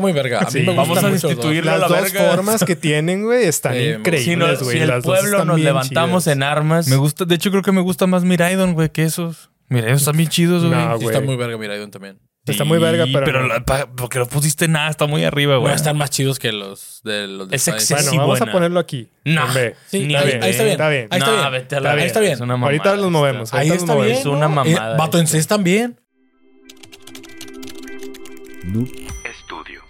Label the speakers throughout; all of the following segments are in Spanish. Speaker 1: muy verga. A mí
Speaker 2: Sí,
Speaker 1: me
Speaker 2: vamos
Speaker 1: gustan
Speaker 2: a
Speaker 1: mucho los dos.
Speaker 2: destituir irle a
Speaker 3: Las
Speaker 2: la
Speaker 3: dos
Speaker 2: verga.
Speaker 3: formas que tienen, güey, están
Speaker 1: Sí, me
Speaker 3: increíbles,
Speaker 2: Si, nos-
Speaker 3: güey.
Speaker 2: si el
Speaker 3: Las dos
Speaker 2: pueblo
Speaker 3: están
Speaker 2: nos
Speaker 3: bien
Speaker 2: levantamos
Speaker 3: chidas.
Speaker 2: en armas.
Speaker 4: Me gusta, de hecho creo que me gusta más Miraidon, güey, que esos. Miraidon están bien chidos, güey.
Speaker 3: No,
Speaker 1: Sí, está
Speaker 3: güey.
Speaker 1: muy verga Miraidon también.
Speaker 3: Está muy verga,
Speaker 4: Sí,
Speaker 3: pero no.
Speaker 4: la- pa- porque lo pusiste nada, está muy arriba, güey.
Speaker 1: No, están más chidos que los de los de
Speaker 4: Es
Speaker 1: Science.
Speaker 4: excesivo.
Speaker 3: Bueno,
Speaker 4: Sí,
Speaker 3: vamos
Speaker 4: buena.
Speaker 3: a ponerlo aquí.
Speaker 4: Nah.
Speaker 3: Hombre.
Speaker 1: Sí,
Speaker 4: Ni
Speaker 1: ahí,
Speaker 4: bien.
Speaker 1: ahí está bien.
Speaker 3: Está bien.
Speaker 1: Ahí está
Speaker 4: No,
Speaker 1: bien.
Speaker 4: vete a la-
Speaker 1: Ahí está
Speaker 4: Es
Speaker 1: bien.
Speaker 4: una mamada
Speaker 3: Ahorita los
Speaker 4: esta.
Speaker 3: movemos.
Speaker 1: Ahí
Speaker 3: ahorita
Speaker 1: está
Speaker 3: los
Speaker 1: bien.
Speaker 3: movemos.
Speaker 4: Es una
Speaker 1: ¿no?
Speaker 4: mamada
Speaker 1: Eh, Vato en
Speaker 4: esto.
Speaker 1: sí están bien.
Speaker 5: Noob
Speaker 6: Estudio.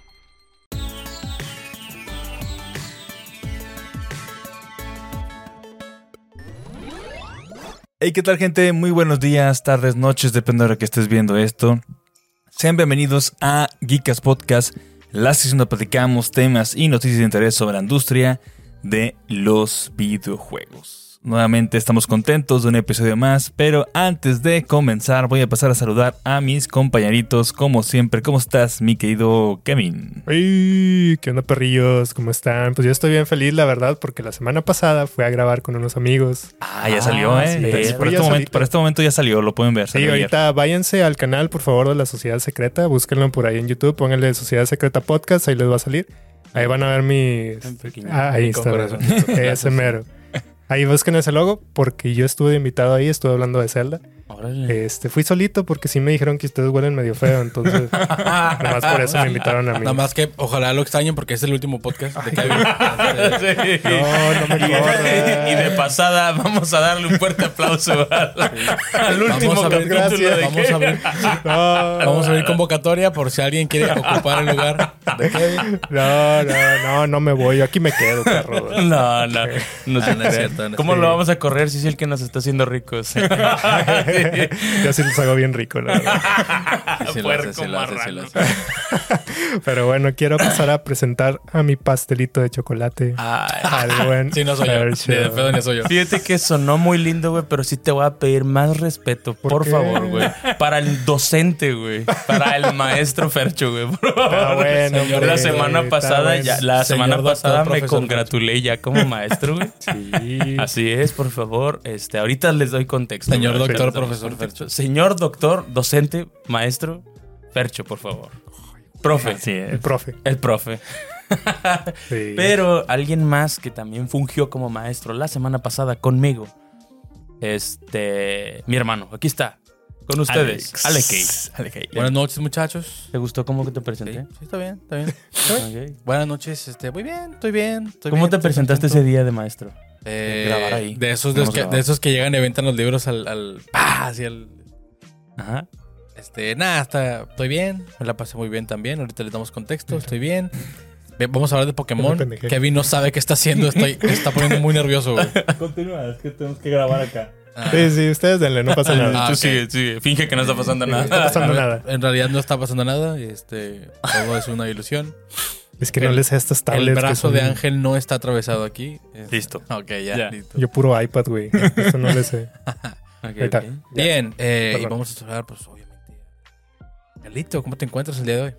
Speaker 4: Hey, ¿qué tal, gente? Muy buenos días, tardes, noches, depende de lo que estés viendo esto. Sean bienvenidos a Geekas Podcast, la sesión donde platicamos temas y noticias de interés sobre la industria de los videojuegos. Nuevamente estamos contentos de un episodio más, pero antes de comenzar voy a pasar a saludar a mis compañeritos, como siempre. ¿Cómo estás, mi querido Kevin?
Speaker 3: Ey, ¿Qué onda, perrillos? ¿Cómo están? Pues yo estoy bien feliz, la verdad, porque la semana pasada fui a grabar con unos amigos.
Speaker 4: Ah, ya salió, ¿eh?
Speaker 3: sí,
Speaker 4: Eh,
Speaker 3: sí,
Speaker 4: por,
Speaker 3: ya
Speaker 4: este momento,
Speaker 3: saliste.
Speaker 4: por este momento ya salió, lo pueden ver.
Speaker 3: Sí,
Speaker 4: salió ayer.
Speaker 3: ahorita váyanse al canal, por favor, de la Sociedad Secreta. Búsquenlo por ahí en YouTube. Pónganle Sociedad Secreta Podcast, ahí les va a salir. Ahí van a ver mis. Ah, ahí está.
Speaker 2: corazón.
Speaker 3: Ese mero. Ahí busquen ese logo porque yo estuve invitado ahí, estuve hablando de Zelda. Este, fui solito porque sí me dijeron que ustedes huelen medio feo, entonces nada más por eso me invitaron a mí.
Speaker 1: Nada más que ojalá lo extrañen porque es el último podcast de Kevin.
Speaker 3: No, no me
Speaker 4: Y-
Speaker 3: corran.
Speaker 4: Y de pasada, vamos a darle un fuerte aplauso a la- al último
Speaker 1: Vamos a abrir,
Speaker 4: capítulo
Speaker 3: gracias.
Speaker 4: de
Speaker 1: Vamos a abrir,
Speaker 3: No,
Speaker 1: vamos a abrir convocatoria por si alguien quiere ocupar el lugar de Kevin.
Speaker 3: no, no, no, no me voy. Yo aquí me quedo, perro.
Speaker 4: No, no, no
Speaker 1: Ah,
Speaker 4: se
Speaker 1: no es cierto, no es
Speaker 4: ¿Cómo
Speaker 1: cierto.
Speaker 4: lo vamos a correr si es el que nos está haciendo ricos?
Speaker 3: Yo sí los hago bien rico, la verdad.
Speaker 1: Sí, sí lo hace, sí lo hace, sí lo hace.
Speaker 3: Pero bueno, quiero pasar a presentar a mi pastelito de chocolate.
Speaker 4: Ay,
Speaker 3: Al buen
Speaker 1: Sí, no soy yo. Ni
Speaker 3: Fercho.
Speaker 1: de pedo ni soy yo.
Speaker 4: Fíjate que sonó muy lindo, güey, pero sí te voy a pedir más respeto, por,
Speaker 3: ¿Por qué?
Speaker 4: favor, güey. Para el docente, güey. Para el maestro Fercho, güey. por favor.
Speaker 3: Está bueno,
Speaker 1: Señor,
Speaker 3: hombre,
Speaker 4: la semana
Speaker 3: está
Speaker 4: pasada,
Speaker 3: bueno.
Speaker 4: ya,
Speaker 1: Señor
Speaker 4: la semana
Speaker 1: doctor,
Speaker 4: pasada me
Speaker 1: profesor.
Speaker 4: congratulé ya como maestro, güey.
Speaker 3: Sí.
Speaker 4: Así es, por favor. Este, ahorita les doy contexto.
Speaker 1: Señor
Speaker 4: güey.
Speaker 1: doctor,
Speaker 4: Les doy
Speaker 1: profesor
Speaker 4: contexto.
Speaker 1: Fercho.
Speaker 4: Señor doctor, docente, maestro, Fercho, por favor. Profe. Así
Speaker 3: El
Speaker 4: es.
Speaker 3: profe.
Speaker 4: El profe.
Speaker 3: Sí.
Speaker 4: Pero alguien más que también fungió como maestro la semana pasada conmigo. Este, mi hermano, aquí está. Con ustedes. Alex.
Speaker 1: Buenas noches, muchachos.
Speaker 4: ¿Te gustó cómo que te
Speaker 1: Sí,
Speaker 4: presenté?
Speaker 1: sí, está bien, está bien.
Speaker 4: Ok.
Speaker 1: Buenas noches, este, muy bien, estoy bien. estoy
Speaker 4: ¿Cómo
Speaker 1: bien,
Speaker 4: te
Speaker 1: estoy
Speaker 4: presentaste
Speaker 1: contento.
Speaker 4: ese día de maestro?
Speaker 1: Eh,
Speaker 4: Grabar ahí.
Speaker 1: De esos, de,
Speaker 4: Vamos
Speaker 1: los que,
Speaker 4: a grabar.
Speaker 1: de esos que llegan y aventan los libros al. al ¡pah! Así al.
Speaker 4: Ajá.
Speaker 1: Este, nada, está, estoy bien. Me la pasé muy bien también. Ahorita les damos contexto. Estoy bien. Ve- Vamos a hablar de Pokémon.
Speaker 3: Me pendejé.
Speaker 1: Kevin no sabe qué está haciendo. Estoy, está poniendo muy nervioso, güey.
Speaker 4: Continúa, es que tenemos que grabar acá.
Speaker 1: Ah,
Speaker 3: Sí, sí, ustedes denle, no pasa nada.
Speaker 1: Ah,
Speaker 4: Tú
Speaker 1: ok.
Speaker 4: sigue, sigue. Finge que no está pasando
Speaker 3: No está
Speaker 4: nada.
Speaker 3: pasando nada.
Speaker 1: En realidad no está pasando nada. Este, todo es una ilusión.
Speaker 3: Es que no
Speaker 1: el-
Speaker 3: les sé estas tablets.
Speaker 1: El
Speaker 3: que
Speaker 1: brazo
Speaker 3: son-
Speaker 1: de Ángel no está atravesado aquí. Este,
Speaker 4: Listo.
Speaker 1: Ok, ya.
Speaker 4: Ya.
Speaker 1: listo.
Speaker 3: Yo puro iPad, güey. Eso no les sé. Ahí
Speaker 4: Ok,
Speaker 3: está.
Speaker 4: ok.
Speaker 1: Bien, eh, y
Speaker 3: Perdón.
Speaker 1: vamos a hablar, pues, obviamente. Carlito, ¿cómo te encuentras el día de hoy?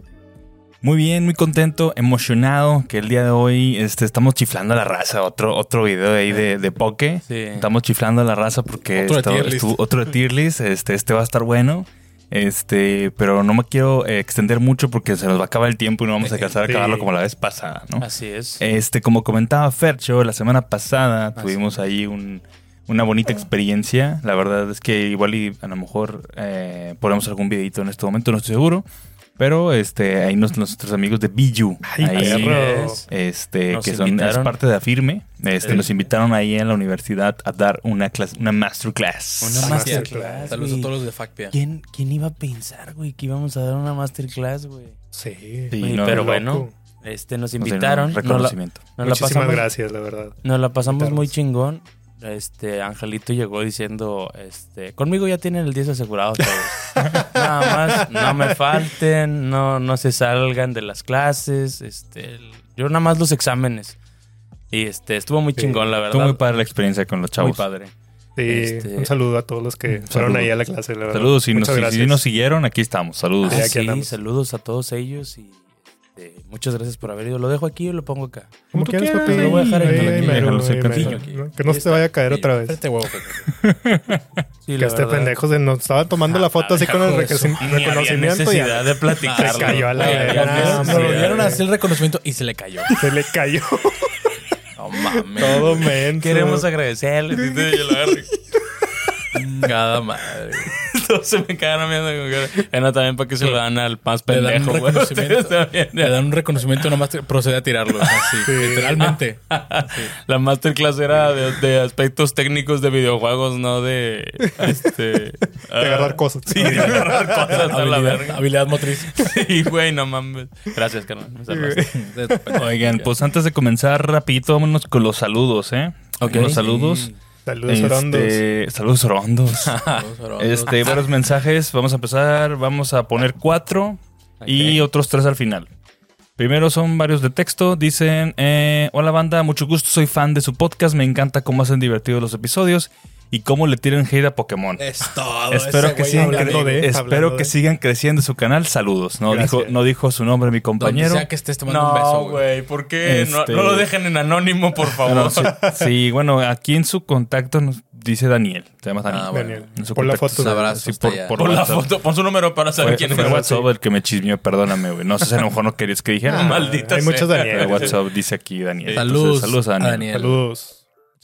Speaker 4: Muy bien, muy contento, emocionado que el día de hoy este, estamos chiflando a la raza. Otro, otro video ahí de, de Poke.
Speaker 1: Sí.
Speaker 4: Estamos chiflando a la raza porque
Speaker 1: Otro de
Speaker 4: está-
Speaker 1: tier list.
Speaker 4: estuvo- otro de tier list. Este, este va a estar bueno. Este, pero no me quiero eh, extender mucho porque se nos va a acabar el tiempo y no vamos a alcanzar a
Speaker 1: Este,
Speaker 3: Sí.
Speaker 4: acabarlo como la vez pasada, ¿no?
Speaker 2: Así es.
Speaker 4: Este, como comentaba Fercho, la semana pasada tuvimos ahí un- una bonita experiencia. La verdad es que igual y a lo mejor eh, ponemos algún videito en este momento, no estoy seguro. Pero este, ahí nos, nuestros amigos de Biju.
Speaker 3: Ay,
Speaker 4: ahí,
Speaker 3: perro.
Speaker 4: es, este,
Speaker 2: Nos
Speaker 4: que son, es
Speaker 2: invitaron.
Speaker 4: parte de Afirme. Este,
Speaker 2: Eh.
Speaker 4: Nos invitaron ahí en la universidad a dar una, clase, una masterclass.
Speaker 2: Una
Speaker 1: Así es.
Speaker 2: masterclass,
Speaker 1: Saludos a
Speaker 4: güey.
Speaker 1: todos los de FACPIA.
Speaker 4: ¿Quién, ¿Quién iba a pensar, güey, que íbamos a dar una masterclass, güey?
Speaker 3: Sí.
Speaker 4: Sí,
Speaker 2: Oye,
Speaker 4: no,
Speaker 2: pero
Speaker 4: no,
Speaker 2: bueno,
Speaker 3: loco.
Speaker 2: este, nos
Speaker 4: no sé, no,
Speaker 2: invitaron. nos la-
Speaker 4: reconocimiento. nos la
Speaker 3: Muchísimas
Speaker 4: pasamos-
Speaker 3: gracias, la verdad.
Speaker 4: Nos la pasamos muy
Speaker 3: Invitarnos.
Speaker 4: chingón. Este, Angelito llegó diciendo, este, conmigo ya tienen el 10 asegurado todos. Nada más, no me falten, no, no se salgan de las clases, este, el- yo nada más los exámenes. Y este, estuvo muy
Speaker 3: Sí.
Speaker 4: chingón, la verdad. Estuvo muy padre la experiencia con los Muy chavos. padre.
Speaker 3: Sí,
Speaker 4: Este-
Speaker 3: un saludo a todos los que
Speaker 4: Un
Speaker 3: fueron
Speaker 4: saludo.
Speaker 3: ahí a la clase, la verdad.
Speaker 4: Saludos, si nos,
Speaker 3: Muchas
Speaker 4: si- si
Speaker 3: gracias.
Speaker 4: nos siguieron, aquí estamos. Saludos.
Speaker 3: Sí,
Speaker 4: Ah,
Speaker 3: aquí
Speaker 4: sí,
Speaker 3: andamos.
Speaker 4: saludos a todos ellos y
Speaker 1: Este, muchas gracias por haber ido. Lo dejo aquí o lo pongo acá.
Speaker 3: Como
Speaker 4: tú
Speaker 3: quieras,
Speaker 4: quieras,
Speaker 3: papi.
Speaker 1: lo voy a dejar ahí,
Speaker 3: Ahí,
Speaker 1: ahí
Speaker 3: ahí
Speaker 1: mero,
Speaker 3: mero,
Speaker 4: déjalo, soy
Speaker 3: ahí
Speaker 4: cantillo
Speaker 3: mero.
Speaker 1: aquí.
Speaker 3: No, Que no
Speaker 1: Ahí
Speaker 3: se te vaya a caer
Speaker 1: Ahí,
Speaker 3: otra vez.
Speaker 1: Este huevo. Pepe. Sí,
Speaker 3: Que
Speaker 1: la
Speaker 3: este
Speaker 1: verdad.
Speaker 3: pendejo se nos estaba tomando la foto así con el recon-
Speaker 4: Ni había
Speaker 3: reconocimiento y
Speaker 4: necesidad de platicarlo.
Speaker 3: Se cayó a la
Speaker 1: Güey,
Speaker 3: verga.
Speaker 1: ya
Speaker 3: Ah,
Speaker 1: ves,
Speaker 3: hombre,
Speaker 1: Nos lo dieron
Speaker 3: güey.
Speaker 1: así el reconocimiento y se le cayó.
Speaker 3: se le cayó
Speaker 1: No mames.
Speaker 3: todo menso.
Speaker 4: Queremos agradecerle. Y yo lo agarro.
Speaker 1: Chingada madre.
Speaker 4: Todos se me quedaron viendo con cara. Bueno, también para que se lo dan al más
Speaker 1: Le dan un
Speaker 4: pendejo, güey.
Speaker 1: reconocimiento.
Speaker 4: Está bien.
Speaker 1: Le dan un reconocimiento nomás te- procede a tirarlo. Así,
Speaker 3: Sí.
Speaker 1: literalmente.
Speaker 4: Ah, La masterclass era de, de aspectos técnicos de videojuegos, no de. Este, ah,
Speaker 3: agarrar cosas.
Speaker 4: Sí, de agarrar cosas a la
Speaker 1: habilidad,
Speaker 4: verga.
Speaker 1: habilidad motriz.
Speaker 4: Sí, güey, no mames. Gracias, carnal. Me salvaste. Oigan,
Speaker 1: Oigan,
Speaker 4: pues antes de comenzar, rapidito, vámonos con los saludos, ¿eh?
Speaker 1: Ok.
Speaker 4: Con los saludos.
Speaker 3: Saludos
Speaker 4: Este,
Speaker 3: orondos.
Speaker 4: Saludos orondos. Este, varios mensajes. Vamos a empezar. Vamos a poner cuatro y otros tres al final. Primero son varios de texto. Dicen: eh, Hola, banda. Mucho gusto. Soy fan de su podcast. Me encanta cómo hacen divertidos los episodios y cómo le tiran hate a Pokémon.
Speaker 1: es todo.
Speaker 4: Espero que, sigan,
Speaker 3: hablando
Speaker 4: cre-
Speaker 3: de-
Speaker 4: espero
Speaker 3: hablando
Speaker 4: que
Speaker 3: de-
Speaker 4: sigan creciendo su canal. Saludos. No,
Speaker 3: Gracias.
Speaker 4: dijo, no dijo su nombre mi
Speaker 1: Compañero.
Speaker 4: compañero.
Speaker 1: sea que estés tomando un beso, güey.
Speaker 4: ¿por
Speaker 1: Este-
Speaker 4: dejen en anónimo, por favor. sí, bueno, aquí en su contacto nos dice Daniel. Te llamas Daniel.
Speaker 1: Ah, bueno.
Speaker 3: Daniel,
Speaker 4: En su
Speaker 3: pon la
Speaker 4: contacto
Speaker 3: foto.
Speaker 1: Un abrazo
Speaker 4: Sí,
Speaker 1: hasta
Speaker 4: por-
Speaker 1: allá.
Speaker 4: por
Speaker 1: Hola.
Speaker 4: la foto,
Speaker 2: pon su número para
Speaker 4: Fue, fue
Speaker 3: es.
Speaker 4: WhatsApp el que me chismeó, perdóname, güey. No sé si a lo mejor no querías que dijera.
Speaker 3: Ah,
Speaker 2: maldita
Speaker 3: Hay
Speaker 2: sea.
Speaker 3: muchos
Speaker 4: Pero
Speaker 3: Daniel.
Speaker 4: WhatsApp dice aquí Daniel.
Speaker 1: Saludos,
Speaker 4: Entonces, saludos a Daniel.
Speaker 3: Saludos.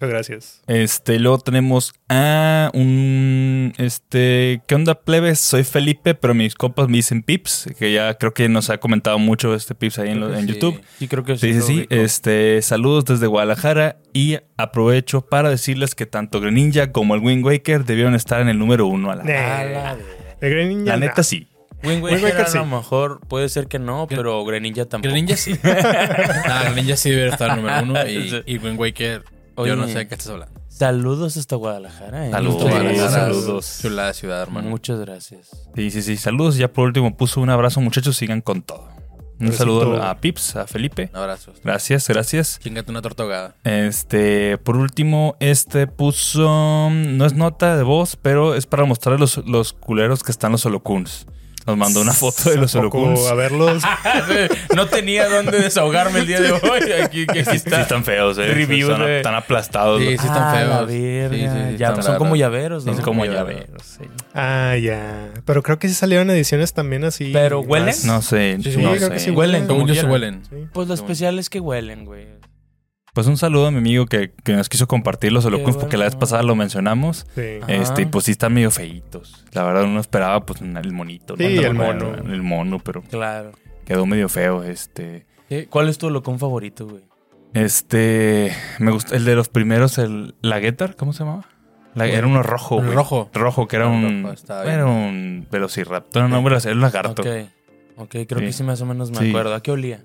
Speaker 3: Muchas gracias.
Speaker 4: Este, luego tenemos a un. Este, ¿qué onda, plebes? Soy Felipe, pero mis copas me dicen Pips, que ya creo que nos ha comentado mucho este Pips ahí en, lo- en YouTube.
Speaker 2: Sí, creo que
Speaker 4: Sí, sí, sí. Este, saludos desde Guadalajara y aprovecho para decirles que tanto Greninja como el Wind Waker debieron estar en el número uno a la.
Speaker 3: Nah. De Greninja.
Speaker 4: La
Speaker 3: nah.
Speaker 4: neta sí.
Speaker 2: Wing
Speaker 3: Wind Waker
Speaker 2: Waker
Speaker 3: sí.
Speaker 2: a lo mejor puede ser que no, pero Greninja tampoco.
Speaker 1: Greninja sí. nah, Greninja Ah, sí debe estar número uno. Y,
Speaker 2: Sí.
Speaker 1: y Wind Waker, yo
Speaker 2: Oye.
Speaker 1: no sé de qué estás hablando.
Speaker 2: Saludos hasta Guadalajara. eh.
Speaker 4: Saludos,
Speaker 2: Hasta Guadalajara.
Speaker 4: saludos.
Speaker 1: Chulada ciudad, hermano.
Speaker 2: Muchas gracias.
Speaker 4: Sí, sí, sí. Saludos. Ya por último puso un abrazo, muchachos. Sigan con todo. Un
Speaker 3: Besito.
Speaker 4: saludo a Pips, a Felipe.
Speaker 1: Un abrazo.
Speaker 4: Gracias, gracias.
Speaker 1: Chingate una tortogada. Eh,
Speaker 4: Este, por último, este puso. No es nota de voz, pero es para mostrar los, los culeros que están los holocuns. Nos mandó una foto de los
Speaker 3: Tampoco,
Speaker 4: holocuns.
Speaker 3: A verlos.
Speaker 2: no tenía dónde desahogarme el día de hoy. Aquí, aquí
Speaker 4: Sí, están feos, eh.
Speaker 2: Review
Speaker 4: Están-
Speaker 2: de-
Speaker 4: están aplastados.
Speaker 1: Sí, sí, están
Speaker 2: Ah,
Speaker 1: feos.
Speaker 2: la verga.
Speaker 1: Sí, sí, sí,
Speaker 2: Ya,
Speaker 1: están
Speaker 2: son como
Speaker 1: raros.
Speaker 2: llaveros, ¿no?
Speaker 4: Son como
Speaker 1: Muy
Speaker 4: llaveros. sí.
Speaker 3: Ah, ya. Pero creo que sí salieron ediciones también así.
Speaker 2: Pero huelen.
Speaker 3: más-
Speaker 4: No sé.
Speaker 1: Sí, sí,
Speaker 4: no
Speaker 3: creo
Speaker 4: sé.
Speaker 3: que sí.
Speaker 2: Huelen
Speaker 1: Como
Speaker 2: como
Speaker 1: yo se
Speaker 2: quieran.
Speaker 1: huelen.
Speaker 3: Sí.
Speaker 2: Pues lo especial es que huelen, güey.
Speaker 4: Pues un saludo a mi amigo que, que nos quiso compartir los holocuns porque la vez
Speaker 2: bueno.
Speaker 4: pasada lo mencionamos.
Speaker 3: Sí.
Speaker 2: Ah.
Speaker 4: Este, y pues sí están medio feitos. La verdad, uno esperaba pues el monito, ¿no?
Speaker 3: Sí, el
Speaker 4: mono,
Speaker 3: mono.
Speaker 4: el mono, pero
Speaker 2: Claro.
Speaker 4: quedó medio feo. Este,
Speaker 2: ¿Qué- ¿Cuál es tu holocón favorito, güey?
Speaker 4: este, me gusta el de los primeros, el la Guitar, ¿cómo se llamaba? La- era uno rojo,
Speaker 1: El
Speaker 4: güey.
Speaker 1: rojo.
Speaker 4: Rojo, que era
Speaker 1: El
Speaker 4: un,
Speaker 1: rojo, estaba bien.
Speaker 4: era un velociraptor, no, pero era un lagarto.
Speaker 2: Ok. Ok, creo
Speaker 4: Sí.
Speaker 2: que sí más o menos me
Speaker 4: Sí.
Speaker 2: acuerdo. ¿A qué olía?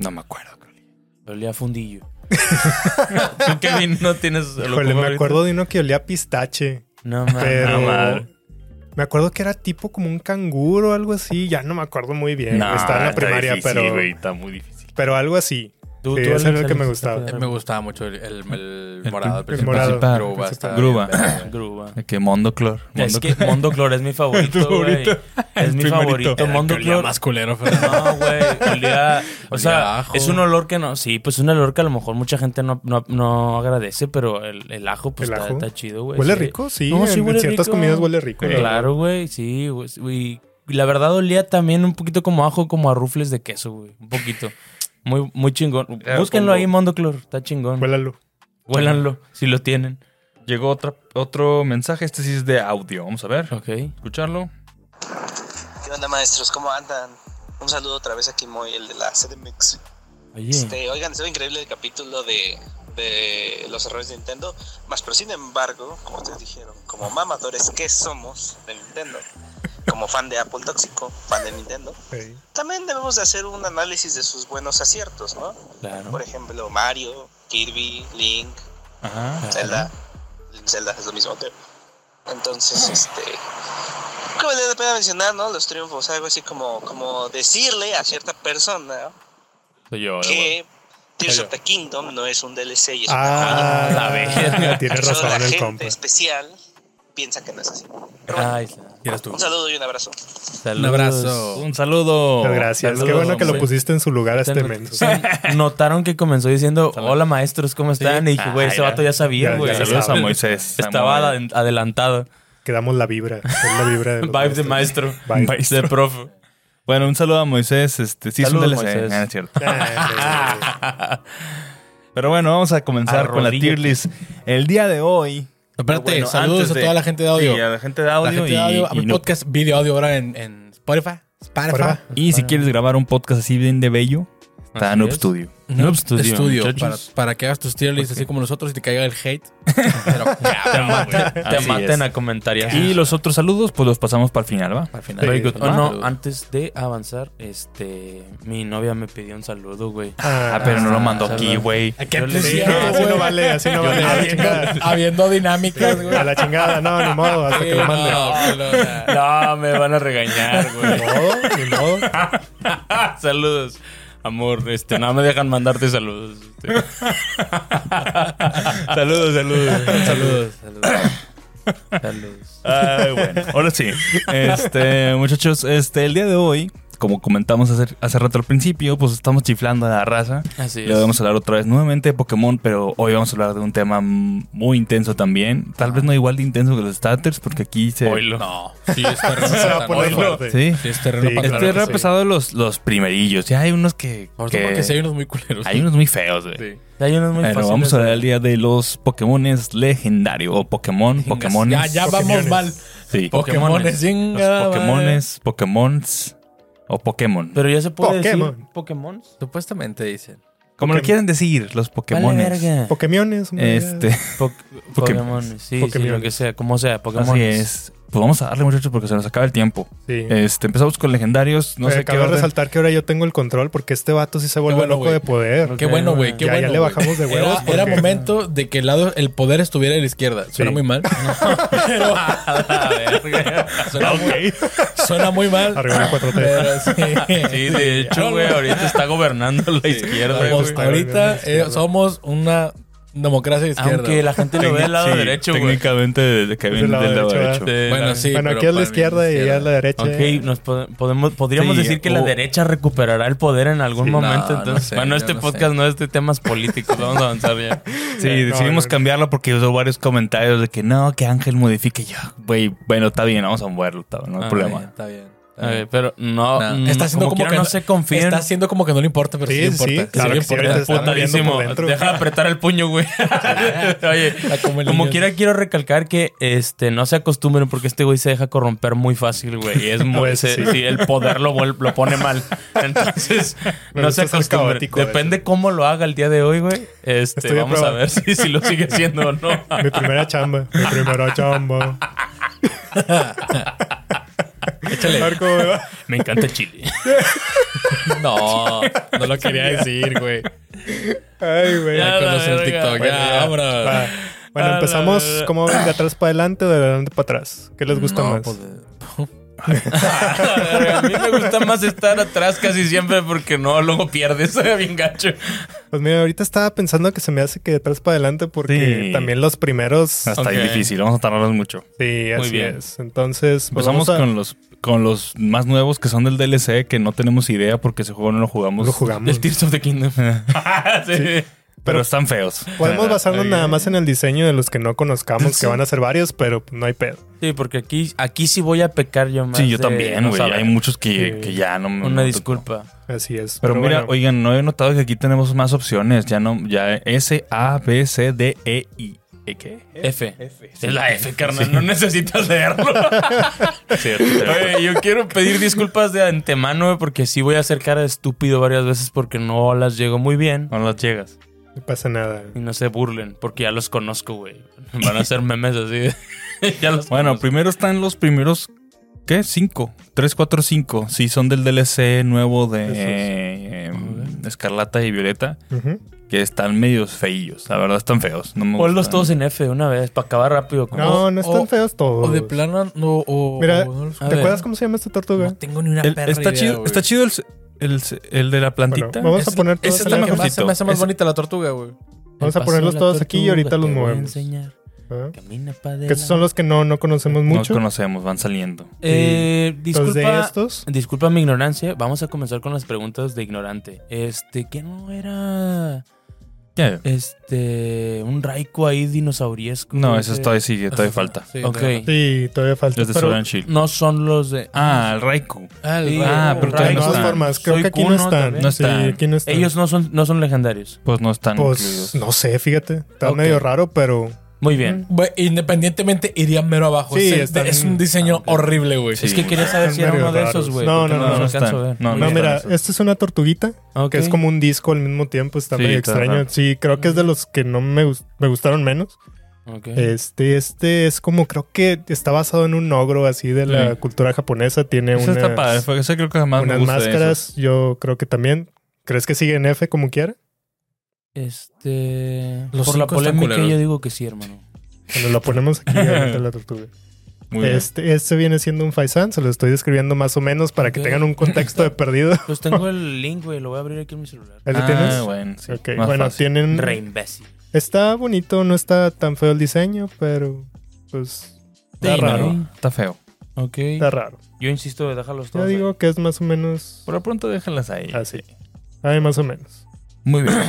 Speaker 4: No me acuerdo. creo.
Speaker 2: Olía a fundillo. ¿Tú, Kevin, no tienes holocón
Speaker 3: Híjole, me
Speaker 2: favorito?
Speaker 3: acuerdo de uno que olía a pistache.
Speaker 2: No, mames.
Speaker 3: Pero
Speaker 4: Ah, no, madre.
Speaker 3: me acuerdo que era tipo como un canguro o algo así. Ya no me acuerdo muy bien.
Speaker 4: No,
Speaker 3: Estaba Eh, en la
Speaker 4: está
Speaker 3: primaria,
Speaker 4: difícil,
Speaker 3: pero,
Speaker 4: güey, está muy difícil.
Speaker 3: pero algo así. Sí, ese era el que me gustaba.
Speaker 1: Me gustaba mucho el, el, el
Speaker 4: El
Speaker 1: morado.
Speaker 4: prin-
Speaker 3: el morado.
Speaker 1: principal. Gruba.
Speaker 3: El
Speaker 1: estaba
Speaker 4: principal.
Speaker 1: bien, pero-
Speaker 2: Gruba.
Speaker 4: Que Mondoclor.
Speaker 2: Es que Mondoclor es mi favorito, güey.
Speaker 4: favorito.
Speaker 2: Es
Speaker 4: El
Speaker 2: mi
Speaker 4: primerito.
Speaker 1: Era
Speaker 2: favorito.
Speaker 1: el que olía
Speaker 2: Mondoclor.
Speaker 1: más culero, pero
Speaker 2: No, güey. Olía. O
Speaker 1: Olía a
Speaker 2: sea,
Speaker 1: ajo.
Speaker 2: es un olor que no. Sí, pues un olor que a lo mejor mucha gente no, no, no agradece, pero el, el ajo, pues
Speaker 3: ¿El
Speaker 2: está,
Speaker 3: ajo?
Speaker 2: está chido, güey.
Speaker 3: ¿Huele
Speaker 2: Sí.
Speaker 3: rico? Sí,
Speaker 2: No, sí
Speaker 3: en, en
Speaker 2: huele
Speaker 3: ciertas
Speaker 2: rico.
Speaker 3: comidas huele rico. la
Speaker 2: Claro, güey. Sí, güey. sí, güey. Y la verdad olía también un poquito como ajo, como a rufles de queso, güey. Un poquito. Muy, muy chingón.
Speaker 4: Era
Speaker 2: Búsquenlo
Speaker 4: como-
Speaker 2: ahí, Mondoclor. Está
Speaker 3: verdad.
Speaker 2: chingón.
Speaker 3: Huélalo.
Speaker 2: Huélanlo, si lo tienen.
Speaker 4: Llegó otra, otro mensaje, este sí es de audio. Vamos a ver,
Speaker 2: Ok.
Speaker 4: escucharlo.
Speaker 5: ¿Qué onda, maestros? ¿Cómo andan? Un saludo otra vez aquí, Moy, el de la CDMX.
Speaker 2: Oye.
Speaker 5: Este, oigan, estuvo increíble el capítulo de, de los errores de Nintendo. Más, pero sin embargo, como ustedes dijeron, como mamadores que somos de Nintendo, como fan de Apple Tóxico, fan de Nintendo,
Speaker 3: Sí.
Speaker 5: también debemos de hacer un análisis de sus buenos aciertos, ¿no?
Speaker 2: Claro.
Speaker 5: Por ejemplo, Mario, Kirby, Link,
Speaker 2: Ah,
Speaker 4: Ajá.
Speaker 5: Zelda. Zelda es lo mismo. creo. Entonces, este. Creo que vale la pena mencionar, ¿no? Los triunfos, algo así como, como decirle a cierta persona
Speaker 4: Soy yo.
Speaker 5: que Tears of the Kingdom no es un DLC y es una
Speaker 3: Ah,
Speaker 2: la verga.
Speaker 3: Tiene
Speaker 5: Solo
Speaker 3: razón
Speaker 5: la
Speaker 3: el
Speaker 5: gente
Speaker 3: compa.
Speaker 5: especial piensa que no es así. Pero bueno,
Speaker 2: Ay, sa-
Speaker 1: Y eras tú.
Speaker 5: un saludo y un abrazo.
Speaker 1: Un
Speaker 2: saludos.
Speaker 1: abrazo.
Speaker 4: Un
Speaker 5: Oh,
Speaker 4: saludo.
Speaker 3: Muchas gracias. Qué bueno que lo
Speaker 2: hombre.
Speaker 3: pusiste en su lugar a este
Speaker 2: Se-
Speaker 3: menso.
Speaker 2: se notaron que comenzó diciendo,
Speaker 1: Saludos.
Speaker 2: hola maestros, ¿cómo están? Y dije, güey,
Speaker 1: Ah,
Speaker 2: ese
Speaker 1: ya.
Speaker 2: vato ya sabía,
Speaker 3: Ya-
Speaker 2: güey.
Speaker 3: ya
Speaker 4: Saludos a
Speaker 3: sabe.
Speaker 4: Moisés.
Speaker 2: Estaba
Speaker 4: Samuel.
Speaker 2: adel- adelantado.
Speaker 3: Quedamos la vibra. Es la vibra de los
Speaker 2: Vibe de
Speaker 3: maestros.
Speaker 2: maestro.
Speaker 3: Vibe.
Speaker 2: De profe.
Speaker 4: Bueno, un saludo a Moisés. Este, sí, es un
Speaker 2: Saludos,
Speaker 4: DLC,
Speaker 2: Moisés.
Speaker 4: ah, es cierto.
Speaker 3: Ah, sí, sí, sí.
Speaker 4: Pero bueno, vamos a comenzar con la tier
Speaker 2: Arrodíllate.
Speaker 4: list. El día de hoy.
Speaker 1: Espérate,
Speaker 4: Bueno,
Speaker 1: saludos
Speaker 4: antes
Speaker 1: a
Speaker 4: de-
Speaker 1: toda la gente de audio.
Speaker 4: Sí, a la gente de
Speaker 1: la
Speaker 4: audio.
Speaker 1: gente
Speaker 4: y-
Speaker 1: de audio. A
Speaker 4: y
Speaker 1: mi
Speaker 4: no-
Speaker 1: podcast, video audio ahora en, en Spotify. Spotify.
Speaker 3: Spotify.
Speaker 4: Y si quieres grabar un podcast así bien de bello, está
Speaker 2: Así
Speaker 4: Noob
Speaker 2: es.
Speaker 4: Studio.
Speaker 2: Noob
Speaker 1: pues,
Speaker 2: Studio,
Speaker 1: para,
Speaker 2: muchachos.
Speaker 1: para que hagas tus tier lists así como nosotros y te caiga el hate. Pero
Speaker 2: Te
Speaker 1: cabrón,
Speaker 2: maten, te
Speaker 4: Así
Speaker 2: maten
Speaker 4: es.
Speaker 2: a comentarios.
Speaker 4: Y los otros saludos, pues los pasamos para el final, ¿va?
Speaker 1: al final.
Speaker 2: Very good.
Speaker 1: Ah,
Speaker 4: Pues
Speaker 2: Oh, no,
Speaker 1: saludos.
Speaker 2: antes de avanzar, este, mi novia me pidió un saludo, güey.
Speaker 4: Ah, pero no lo mandó
Speaker 2: saludos.
Speaker 4: aquí, güey.
Speaker 1: Ay, qué
Speaker 2: Yo le
Speaker 3: Sí,
Speaker 1: Sí,
Speaker 2: dije,
Speaker 3: no,
Speaker 1: güey.
Speaker 3: así no vale, así no vale. A la chingada.
Speaker 1: Habiendo dinámicas, güey.
Speaker 3: A la chingada, no, ni modo, hasta que lo mande.
Speaker 1: No, no, no.
Speaker 2: No, me van a regañar,
Speaker 3: Ni
Speaker 2: güey.
Speaker 3: modo, ni modo.
Speaker 2: saludos. Amor, este, no me dejan mandarte saludos. este. saludos, saludos. Saludos, saludos. Saludos.
Speaker 4: Ay, bueno, ahora sí. Este, muchachos, este, el día de hoy, como comentamos hace, hace rato al principio, pues estamos chiflando a la raza.
Speaker 2: Así
Speaker 4: Le vamos a hablar otra vez nuevamente de Pokémon, pero hoy vamos a hablar de un tema muy intenso también. Tal vez no igual de intenso que los starters, porque aquí se.
Speaker 2: Oilo.
Speaker 1: No, sí, es terreno
Speaker 3: Se va a
Speaker 1: para
Speaker 3: poner
Speaker 1: tanoico.
Speaker 3: fuerte.
Speaker 4: Sí.
Speaker 1: Sí, es terreno
Speaker 3: Sí,
Speaker 1: para
Speaker 4: Este
Speaker 3: claro que
Speaker 4: era
Speaker 3: sí.
Speaker 4: pesado los, los primerillos. Ya hay unos que.
Speaker 1: Por
Speaker 4: que-
Speaker 1: supuesto que sí hay unos muy culeros.
Speaker 4: hay unos muy feos, güey.
Speaker 1: Sí.
Speaker 2: Hay unos muy
Speaker 4: Pero
Speaker 2: fáciles.
Speaker 4: vamos a hablar el día de los Pokémones legendarios o Pokémon, Pokémon.
Speaker 1: Ya, ya vamos
Speaker 3: Pokémones.
Speaker 1: mal.
Speaker 4: Sí.
Speaker 1: Pokémones,
Speaker 4: Los
Speaker 1: chinga.
Speaker 4: Pokémones, Pokémons o Pokémon.
Speaker 2: Pero ya se puede decir
Speaker 3: Pokémon.
Speaker 2: Pokémon.
Speaker 1: madre. Supuestamente dicen.
Speaker 4: Como lo
Speaker 3: Pokémon.
Speaker 4: quieran decir, los Pokémones.
Speaker 2: Vale, verga.
Speaker 3: Pokémones. hombre.
Speaker 4: Este,
Speaker 2: Po- Pokémon, sí, sí,
Speaker 3: Pokémon.
Speaker 2: lo que sea, como sea, Pokémon.
Speaker 4: así es. Pues vamos a darle, muchachos, porque se nos acaba el tiempo.
Speaker 3: Sí.
Speaker 4: Este, empezamos con legendarios. No
Speaker 3: Eh,
Speaker 4: sé qué
Speaker 3: cabe
Speaker 4: orden.
Speaker 3: resaltar que ahora yo tengo el control porque este vato sí se vuelve
Speaker 1: bueno,
Speaker 3: loco
Speaker 1: güey.
Speaker 3: de poder.
Speaker 1: Qué bueno, güey. Qué
Speaker 3: Ya- ya
Speaker 1: bueno.
Speaker 3: le
Speaker 1: güey.
Speaker 3: bajamos de huevos
Speaker 1: Era, era
Speaker 3: porque-
Speaker 1: momento de que el, lado, el poder estuviera de la izquierda. Suena
Speaker 3: Sí.
Speaker 1: muy mal. Pero- suena, muy, suena muy mal.
Speaker 3: Arriba la 4T.
Speaker 1: Pero sí.
Speaker 2: Sí, de hecho, güey, ahorita está gobernando la izquierda,
Speaker 1: Somos-
Speaker 2: güey.
Speaker 3: güey.
Speaker 1: ahorita eh,
Speaker 3: Izquierda.
Speaker 1: somos una democracia de izquierda.
Speaker 2: Aunque la gente lo ve del lado
Speaker 4: Sí,
Speaker 2: derecho, güey.
Speaker 4: Técnicamente desde que viene del lado, derecho.
Speaker 2: De la-
Speaker 1: Bueno, sí.
Speaker 3: bueno,
Speaker 1: pero
Speaker 3: aquí a
Speaker 1: para
Speaker 3: la
Speaker 1: mí
Speaker 3: izquierda y allá a la derecha.
Speaker 2: Ok, nos po- podemos, podríamos
Speaker 4: Sí,
Speaker 2: decir que
Speaker 4: o-
Speaker 2: la derecha recuperará el poder en algún
Speaker 4: Sí.
Speaker 2: momento.
Speaker 1: No, no
Speaker 2: entonces,
Speaker 1: sé,
Speaker 2: bueno,
Speaker 1: yo
Speaker 2: este
Speaker 1: no
Speaker 2: podcast no es de temas políticos. Vamos a avanzar ya.
Speaker 4: Sí,
Speaker 3: Eh, no,
Speaker 4: decidimos
Speaker 3: no.
Speaker 4: cambiarlo porque hubo varios comentarios de que no, que Ángel modifique yo. Güey, bueno, está bien, vamos a moverlo, está- no hay
Speaker 2: Ah,
Speaker 4: problema.
Speaker 1: Está bien.
Speaker 2: A ver, pero no,
Speaker 1: Nah,
Speaker 2: no,
Speaker 1: está haciendo como,
Speaker 2: quiera
Speaker 1: que
Speaker 2: no se confíen.
Speaker 1: Está haciendo como que no le importa, pero sí,
Speaker 3: Sí,
Speaker 1: le
Speaker 3: sí,
Speaker 1: importa.
Speaker 3: claro
Speaker 1: le
Speaker 3: que sí,
Speaker 1: importa.
Speaker 3: ahorita está-
Speaker 2: Putadísimo.
Speaker 3: Está muriendo por dentro.
Speaker 2: Deja de apretar el puño, güey. Oye,
Speaker 1: como el
Speaker 2: como
Speaker 1: niño.
Speaker 2: quiera, quiero recalcar que este no se acostumbren porque este güey se deja corromper muy fácil, güey. Y es muy.
Speaker 3: Pues,
Speaker 2: se-
Speaker 3: sí.
Speaker 2: sí, el poder lo, vuel- lo pone mal. Entonces,
Speaker 3: Me
Speaker 2: no se
Speaker 3: gusta ser
Speaker 2: acostumbren.
Speaker 3: caótico a
Speaker 2: Depende
Speaker 3: veces.
Speaker 2: cómo lo haga el día de hoy, güey. Este,
Speaker 3: Estoy a
Speaker 2: vamos a
Speaker 3: prueba.
Speaker 2: ver si, si lo sigue haciendo o no.
Speaker 3: Mi primera chamba. Mi primera chamba. Marco, güey.
Speaker 2: Me encanta Chile.
Speaker 1: No, no lo quería decir, güey.
Speaker 3: Ay, güey.
Speaker 2: Ya,
Speaker 1: Ya conoces
Speaker 2: la
Speaker 1: el
Speaker 2: verga.
Speaker 1: TikTok.
Speaker 2: Bueno,
Speaker 1: Ya,
Speaker 2: ya.
Speaker 1: vámonos.
Speaker 3: Va. Bueno,
Speaker 2: Ah,
Speaker 3: empezamos
Speaker 2: la, la, la.
Speaker 3: como ven de atrás para adelante o de adelante para atrás. ¿Qué les gusta
Speaker 1: No,
Speaker 3: más?
Speaker 1: pues, eh,
Speaker 2: a mí me gusta más estar atrás casi siempre porque no, luego pierdes. Bien gacho.
Speaker 3: Pues mira, ahorita estaba pensando que se me hace que de atrás para adelante porque
Speaker 4: Sí.
Speaker 3: también los primeros.
Speaker 4: Está
Speaker 2: Ok.
Speaker 4: difícil, vamos a tardarnos mucho.
Speaker 3: Sí, así
Speaker 2: bien.
Speaker 3: es. Entonces, pues
Speaker 4: Empezamos
Speaker 3: vamos a-
Speaker 4: con los con los más nuevos que son del DLC, que no tenemos idea porque ese juego no lo jugamos.
Speaker 3: lo jugamos.
Speaker 2: El Tears of the Kingdom. Sí.
Speaker 4: Pero están feos.
Speaker 3: Podemos basarnos
Speaker 4: Ay,
Speaker 3: nada más en el diseño de los que no conozcamos, que van a ser varios, pero no hay pedo.
Speaker 2: Sí, porque aquí, aquí sí voy a pecar yo más.
Speaker 4: Sí, yo
Speaker 2: de
Speaker 4: también,
Speaker 2: no
Speaker 4: güey.
Speaker 2: saber.
Speaker 4: Hay muchos que,
Speaker 3: Sí.
Speaker 4: que ya no me.
Speaker 2: Una
Speaker 4: no-
Speaker 2: disculpa.
Speaker 3: Así es.
Speaker 4: Pero, mira,
Speaker 3: bueno,
Speaker 4: oigan, no he notado que aquí tenemos más opciones. Ya no, ya S, A, B, C, D, E, I. ¿E qué?
Speaker 2: F. Es la F, carnal. No necesitas leerlo.
Speaker 4: Cierto,
Speaker 2: Oye, yo quiero pedir disculpas de antemano, güey, porque sí voy a hacer cara de estúpido varias veces porque no las llego muy bien.
Speaker 4: No las llegas.
Speaker 3: no pasa nada.
Speaker 2: Y no se burlen, porque ya los conozco, güey. Van a hacer memes así. de- ya
Speaker 4: Bueno, pues,
Speaker 2: los conozco.
Speaker 4: primero están los primeros. ¿Qué? Cinco. Tres, cuatro, cinco. Sí, son del DLC nuevo de
Speaker 3: Esos.
Speaker 4: eh, Escarlata y Violeta.
Speaker 3: Ujú.
Speaker 4: Que están medios feillos. La verdad, están feos. No me
Speaker 2: Ponlos
Speaker 4: gustan.
Speaker 2: todos en F una vez, para acabar rápido. como-
Speaker 3: No, no
Speaker 1: o-
Speaker 3: están feos todos.
Speaker 1: O de plano, no. O,
Speaker 3: Mira,
Speaker 1: o no los-
Speaker 2: a
Speaker 3: ¿Te
Speaker 2: ver.
Speaker 3: acuerdas cómo se llama esta tortuga?
Speaker 1: No tengo ni una
Speaker 4: El-
Speaker 1: perra.
Speaker 4: está,
Speaker 1: idea,
Speaker 4: chido,
Speaker 1: güey.
Speaker 4: está chido el, el- el de la plantita.
Speaker 3: Bueno, vamos a
Speaker 1: Es-
Speaker 3: poner todos
Speaker 1: Esa es
Speaker 3: en
Speaker 1: la
Speaker 3: la
Speaker 1: mejor.
Speaker 4: cajita.
Speaker 1: Se me hace más
Speaker 4: Es-
Speaker 1: bonita la tortuga, güey.
Speaker 3: Vamos
Speaker 2: El
Speaker 3: a ponerlos
Speaker 2: paso de la
Speaker 3: todos aquí y
Speaker 2: tortuga,
Speaker 3: ahorita los
Speaker 2: te voy a
Speaker 3: movemos.
Speaker 2: enseñar.
Speaker 3: ¿verdad?
Speaker 2: Camina para
Speaker 3: Ah. Que estos son los que no, no conocemos mucho.
Speaker 4: No conocemos, van saliendo.
Speaker 2: Eh,
Speaker 3: Los
Speaker 2: disculpa,
Speaker 3: de estos.
Speaker 2: disculpa mi ignorancia. Vamos a comenzar con las preguntas de ignorante. Este, ¿qué no era?
Speaker 4: Ya.
Speaker 2: Este, un Raikou ahí dinosauriesco.
Speaker 4: No,
Speaker 2: ese?
Speaker 4: eso todavía sí, todavía falta.
Speaker 1: Sí,
Speaker 2: Ok.
Speaker 1: no.
Speaker 3: Sí, todavía falta.
Speaker 4: Los de
Speaker 3: pero-
Speaker 4: Sword and Shield.
Speaker 2: No son los de.
Speaker 4: Ah, el Raikou.
Speaker 1: Ah, el
Speaker 2: Sí.
Speaker 1: Raikou.
Speaker 4: Ah, pero
Speaker 3: de
Speaker 4: todavía no
Speaker 3: todas
Speaker 4: están.
Speaker 3: formas, creo
Speaker 2: Soy
Speaker 3: que aquí
Speaker 2: Kuno
Speaker 3: no están.
Speaker 2: también.
Speaker 4: No
Speaker 3: Sí,
Speaker 4: están.
Speaker 3: aquí no están.
Speaker 2: Ellos no son, no son legendarios.
Speaker 4: Pues no están
Speaker 3: Pues
Speaker 4: incluidos.
Speaker 3: no sé, fíjate. Está
Speaker 2: Ok.
Speaker 3: medio raro, pero.
Speaker 2: Muy bien.
Speaker 1: Güey, Independientemente iría mero abajo.
Speaker 3: Sí,
Speaker 1: es, el-
Speaker 3: están-
Speaker 1: es un diseño horrible, güey.
Speaker 4: Sí.
Speaker 2: es que quería saber
Speaker 3: Son
Speaker 2: si era
Speaker 3: medio
Speaker 2: uno de
Speaker 3: raros.
Speaker 2: esos, güey.
Speaker 3: No,
Speaker 2: porque
Speaker 3: no,
Speaker 2: los
Speaker 3: no,
Speaker 4: no
Speaker 2: alcanzo a
Speaker 4: están.
Speaker 2: ver.
Speaker 4: No,
Speaker 2: Muy
Speaker 3: No,
Speaker 4: están
Speaker 2: bien.
Speaker 3: mira,
Speaker 4: esos.
Speaker 3: esta es una tortuguita
Speaker 2: Ok.
Speaker 3: que es como un disco al mismo tiempo. Está
Speaker 4: Sí,
Speaker 3: medio
Speaker 4: está
Speaker 3: extraño.
Speaker 4: raro.
Speaker 3: Sí, creo que es de los que no me, gust- me gustaron menos.
Speaker 2: Ok.
Speaker 3: Este, este es como, creo que está basado en un ogro así de la
Speaker 4: Sí.
Speaker 3: cultura japonesa. Tiene
Speaker 4: Eso está padre.
Speaker 3: unas,
Speaker 4: Fue, eso creo que más me
Speaker 3: unas
Speaker 4: gusta de esos.
Speaker 3: máscaras. Yo creo que también. ¿Crees que sigue en F como quiera?
Speaker 2: Este.
Speaker 1: Los
Speaker 2: por la
Speaker 1: cinco están
Speaker 2: polémica,
Speaker 1: culeros.
Speaker 2: yo digo que sí, hermano.
Speaker 3: Bueno, lo ponemos aquí ahorita la tortuga.
Speaker 4: Muy bien.
Speaker 3: Este, este viene siendo un faisán, se lo estoy describiendo más o menos para que
Speaker 2: Ok.
Speaker 3: tengan un contexto de perdido.
Speaker 2: Los Pues tengo el link, güey. Lo voy a abrir aquí en mi celular.
Speaker 3: ¿Ahí lo
Speaker 4: ah,
Speaker 3: tienes?
Speaker 4: bueno, sí.
Speaker 3: Ok,
Speaker 4: más
Speaker 3: Bueno,
Speaker 4: fácil.
Speaker 3: tienen.
Speaker 2: Re imbécil.
Speaker 3: Está bonito, no está tan feo el diseño, pero pues está
Speaker 2: Sí,
Speaker 3: raro.
Speaker 2: ¿no?
Speaker 4: Está feo.
Speaker 2: Ok.
Speaker 3: Está raro.
Speaker 2: Yo insisto, déjalos
Speaker 3: Yo
Speaker 2: todos.
Speaker 3: digo que es más o menos
Speaker 4: Por lo pronto déjalas ahí.
Speaker 3: así. Ay, más o menos.
Speaker 4: Muy bien.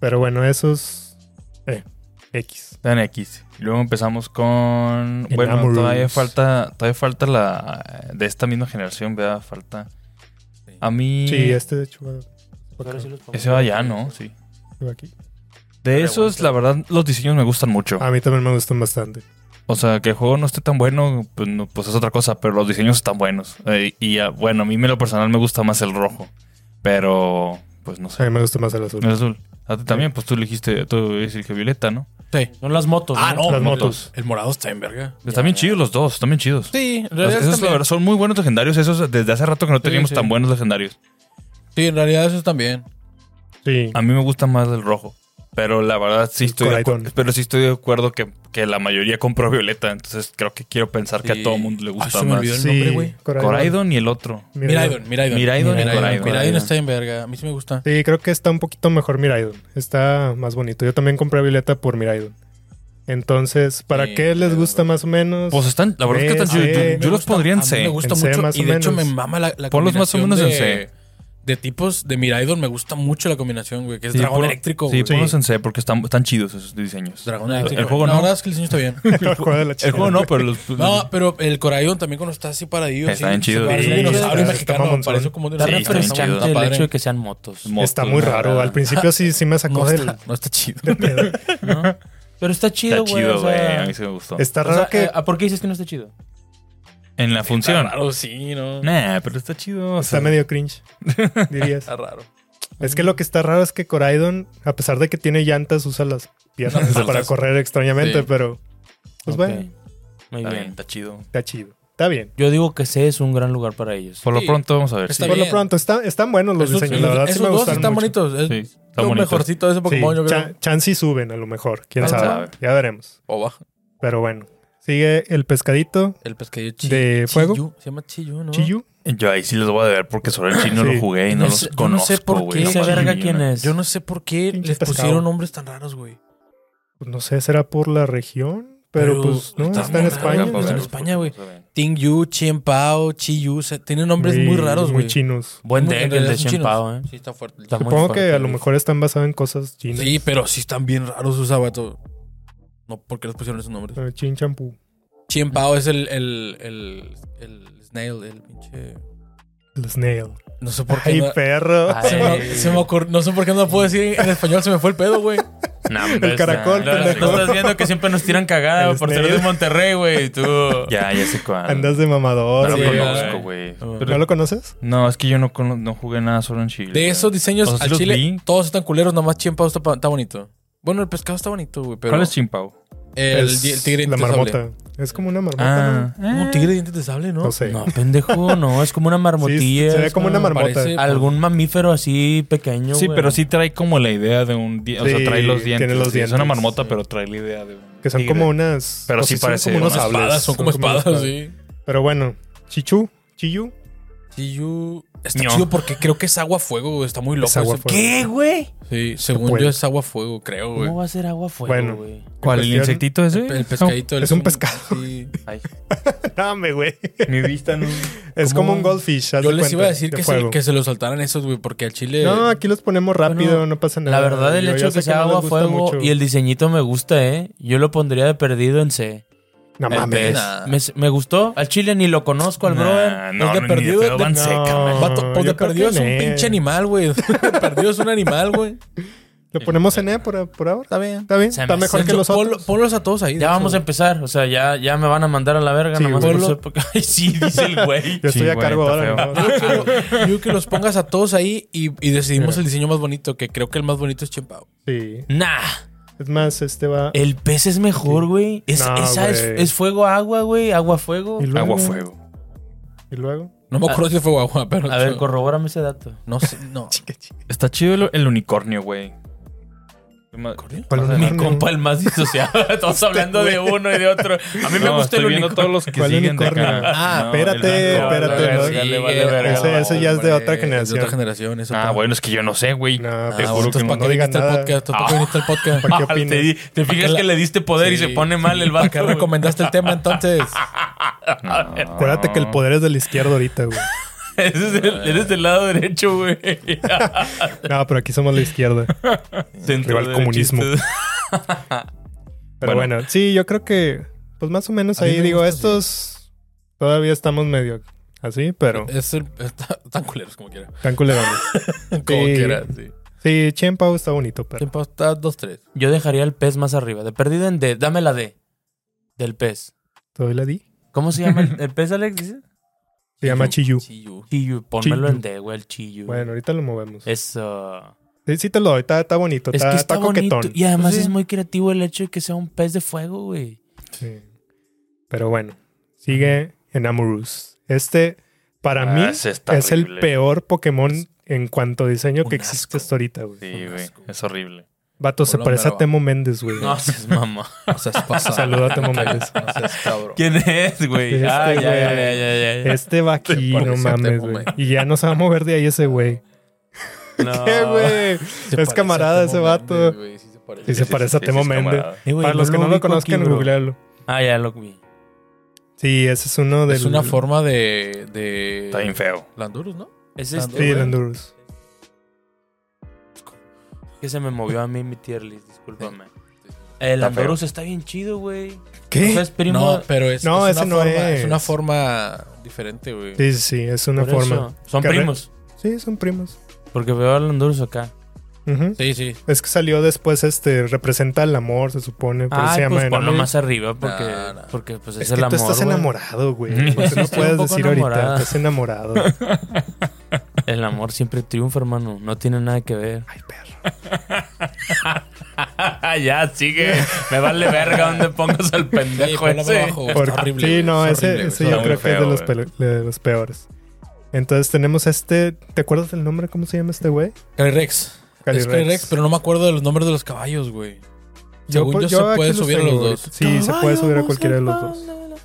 Speaker 3: Pero bueno, esos. Eh, X.
Speaker 4: Están X. Luego empezamos con. Bueno,
Speaker 3: Enamorous.
Speaker 4: todavía falta. Todavía falta la. De esta misma generación, ¿verdad? Falta. A mí.
Speaker 3: Sí, este de hecho va-
Speaker 2: ahí.
Speaker 3: va
Speaker 2: Pero
Speaker 3: acá,
Speaker 2: sí los pongo.
Speaker 4: Ese va allá, ¿no? Sí.
Speaker 3: va aquí.
Speaker 4: De esos, la verdad, los diseños me gustan mucho.
Speaker 3: A mí también me gustan bastante.
Speaker 4: O sea, que el juego no esté tan bueno, pues, no- pues es otra cosa, pero los diseños están buenos. Eh, y ah, bueno, a mí en lo personal me gusta más el rojo. Pero, pues no
Speaker 3: A mí
Speaker 4: sé.
Speaker 3: me gusta más el azul.
Speaker 4: El azul. A ti también, pues tú elegiste, tú dijiste que violeta, ¿no?
Speaker 1: Sí.
Speaker 2: Son las motos.
Speaker 1: Ah, no.
Speaker 3: Las
Speaker 1: el-
Speaker 3: motos.
Speaker 1: El morado está en verga.
Speaker 4: Están bien chidos los dos, están bien chidos.
Speaker 1: Sí, en
Speaker 4: Los-
Speaker 1: realidad,
Speaker 4: esos, la
Speaker 1: también.
Speaker 4: verdad, son muy buenos legendarios. Esos desde hace rato que no teníamos
Speaker 1: sí.
Speaker 4: tan buenos legendarios.
Speaker 1: sí, en realidad esos también.
Speaker 3: Sí.
Speaker 4: A mí me gusta más el rojo. Pero la verdad sí
Speaker 3: El
Speaker 4: estoy de acuerdo.
Speaker 3: Coraidon.
Speaker 4: Pero sí estoy de acuerdo que, que la mayoría compró Violeta. Entonces creo que quiero pensar que
Speaker 1: Sí.
Speaker 4: a todo el mundo le
Speaker 1: Ah,
Speaker 4: gusta
Speaker 1: se me
Speaker 4: más.
Speaker 1: olvidó el nombre, güey.
Speaker 3: Coraidon.
Speaker 4: Coraidon y el otro.
Speaker 1: Miraidon, Miraidon.
Speaker 4: Miraidon y Coraidon.
Speaker 1: Miraidon está en verga. A mí sí me gusta.
Speaker 3: Sí, creo que está un poquito mejor Miraidon. Está más bonito. Yo también compré Violeta por Miraidon. Entonces, ¿para
Speaker 1: Sí,
Speaker 3: qué les
Speaker 1: Miraidon.
Speaker 3: gusta más o menos?
Speaker 4: Pues están, la verdad es que
Speaker 3: B,
Speaker 4: están chidos.
Speaker 3: C.
Speaker 4: Yo-
Speaker 3: Me
Speaker 4: Yo, los
Speaker 1: gusta-
Speaker 4: pondría en
Speaker 1: a mí
Speaker 4: C.
Speaker 1: Me gusta
Speaker 3: En C,
Speaker 1: mucho
Speaker 3: más
Speaker 1: y
Speaker 3: o
Speaker 1: de hecho me
Speaker 3: menos.
Speaker 1: mama la, la
Speaker 4: Ponlos más o
Speaker 1: combinación
Speaker 4: menos en
Speaker 1: de,
Speaker 4: C.
Speaker 1: De tipos de Miraidon me gusta mucho la combinación, güey. Que es
Speaker 4: Sí,
Speaker 1: dragón
Speaker 4: ponlo-
Speaker 1: eléctrico,
Speaker 4: Sí,
Speaker 1: güey.
Speaker 4: ponlos en C porque están, están chidos esos diseños.
Speaker 1: Dragón eléctrico.
Speaker 4: El juego
Speaker 1: La
Speaker 4: no.
Speaker 1: verdad es que el diseño está bien.
Speaker 3: el juego de la
Speaker 4: El
Speaker 3: chingada.
Speaker 4: juego no, pero los.
Speaker 1: No, pero el Coraidon también cuando está así paradillo.
Speaker 4: Está bien
Speaker 1: así,
Speaker 4: chido.
Speaker 1: se Parece un
Speaker 3: Sí,
Speaker 1: dinosaurio
Speaker 3: está- está
Speaker 1: mexicano.
Speaker 3: mamonzón.
Speaker 1: Parece como un
Speaker 2: Está
Speaker 4: Sí,
Speaker 1: dinosaurio.
Speaker 4: está bien
Speaker 2: refrescante
Speaker 4: chido.
Speaker 1: Está
Speaker 2: el
Speaker 1: padre.
Speaker 2: hecho de que sean motos.
Speaker 4: motos,
Speaker 3: Está muy
Speaker 4: pues, la
Speaker 3: raro.
Speaker 4: verdad.
Speaker 3: Al principio sí, sí me sacó
Speaker 1: No
Speaker 3: del.
Speaker 1: está, no está chido.
Speaker 2: ¿no? Pero está chido,
Speaker 4: Está
Speaker 2: güey.
Speaker 4: chido,
Speaker 2: o sea,
Speaker 4: güey. A mí sí me gustó.
Speaker 3: Está
Speaker 2: o
Speaker 3: raro
Speaker 2: sea,
Speaker 3: que.
Speaker 2: eh, ¿Por qué dices que no está chido?
Speaker 4: En la
Speaker 1: Está
Speaker 4: función.
Speaker 1: raro, sí, ¿no?
Speaker 4: Nah, pero está chido. o
Speaker 3: Está
Speaker 4: sea,
Speaker 3: medio cringe, dirías.
Speaker 1: Está raro.
Speaker 3: es que lo que está raro es que Coraidon, a pesar de que tiene llantas, usa las piernas
Speaker 1: Las
Speaker 3: para
Speaker 1: llantas.
Speaker 3: correr extrañamente,
Speaker 1: Sí.
Speaker 3: pero. Pues
Speaker 2: Ok,
Speaker 3: bueno,
Speaker 2: Muy
Speaker 4: Está
Speaker 2: bien.
Speaker 4: bien, está chido.
Speaker 3: está chido. Está bien.
Speaker 2: Yo digo que C es un gran lugar para ellos.
Speaker 4: Por lo
Speaker 1: Sí.
Speaker 4: pronto vamos a ver.
Speaker 1: Está
Speaker 4: sí.
Speaker 3: Por lo
Speaker 1: bien.
Speaker 3: pronto, está- están buenos los
Speaker 1: Esos-
Speaker 3: diseños. La verdad, sí
Speaker 1: esos
Speaker 3: me
Speaker 1: dos
Speaker 3: gustaron.
Speaker 1: están
Speaker 3: mucho.
Speaker 1: bonitos. Es
Speaker 4: Sí, está
Speaker 1: lo
Speaker 4: bonito.
Speaker 1: mejorcito de ese
Speaker 3: Sí,
Speaker 1: Pokémon, yo creo.
Speaker 3: chan- chance y suben a lo mejor, quién
Speaker 4: Quién
Speaker 3: sabe.
Speaker 4: sabe.
Speaker 3: Ya veremos.
Speaker 1: O baja.
Speaker 3: Pero bueno, sigue el pescadito
Speaker 1: El pescadillo chi-
Speaker 3: ¿De
Speaker 1: Chiyu.
Speaker 3: fuego?
Speaker 1: Se llama Chiyu, ¿no?
Speaker 3: Chiyu.
Speaker 4: Yo ahí sí les voy a deber porque sobre el chino
Speaker 3: Sí.
Speaker 4: lo jugué y no,
Speaker 1: No
Speaker 4: los
Speaker 1: sé- yo no
Speaker 4: conozco.
Speaker 1: sé por
Speaker 4: güey.
Speaker 1: qué
Speaker 4: No
Speaker 1: ese
Speaker 4: manches,
Speaker 2: verga
Speaker 4: yo
Speaker 2: quién
Speaker 4: no-
Speaker 2: es.
Speaker 1: Yo no sé por qué
Speaker 3: Pinche
Speaker 1: les
Speaker 3: pescado.
Speaker 1: pusieron nombres tan raros, güey.
Speaker 3: Pues no sé, será por la región, pero, pues no, está,
Speaker 1: está
Speaker 3: en
Speaker 1: muy
Speaker 3: España.
Speaker 1: raro, pues,
Speaker 3: ¿no?
Speaker 1: está en España, güey. Ting Yu, Chien Pao, Chi Yu. o sea, tienen nombres muy, raros,
Speaker 3: Muy
Speaker 1: güey.
Speaker 3: chinos.
Speaker 2: Buen
Speaker 1: Muy-
Speaker 2: deck
Speaker 1: en
Speaker 2: el
Speaker 1: realidad
Speaker 2: de
Speaker 1: son chinos.
Speaker 2: Shenpao, ¿eh?
Speaker 1: Sí, está fuerte.
Speaker 2: Está muy
Speaker 3: Supongo que
Speaker 2: fuerte,
Speaker 3: a lo
Speaker 2: güey.
Speaker 3: mejor están basados en cosas chinas.
Speaker 1: Sí, pero sí están bien raros sus vato. No, ¿por qué les pusieron esos nombres?
Speaker 3: Eh, Chin champú.
Speaker 1: Chien Pao es el, el, el, el snail, el pinche...
Speaker 3: El snail.
Speaker 1: No sé por qué...
Speaker 3: Ay,
Speaker 1: no- Ah,
Speaker 3: perro.
Speaker 2: Ay,
Speaker 1: se me, se me ocurrió- no sé por qué no lo puedo decir en español, se me fue el pedo, güey.
Speaker 2: No, hombre,
Speaker 3: El caracol,
Speaker 2: está-
Speaker 4: pendejo.
Speaker 2: Tú estás viendo que siempre nos tiran cagada
Speaker 3: El
Speaker 2: güey, por ser
Speaker 3: Snail.
Speaker 2: de Monterrey, güey. Tú.
Speaker 4: Ya, ya sé cuál.
Speaker 3: Andas de
Speaker 4: Ah, no
Speaker 3: mamador.
Speaker 4: lo
Speaker 1: Sí,
Speaker 3: güey.
Speaker 4: conozco, güey. Pero-
Speaker 3: ¿No lo conoces?
Speaker 4: No, es que yo no, cono- no jugué nada sobre en Chile.
Speaker 1: De esos diseños
Speaker 4: O sea, sí
Speaker 1: al
Speaker 4: los
Speaker 1: chile,
Speaker 4: vi.
Speaker 1: todos están culeros, nomás Chien Pao está, pa- está bonito. Bueno, el pescado está bonito, güey, pero...
Speaker 4: ¿Cuál es Chimpao?
Speaker 1: El,
Speaker 3: Es
Speaker 1: di- el tigre
Speaker 3: La
Speaker 1: dientes de sable.
Speaker 3: marmota. Es como una marmota.
Speaker 4: Ah,
Speaker 3: ¿no?
Speaker 1: Un tigre de dientes de sable, ¿no?
Speaker 3: No sé.
Speaker 2: No, pendejo, no. Es como una marmotilla.
Speaker 3: Sí, se ve
Speaker 2: es
Speaker 3: como una marmota.
Speaker 1: parece-
Speaker 2: Algún mamífero así pequeño.
Speaker 4: sí,
Speaker 2: güey.
Speaker 4: pero sí trae como la idea de un. di- O sea,
Speaker 3: Sí,
Speaker 4: trae los dientes.
Speaker 3: tiene los
Speaker 4: sí, Es una
Speaker 3: dientes.
Speaker 4: marmota, pero trae la idea de un.
Speaker 3: Que son
Speaker 4: tigre.
Speaker 3: como unas.
Speaker 4: Pero
Speaker 3: o
Speaker 4: sí
Speaker 3: sea, son
Speaker 4: parece
Speaker 3: Como unos
Speaker 4: una
Speaker 3: sables.
Speaker 1: espadas, son como
Speaker 3: unas
Speaker 1: espadas, sí.
Speaker 3: Pero bueno, Chichu, Chiyu,
Speaker 1: CU. Está
Speaker 4: No.
Speaker 1: chido porque creo que es agua fuego, güey. Está muy loco.
Speaker 3: Es agua
Speaker 1: ese-
Speaker 3: fuego.
Speaker 2: ¿Qué, güey?
Speaker 1: Sí, según
Speaker 3: puede.
Speaker 1: yo es agua fuego, creo, güey.
Speaker 2: ¿Cómo va a ser agua fuego,
Speaker 3: Bueno.
Speaker 2: güey?
Speaker 4: ¿Cuál? ¿El
Speaker 3: Cuestión-
Speaker 4: insectito ese?
Speaker 1: El pescadito. del
Speaker 3: Es un
Speaker 1: sueño.
Speaker 3: pescado.
Speaker 1: Sí.
Speaker 2: Ay.
Speaker 3: Dame, güey.
Speaker 4: Mi vista no.
Speaker 3: Es como un goldfish. haz
Speaker 1: Yo
Speaker 3: de
Speaker 1: les
Speaker 3: cuenta,
Speaker 1: iba a decir
Speaker 3: de
Speaker 1: que se,
Speaker 3: fuego.
Speaker 1: que se lo soltaran esos, güey, porque al chile.
Speaker 3: No, aquí los ponemos rápido,
Speaker 2: Bueno,
Speaker 3: no pasa nada.
Speaker 2: La verdad, el
Speaker 3: Yo
Speaker 2: hecho
Speaker 3: ya
Speaker 2: de que
Speaker 3: sé
Speaker 2: sea
Speaker 3: no les
Speaker 2: agua
Speaker 3: gusta
Speaker 2: fuego
Speaker 3: mucho.
Speaker 2: y el diseñito me gusta, ¿eh? Yo lo pondría de perdido en C.
Speaker 3: No
Speaker 2: El
Speaker 3: mames.
Speaker 2: pez.
Speaker 1: Nah.
Speaker 2: Me, me gustó. Al chile ni lo conozco al
Speaker 4: Nah,
Speaker 2: brother.
Speaker 4: no,
Speaker 1: Los de
Speaker 4: no, ni de
Speaker 1: perdido,
Speaker 4: pedo
Speaker 1: de-
Speaker 4: van
Speaker 3: No,
Speaker 4: seca, man.
Speaker 1: Vato, pues
Speaker 3: yo
Speaker 1: de
Speaker 3: creo
Speaker 1: perdido
Speaker 3: que
Speaker 1: es un
Speaker 3: en E.
Speaker 1: pinche animal, güey. De perdido es un animal, güey.
Speaker 3: Lo ponemos en E por, por ahora.
Speaker 1: Está bien.
Speaker 3: Está bien,
Speaker 2: Se me
Speaker 3: está
Speaker 2: hace
Speaker 3: mejor que
Speaker 1: Enzo,
Speaker 3: los
Speaker 1: ponlo-
Speaker 3: otros.
Speaker 1: ponlos a todos ahí. de
Speaker 2: Ya
Speaker 1: hecho,
Speaker 2: vamos a
Speaker 1: güey.
Speaker 2: empezar. O sea, ya, ya me van a mandar a la verga.
Speaker 3: Sí,
Speaker 2: nomás
Speaker 3: güey.
Speaker 2: por ser porque- Ay, sí, dice el güey.
Speaker 3: Yo estoy
Speaker 4: Sí,
Speaker 3: a
Speaker 4: güey,
Speaker 3: cargo
Speaker 4: está
Speaker 3: ahora.
Speaker 4: feo.
Speaker 3: ¿no?
Speaker 1: Yo digo que los pongas a todos ahí y, y decidimos el diseño más bonito, que creo que el más bonito es Chimpao.
Speaker 3: Sí.
Speaker 2: Nah,
Speaker 3: Es más, este va.
Speaker 2: el pez es mejor, güey. Es,
Speaker 3: No,
Speaker 2: esa es,
Speaker 3: güey.
Speaker 2: es fuego agua, güey. Agua fuego.
Speaker 3: Y luego-
Speaker 4: Agua fuego.
Speaker 3: Y luego.
Speaker 1: No me acuerdo si fue guagua, pero.
Speaker 2: Ah. A ver, corrobórame ese dato.
Speaker 1: No sé, no.
Speaker 4: Está chido el, el unicornio, güey.
Speaker 3: ¿Cuál
Speaker 4: Más
Speaker 3: es
Speaker 2: Mi
Speaker 3: No,
Speaker 2: compa el más disociado. Estamos hablando de uno y de otro. A mí me
Speaker 4: Este No,
Speaker 2: gusta
Speaker 4: estoy
Speaker 2: el
Speaker 4: viendo
Speaker 2: único.
Speaker 4: todos los que
Speaker 3: ¿Cuál
Speaker 4: siguen de
Speaker 3: unicornio?
Speaker 4: acá.
Speaker 3: Ah,
Speaker 4: No, el
Speaker 3: espérate,
Speaker 4: blanco.
Speaker 3: espérate.
Speaker 4: Ah,
Speaker 3: ¿no?
Speaker 2: sí,
Speaker 3: Dale,
Speaker 2: vale,
Speaker 3: vale,
Speaker 2: verga,
Speaker 1: vale,
Speaker 3: Ese- ese ya es de
Speaker 1: hombre,
Speaker 3: otra
Speaker 1: Es de
Speaker 3: generación.
Speaker 1: otra generación, eso.
Speaker 4: Ah,
Speaker 1: pa.
Speaker 4: bueno, es que yo no sé, güey.
Speaker 3: No,
Speaker 1: Ah,
Speaker 4: Te
Speaker 3: pues,
Speaker 4: juro
Speaker 1: entonces,
Speaker 4: que
Speaker 1: ¿para
Speaker 4: no
Speaker 1: qué
Speaker 3: digan
Speaker 1: viniste al
Speaker 3: nada.
Speaker 1: podcast? ¿Para qué viniste al podcast?
Speaker 3: ¿Para qué
Speaker 2: Ah,
Speaker 3: opinas?
Speaker 2: te, di- te fijas
Speaker 1: la-
Speaker 2: que le diste poder y
Speaker 1: Sí.
Speaker 2: se pone mal el
Speaker 1: ¿Para qué
Speaker 2: vato. güey.
Speaker 1: recomendaste el tema entonces?
Speaker 4: No.
Speaker 3: Acuérdate que el poder es de la izquierda ahorita, güey.
Speaker 2: Ese es el- Eres del lado derecho, güey.
Speaker 3: No, pero aquí somos la izquierda.
Speaker 2: Dentro
Speaker 3: Rival
Speaker 2: del
Speaker 3: comunismo.
Speaker 2: chiste.
Speaker 3: Pero bueno. sí, yo creo que, pues más o menos
Speaker 1: A mí
Speaker 3: ahí
Speaker 1: me
Speaker 3: digo,
Speaker 1: gusta,
Speaker 3: estos todavía estamos medio así, pero
Speaker 1: Es el- está- tan culeros como quiera.
Speaker 3: tan culerones.
Speaker 1: Como
Speaker 3: Sí.
Speaker 1: quiera, sí.
Speaker 3: Sí, Chen Pao está bonito, pero
Speaker 1: Chimpao está 2-3.
Speaker 2: Yo dejaría el pez más arriba. De perdido en D. Dame la D. Del pez.
Speaker 3: todavía la di.
Speaker 2: ¿Cómo se llama el, el pez, Alex? Dice?
Speaker 3: Se llama Chiyu.
Speaker 1: Chiyu.
Speaker 2: Chiyu. Pónmelo
Speaker 3: Chiyu.
Speaker 2: en D, güey. El chiyu.
Speaker 3: Bueno, ahorita lo movemos.
Speaker 2: Eso.
Speaker 3: Sí, sí te lo doy, está, está bonito,
Speaker 2: Es
Speaker 3: está,
Speaker 2: que está,
Speaker 3: está
Speaker 2: bonito.
Speaker 3: coquetón.
Speaker 2: Y además
Speaker 1: Sí.
Speaker 2: es muy creativo el hecho de que sea un pez de fuego, güey.
Speaker 3: Sí. Pero bueno, sigue en Amurus. Este, para
Speaker 4: Ah,
Speaker 3: mí,
Speaker 4: ese está
Speaker 3: es el
Speaker 4: horrible.
Speaker 3: peor Pokémon en cuanto a diseño
Speaker 1: Un
Speaker 3: que
Speaker 1: asco.
Speaker 3: existe hasta ahorita, güey.
Speaker 4: Sí, güey. Es horrible.
Speaker 3: Vato, se
Speaker 1: Hola,
Speaker 3: parece a
Speaker 1: mero.
Speaker 3: Temo Méndez, güey.
Speaker 2: No seas mamá.
Speaker 1: O sea, es pasado.
Speaker 3: Saluda a Temo Méndez.
Speaker 1: O sea, es cabrón.
Speaker 2: ¿Quién es, güey?
Speaker 3: Este,
Speaker 2: Ah, ya, ya,
Speaker 3: güey.
Speaker 2: ya, ya, ya.
Speaker 3: Este va aquí,
Speaker 1: parece
Speaker 3: no
Speaker 1: a
Speaker 3: mames,
Speaker 1: Temo
Speaker 3: güey.
Speaker 1: Méndez.
Speaker 3: Y ya no se va a mover de ahí ese güey.
Speaker 2: No.
Speaker 3: ¿Qué, güey?
Speaker 1: Se parece
Speaker 3: camarada
Speaker 1: a
Speaker 3: ese
Speaker 1: Temo
Speaker 3: vato.
Speaker 1: Méndez, güey, sí se parece.
Speaker 3: Sí, se parece a Temo
Speaker 4: sí,
Speaker 3: Méndez.
Speaker 4: camarada.
Speaker 2: Eh, güey,
Speaker 3: Para los que no lo
Speaker 2: ubico aquí,
Speaker 3: conozcan,
Speaker 2: bro.
Speaker 3: googlealo.
Speaker 2: Ah, ya lo vi.
Speaker 3: Sí, ese es uno de
Speaker 1: Es una forma de. de
Speaker 4: Está bien feo.
Speaker 1: Landurus, ¿no?
Speaker 2: Es
Speaker 1: Tanto,
Speaker 2: este
Speaker 3: Sí, el
Speaker 1: güey.
Speaker 3: Endurus.
Speaker 2: que se me movió a mí mi tier list, discúlpame. El
Speaker 4: Está
Speaker 2: Andorus está bien chido, güey. O sea,
Speaker 3: ¿Qué?
Speaker 2: es primo.
Speaker 1: No, pero es,
Speaker 3: No,
Speaker 1: es una
Speaker 3: ese no
Speaker 1: forma,
Speaker 3: es.
Speaker 1: una forma diferente, güey.
Speaker 3: Sí, sí, sí, es una
Speaker 2: por eso.
Speaker 3: forma.
Speaker 2: Son
Speaker 3: Carre-
Speaker 2: primos.
Speaker 3: Sí, son primos.
Speaker 2: Porque veo al Andorus acá.
Speaker 3: Ujú.
Speaker 1: Sí, sí.
Speaker 3: Es que salió después, este, representa el amor, se supone. Por eso se
Speaker 2: Ay,
Speaker 3: llama
Speaker 2: pues ponlo
Speaker 3: enamorado.
Speaker 2: más arriba porque,
Speaker 1: No, no.
Speaker 2: porque pues es,
Speaker 3: Es
Speaker 2: el
Speaker 3: que
Speaker 2: amor.
Speaker 3: tú estás
Speaker 2: güey.
Speaker 3: enamorado, güey. Pues no
Speaker 2: Estoy un
Speaker 3: puedes
Speaker 2: poco
Speaker 3: decir
Speaker 2: enamorada.
Speaker 3: ahorita, estás enamorado.
Speaker 2: El amor siempre triunfa, hermano. No tiene nada que ver.
Speaker 3: Ay, perro.
Speaker 4: Ah,
Speaker 2: ya, sigue. Me vale verga donde pongas al
Speaker 1: Sí,
Speaker 2: pendejo
Speaker 1: ponlo
Speaker 2: ese.
Speaker 1: abajo, güey,
Speaker 3: Por-
Speaker 1: Oh, está horrible.
Speaker 3: sí,
Speaker 1: güey,
Speaker 3: no,
Speaker 1: está
Speaker 3: ese,
Speaker 1: horrible, güey,
Speaker 3: ese
Speaker 1: está
Speaker 3: yo
Speaker 4: muy
Speaker 1: horrible.
Speaker 3: creo que es de
Speaker 4: feo,
Speaker 3: los, pele- de los peores. Entonces tenemos este. ¿Te acuerdas del nombre? ¿Cómo se llama este güey?
Speaker 1: Calyrex. Es
Speaker 3: Calyrex.
Speaker 1: Calyrex, pero no me acuerdo de los nombres de los caballos, güey. Según
Speaker 3: por-
Speaker 1: yo, se
Speaker 3: aquí
Speaker 1: puede subir a
Speaker 3: tengo
Speaker 1: los
Speaker 3: ahorita.
Speaker 1: dos.
Speaker 3: Sí, se puede subir a cualquiera de los dos.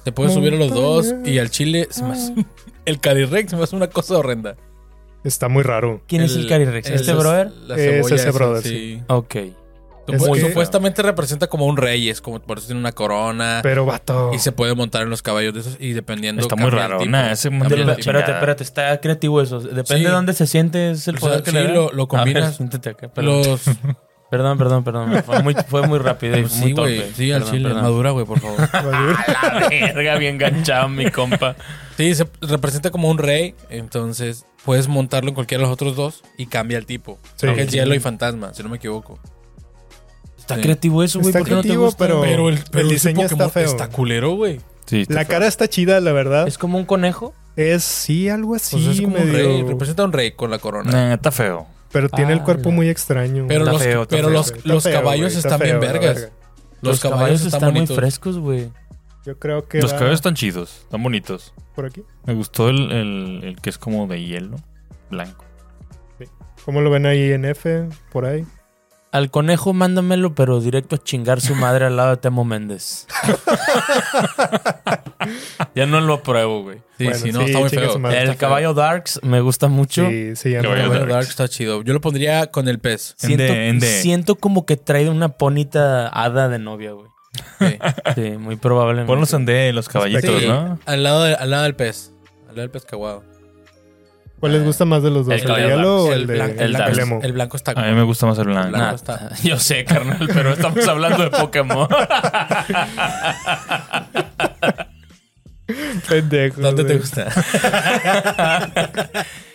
Speaker 1: Te puedes subir a los dos y al chile se me
Speaker 3: Ah.
Speaker 1: hace- el Calyrex se me hace una cosa horrenda.
Speaker 3: Está muy raro.
Speaker 2: ¿Quién es el Carirex? ¿Este
Speaker 1: es-
Speaker 2: brother?
Speaker 1: la
Speaker 3: Es
Speaker 1: cebolla
Speaker 3: ese
Speaker 1: esa,
Speaker 3: brother,
Speaker 2: Ok.
Speaker 3: Es
Speaker 1: Supu-
Speaker 3: que-
Speaker 1: Supuestamente representa como un rey, es como por eso tiene una corona
Speaker 3: Pero vato.
Speaker 1: y se puede montar en los caballos de esos y dependiendo.
Speaker 4: Está muy
Speaker 1: cambia el
Speaker 4: raro,
Speaker 1: tipo.
Speaker 4: nah, ese
Speaker 1: Cambia
Speaker 4: mundo
Speaker 1: el
Speaker 4: de la
Speaker 1: tipo.
Speaker 4: chingada.
Speaker 2: Espérate, espérate, está creativo eso. Depende
Speaker 1: Sí.
Speaker 2: de dónde se siente, es el
Speaker 1: O
Speaker 2: poder
Speaker 1: sea,
Speaker 2: que
Speaker 1: sí,
Speaker 2: le da.
Speaker 1: lo- lo
Speaker 2: A
Speaker 1: combinas.
Speaker 2: ver, siéntate acá, perdón.
Speaker 1: Los, pues
Speaker 2: Perdón, perdón, perdón. Fue muy, fue muy rápido y muy
Speaker 1: sí,
Speaker 2: torpe.
Speaker 1: güey, sí, al
Speaker 2: Perdón,
Speaker 1: chile,
Speaker 2: perdón.
Speaker 1: madura, güey, por favor.
Speaker 2: A la verga, bien enganchado mi compa.
Speaker 1: sí, se representa como un rey, entonces puedes montarlo en cualquiera de los otros dos y cambia el tipo.
Speaker 3: Sí.
Speaker 1: Creo que es hielo y fantasma, si no me equivoco.
Speaker 2: Está
Speaker 1: Sí.
Speaker 2: creativo eso, güey.
Speaker 3: Está
Speaker 2: ¿Por qué no te
Speaker 3: creativo,
Speaker 2: gusta?
Speaker 3: pero-
Speaker 1: Pero el,
Speaker 3: el
Speaker 1: pero ese
Speaker 3: diseño está
Speaker 1: Pokémon
Speaker 3: feo.
Speaker 1: Está culero, güey.
Speaker 4: Sí, está
Speaker 3: La
Speaker 4: feo.
Speaker 3: cara está chida, la verdad.
Speaker 2: Es como un conejo.
Speaker 3: Es sí, algo así.
Speaker 1: Pues es como un
Speaker 3: medio-
Speaker 1: rey, representa a un rey con la corona.
Speaker 4: Nah, está feo.
Speaker 3: Pero tiene el
Speaker 2: Ah,
Speaker 3: cuerpo
Speaker 2: la-
Speaker 3: muy extraño.
Speaker 1: Pero
Speaker 4: Está
Speaker 1: los,
Speaker 4: feo, está
Speaker 1: pero
Speaker 4: feo,
Speaker 1: los,
Speaker 3: Está
Speaker 1: los
Speaker 3: feo,
Speaker 1: caballos
Speaker 3: güey, está
Speaker 1: están bien
Speaker 3: feo, la
Speaker 1: vergas.
Speaker 3: verga.
Speaker 1: Los, caballos, están,
Speaker 2: muy
Speaker 1: bonitos.
Speaker 2: frescos, güey.
Speaker 3: Yo creo que
Speaker 4: Los
Speaker 3: va
Speaker 4: caballos están chidos, están bonitos.
Speaker 3: por aquí.
Speaker 4: Me gustó el, el- el que es como de hielo, blanco.
Speaker 3: ¿Cómo lo ven ahí en F? Por ahí.
Speaker 2: Al conejo mándamelo, pero directo a chingar su madre al lado de Temo Méndez. Ya no lo apruebo, güey.
Speaker 1: Sí,
Speaker 3: Bueno,
Speaker 1: sí, no,
Speaker 3: sí,
Speaker 1: está muy
Speaker 3: chinga
Speaker 1: feo.
Speaker 3: su madre.
Speaker 2: El
Speaker 3: está
Speaker 2: caballo Darks me gusta mucho.
Speaker 3: Sí, sí, ya
Speaker 1: El
Speaker 3: no.
Speaker 1: caballo
Speaker 4: Darks.
Speaker 1: Dark está chido. Yo lo pondría con el pez.
Speaker 2: Siento,
Speaker 4: En de- en de-
Speaker 2: siento como que trae una ponita hada de novia, güey.
Speaker 1: Sí.
Speaker 2: Sí, muy probablemente.
Speaker 4: Ponlos en D, los caballitos,
Speaker 1: Sí,
Speaker 4: ¿no?
Speaker 1: al, lado de- al lado del pez. Al lado del pez caguado.
Speaker 3: ¿Cuál les gusta más de los dos?
Speaker 2: El
Speaker 3: ¿El,
Speaker 2: caballo
Speaker 3: de hielo o
Speaker 1: el,
Speaker 3: el de
Speaker 1: blanco, el,
Speaker 3: el
Speaker 1: blanco,
Speaker 2: Darks.
Speaker 3: lemo?
Speaker 1: el blanco está
Speaker 4: A mí me gusta más el
Speaker 1: Nah.
Speaker 4: blanco.
Speaker 2: Nah,
Speaker 1: está.
Speaker 2: Yo sé, carnal, pero estamos hablando de Pokémon.
Speaker 3: Pendejo,
Speaker 1: ¿Dónde te
Speaker 3: güey.
Speaker 1: gusta?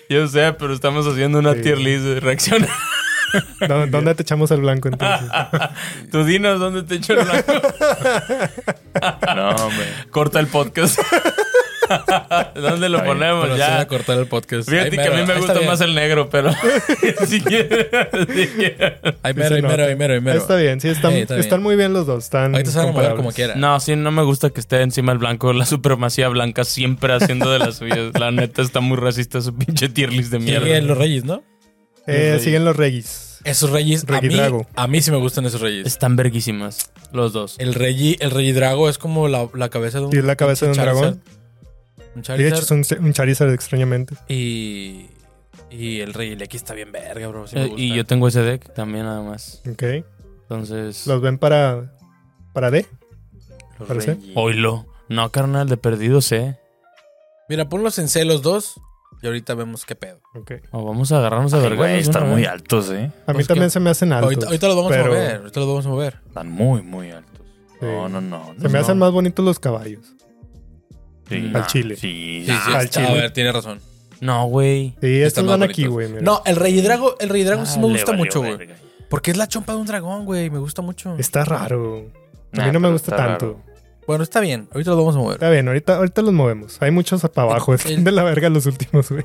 Speaker 2: Yo sé, pero estamos haciendo una
Speaker 3: Sí.
Speaker 2: tier list de reacción.
Speaker 3: ¿Dó- ¿Dónde te echamos el blanco entonces?
Speaker 1: Ah,
Speaker 2: Tú dinos dónde te echo el blanco.
Speaker 4: No, hombre.
Speaker 2: Corta el podcast. ¿Dónde lo ponemos?
Speaker 1: Pero se va
Speaker 2: Ya.
Speaker 1: a cortar el podcast. Ahí
Speaker 2: Fíjate que a mí
Speaker 1: mero,
Speaker 2: me
Speaker 1: ahí
Speaker 2: gusta
Speaker 1: está
Speaker 2: más
Speaker 1: bien.
Speaker 2: el negro, pero. si quieres. si quieres.
Speaker 1: Ahí mero,
Speaker 3: Sí
Speaker 1: ahí
Speaker 3: se
Speaker 1: mero,
Speaker 3: nota.
Speaker 1: ahí mero, ahí mero.
Speaker 3: Está bien, sí, están,
Speaker 1: Sí, está bien.
Speaker 3: están muy bien los dos. Están
Speaker 1: Ahorita se van a mover como
Speaker 3: comparables.
Speaker 1: quiera.
Speaker 2: No, sí, no me gusta que esté encima el blanco. La supremacía blanca siempre haciendo de las suyas. La neta está muy racista su pinche tier list de mierda.
Speaker 1: Siguen los reyes, ¿no?
Speaker 3: Eh, siguen los Reyes.
Speaker 1: Esos reyes, a mí,
Speaker 3: Regidrago.
Speaker 1: a mí sí me gustan esos reyes.
Speaker 2: Están verguísimas, los dos. Eh,
Speaker 1: El rey, el rey drago es como la, la cabeza de un...
Speaker 3: Y es la cabeza de un
Speaker 1: Charizard.
Speaker 3: dragón.
Speaker 1: Un
Speaker 3: Y de hecho
Speaker 1: Charizard.
Speaker 3: es un, un Charizard extrañamente.
Speaker 1: Y, y el rey aquí está bien verga, bro. sí me
Speaker 2: Eh,
Speaker 1: gusta.
Speaker 2: y yo tengo ese deck también, nada más.
Speaker 3: Ok.
Speaker 2: Entonces.
Speaker 3: Los ven para... ¿Para D?
Speaker 1: Los
Speaker 3: parece.
Speaker 1: reyes.
Speaker 2: Oilo. No, carnal, de ¿eh? perdido sé.
Speaker 1: Mira, ponlos en C los dos y ahorita vemos qué pedo.
Speaker 3: Ok.
Speaker 2: O vamos a agarrarnos a
Speaker 4: Ay,
Speaker 2: vergüenza.
Speaker 4: güey, están muy altos, ¿eh?
Speaker 3: A mí
Speaker 1: Pues
Speaker 3: también
Speaker 1: que-
Speaker 3: se me hacen altos.
Speaker 1: ahorita, ahorita los vamos
Speaker 3: pero
Speaker 1: a mover, ahorita los vamos a mover.
Speaker 4: Están muy, muy altos.
Speaker 3: Sí.
Speaker 4: No, no, no.
Speaker 3: Se me
Speaker 4: no.
Speaker 3: hacen más bonitos los caballos.
Speaker 4: Sí.
Speaker 3: al chile.
Speaker 1: Sí,
Speaker 4: Sí,
Speaker 1: sí,
Speaker 3: al
Speaker 1: está- a
Speaker 3: chile.
Speaker 1: ver, tiene razón.
Speaker 2: No, güey.
Speaker 3: Sí,
Speaker 1: Están
Speaker 3: estos
Speaker 1: más
Speaker 3: van aquí,
Speaker 1: bonitos.
Speaker 3: güey. mira.
Speaker 1: No, el rey drago, el rey drago sí me
Speaker 4: Ah, le
Speaker 1: gusta
Speaker 4: valió
Speaker 1: mucho, güey.
Speaker 4: verga.
Speaker 1: Porque es la chompa de un dragón, güey. Me gusta mucho.
Speaker 3: Está raro. A
Speaker 4: Nah,
Speaker 3: mí no me
Speaker 4: pero
Speaker 3: gusta
Speaker 4: está
Speaker 3: tanto.
Speaker 4: raro.
Speaker 1: Bueno, está bien. Ahorita los vamos a mover.
Speaker 3: Está bien, ahorita, ahorita los movemos. Hay muchos para abajo.
Speaker 1: El-
Speaker 3: Están de la verga los últimos, güey.